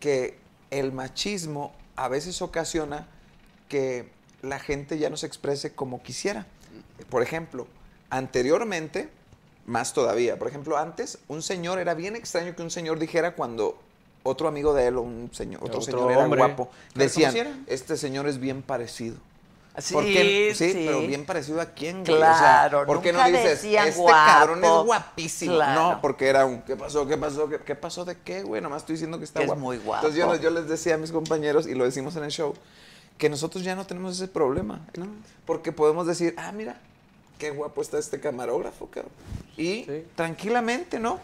C: que el machismo a veces ocasiona que la gente ya no se exprese como quisiera. Por ejemplo, anteriormente, más todavía, por ejemplo, antes un señor era bien extraño que un señor dijera cuando otro amigo de él o un señor, otro,
G: Otro
C: señor era
G: hombre.
C: guapo,
F: ¿Le
C: decían,
F: reconocieran?
C: este señor es bien parecido.
A: Sí,
C: ¿Por qué? Sí,
A: sí.
C: pero bien parecido a quién, güey? O sea,
A: Claro,
C: ¿Por qué no
A: nunca
C: dices,
A: decían
C: este
A: guapo"?
C: cabrón es guapísimo?
A: Claro.
C: No, porque era un, ¿qué pasó? ¿Qué pasó? ¿Qué, qué pasó de qué, güey? Nomás estoy diciendo que está
A: Es
C: guapo.
A: muy guapo.
C: Entonces yo, yo les decía a mis compañeros, y lo decimos en el show, que nosotros ya no tenemos ese problema. ¿no? Porque podemos decir, ah, mira, qué guapo está este camarógrafo, cabrón. Y
G: Sí.
C: tranquilamente, ¿no?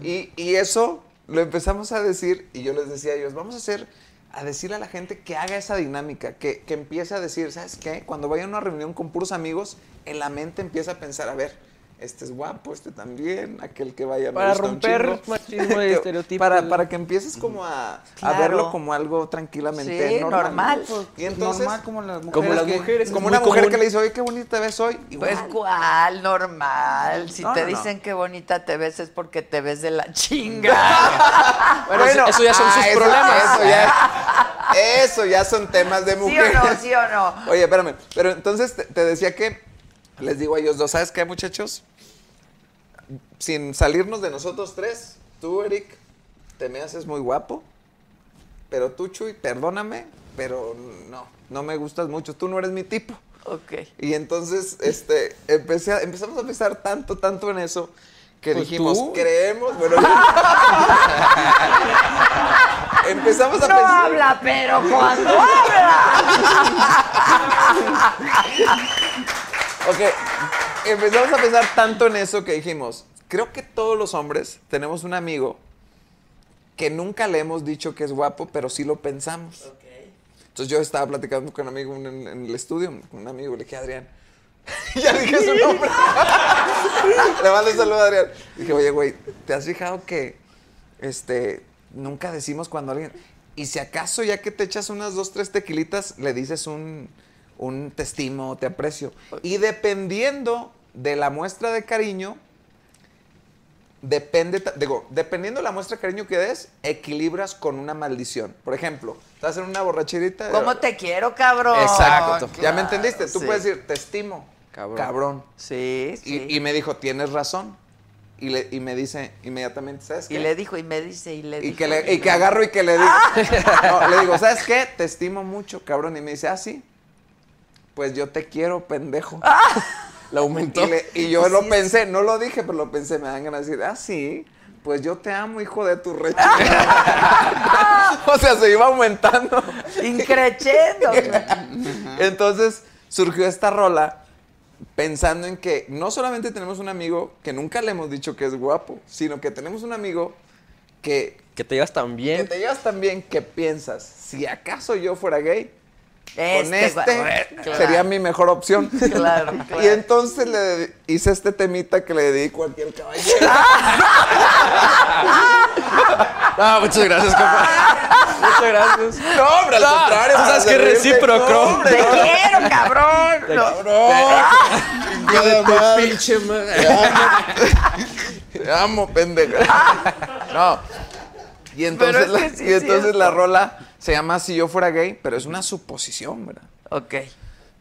C: Y, y eso lo empezamos a decir, y yo les decía a ellos, vamos a hacer, a decirle a la gente que haga esa dinámica, que, que empiece a decir, ¿sabes qué? Cuando vaya a una reunión con puros amigos, en la mente empieza a pensar, a ver, este es guapo, este también, aquel que vaya me
G: Para
C: gusta un
G: romper
C: chingo".
G: machismo y
C: Que-
G: estereotipos.
C: Para, para que empieces como a, a
A: Claro.
C: verlo como algo tranquilamente
A: Sí,
C: normal.
A: normal.
C: Y entonces,
F: normal como las mujeres.
G: Como las
F: que-
G: mujeres.
C: como
G: es muy
C: una mujer
G: común.
C: que le dice, oye, qué bonita ves hoy, igual.
A: Pues cuál, normal. Si
C: No,
A: te
C: no, no.
A: dicen qué bonita te ves es porque te ves de la chinga.
G: Bueno, eso- eso ya son
C: ah,
G: sus
C: eso-
G: problemas.
C: Eso ya, eso ya son temas de
A: ¿Sí o
C: mujeres.
A: no? ¿Sí o no?
C: Oye, espérame. Pero entonces te, te decía que les digo a ellos dos, ¿sabes qué, muchachos? Sin salirnos de nosotros tres, tú, Eric, te me haces muy guapo, pero tú, Chuy, perdóname, pero no, no me gustas mucho, tú no eres mi tipo.
A: Ok.
C: Y entonces, este, empecé a- empezamos a pensar tanto, tanto en eso, que
E: Pues
C: dijimos,
E: tú.
C: creemos, bueno, empezamos a
A: No
C: pensar...
A: habla, pero cuando habla.
C: Ok, empezamos a pensar tanto en eso que dijimos, creo que todos los hombres tenemos un amigo que nunca le hemos dicho que es guapo, pero sí lo pensamos. Entonces yo estaba platicando con un amigo en, en el estudio, con un amigo, le dije, Adrián, ya dije su nombre. le mando un saludo a Adrián. Dije, oye, güey, ¿te has fijado que este, nunca decimos cuando alguien... Y si acaso ya que te echas unas dos, tres tequilitas, le dices un, un te estimo, te aprecio. Y dependiendo de la muestra de cariño, depende, ta- digo, dependiendo de la muestra de cariño que des, equilibras con una maldición. Por ejemplo, estás en una borracherita.
A: ¿Cómo te quiero, cabrón?
C: Exacto. ya me
A: Ah, Claro,
C: entendiste. Tú
A: sí.
C: puedes decir, te estimo. Cabrón.
A: Sí, sí.
C: Y, y me dijo, tienes razón. Y, le- y me dice inmediatamente, ¿sabes qué?
A: Y le dijo, y me dice, y le Ah.
C: Y
A: dijo.
C: que, le- y que agarro y que le digo, No, le digo, ¿sabes qué? Te estimo mucho, cabrón. Y me dice, ah, sí. Pues yo te quiero, pendejo.
A: Ah.
C: La aumentó. Y, le- y
A: pues
C: yo lo pensé, no lo dije, pero lo pensé. Me dan ganas de decir, ah, sí. Pues yo te amo, hijo de tu recha. o sea, se iba aumentando.
A: Increchendo.
C: Entonces surgió esta rola pensando en que no solamente tenemos un amigo que nunca le hemos dicho que es guapo, sino que tenemos un amigo que...
J: Que te llevas tan bien.
C: Que te llevas tan bien que piensas, si acaso yo fuera gay, con
J: Este
C: este
J: gua- Claro.
C: sería mi mejor opción.
A: Claro,
C: Y entonces le ded- hice este temita que le dedico aquí al caballero.
J: Ah, muchas gracias, compa. Muchas gracias.
C: No, hombre, al contrario.
J: Tú sabes que
C: para
J: es
C: servirte.
J: recíproco.
C: No, hombre, no.
A: cabrón.
J: Te-
C: Hijo de tu pinche madre. Te amo. Te amo, pendeja. No. Y entonces,
A: Pero es que
C: la,
A: sí
C: y
A: es
C: entonces
A: cierto.
C: la rola se llama Si yo fuera gay, pero es una suposición, ¿verdad?
A: Ok.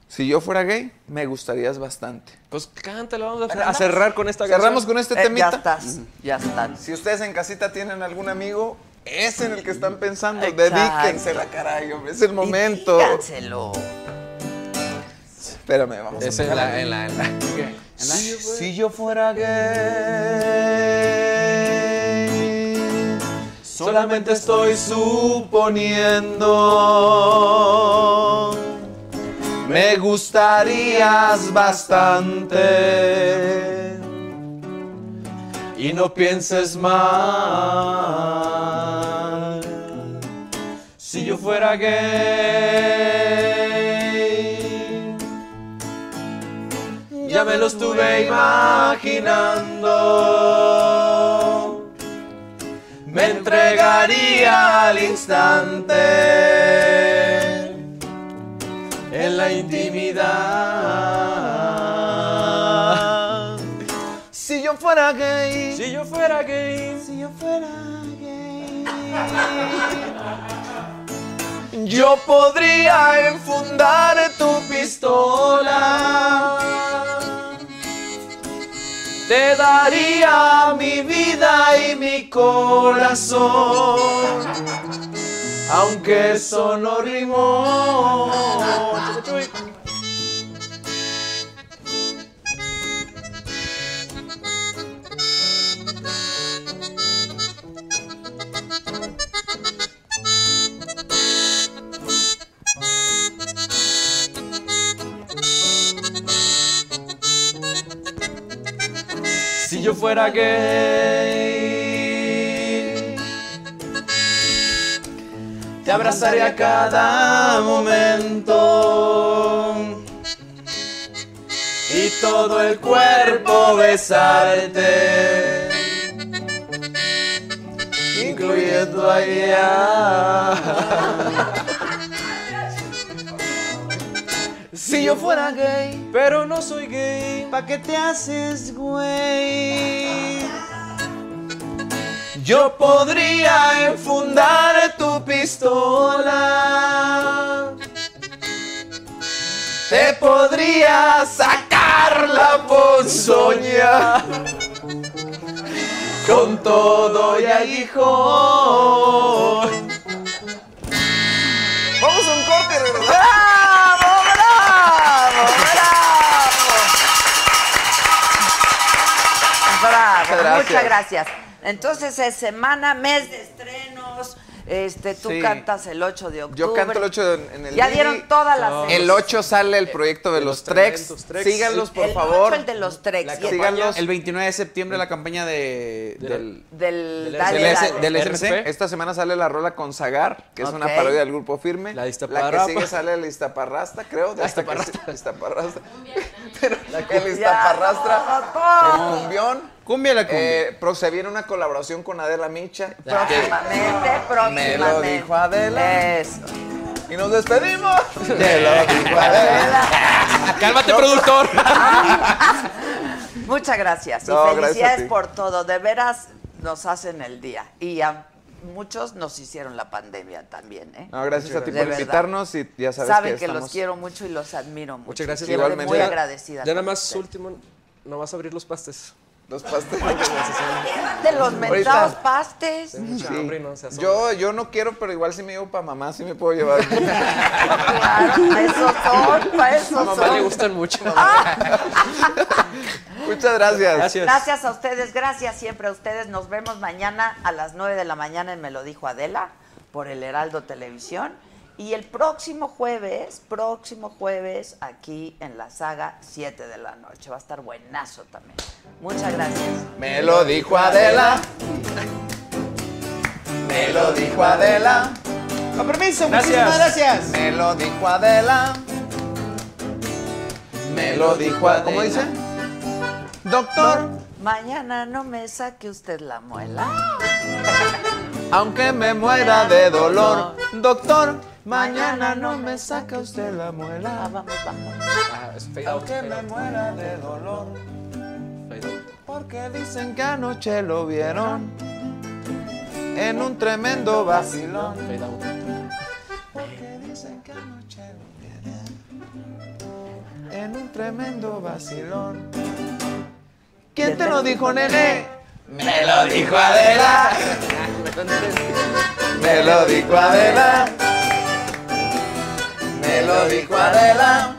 C: Si yo fuera gay, me gustarías bastante.
G: Pues cántalo, vamos
C: a cerrar con esta
G: Cerramos
C: canción.
G: con este
C: Eh, ya
G: temita.
C: estás,
A: ya estás.
C: Si ustedes en casita tienen algún amigo, es en el que están pensando.
A: Exacto.
C: Dedíquensela, caray, hombre, Es el momento.
A: Díganselo.
C: Espérame, vamos
E: Es
C: a
E: en la- en la- en la- Si yo fuera gay, solamente estoy suponiendo. Me gustarías bastante. Y no pienses mal. Si yo fuera gay. Ya me lo estuve imaginando. Me entregaría al instante. En la intimidad. Si yo fuera gay. Si yo fuera gay. Si yo fuera gay. Yo podría enfundar tu pistola. Te daría mi vida y mi corazón. Aunque eso no rimó. Si yo fuera gay, te abrazaré a cada momento y todo el cuerpo besarte, incluyendo allá. Si yo fuera gay, pero no soy gay, ¿pa' qué te haces güey? Yo podría enfundar tu pistola. Te podría sacar Carla Ponzoña. Con todo y aguijón.
C: Vamos a un corte y regresamos.
A: ¡Bravo, bravo, bravo! Bravo,
E: Muchas gracias.
A: muchas gracias. Entonces es semana, mes de estrenos. Este, tú
C: Sí.
A: cantas el 8 de octubre.
C: Yo canto el 8 en- en el
A: Ya
C: Lili.
A: dieron todas las
F: Oh.
A: series.
C: El 8 sale el proyecto de, los, Trex. Síganlos, por
A: el
C: favor.
A: 8, el de los Trex. y el-
C: Síganlos.
F: El 29 de septiembre la campaña de, del...
A: Del,
F: Del
A: dale,
F: SLS,
A: dale.
F: del
C: RC. Esta semana sale la rola con Zagar, que es una
A: Ok.
C: parodia del grupo firme. La
F: Iztaparrapa.
C: que sigue sale la Iztaparrasta, creo. de esta que se- Iztaparrasta. Pero el
A: Ya,
C: Iztaparrastra.
A: no,
C: el cumbión.
F: Cumbia la
C: cumbia. se viene una colaboración con Adela Micha.
A: Próximamente,
C: Me lo
A: próximamente.
C: dijo Adela.
A: Eso.
C: Y nos despedimos.
F: ¡Cálmate, productor!
A: Muchas gracias.
C: No,
A: y
C: gracias a
A: felicidades
C: ti.
A: por todo. De veras nos hacen el día. Y a muchos nos hicieron la pandemia también, ¿eh?
C: No, gracias a ti
A: De
C: por
A: verdad.
C: invitarnos y ya sabes
A: Saben que,
C: que estamos-
A: los quiero mucho y los admiro mucho.
G: Muchas gracias.
A: Siempre
G: Igualmente.
A: Muy
G: Ya-
A: agradecida.
G: Ya nada
A: con
G: más,
A: ustedes.
G: último, no vas a abrir los pastes.
C: Los pastes.
A: De los
C: Ahorita-
A: mentados pastes.
G: mucha
C: Sí.
G: hambre y no se asombra.
C: yo, yo no quiero, pero igual si me llevo para mamá, sí me puedo llevar.
A: Para eso son, para eso
G: A mamá le
A: son.
G: gustan mucho.
C: Muchas gracias.
A: Gracias a ustedes, gracias siempre a ustedes. Nos vemos mañana a las 9 de la mañana en Me lo dijo Adela por el Heraldo Televisión. Y el próximo jueves, próximo jueves, aquí en la saga 7 de la noche. Va a estar buenazo también. Muchas gracias.
E: Me lo dijo Adela. Me lo dijo Adela. Con permiso, muchísimas gracias. Me lo dijo Adela. Me lo dijo Adela. ¿Cómo dice? Doctor,
A: Mañana no me saque usted la muela.
E: aunque me muera de dolor. Doctor, mañana no me saca usted la muela. Ah,
A: Vamos, vamos.
E: Aunque me muera de dolor. Porque dicen que anoche lo vieron en un tremendo vacilón. Porque dicen que anoche lo vieron en un tremendo vacilón. ¿Quién te lo dijo, nene? Me lo dijo Adela. Me lo dijo Adela. Me lo dijo Adela.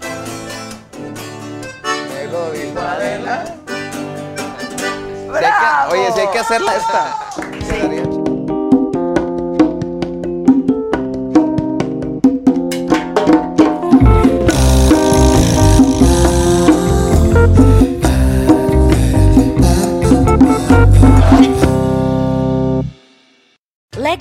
E: Me lo dijo Adela.
C: Si hay que-
A: ¡Bravo!
C: oye, si hay que hacerla esta.
K: Let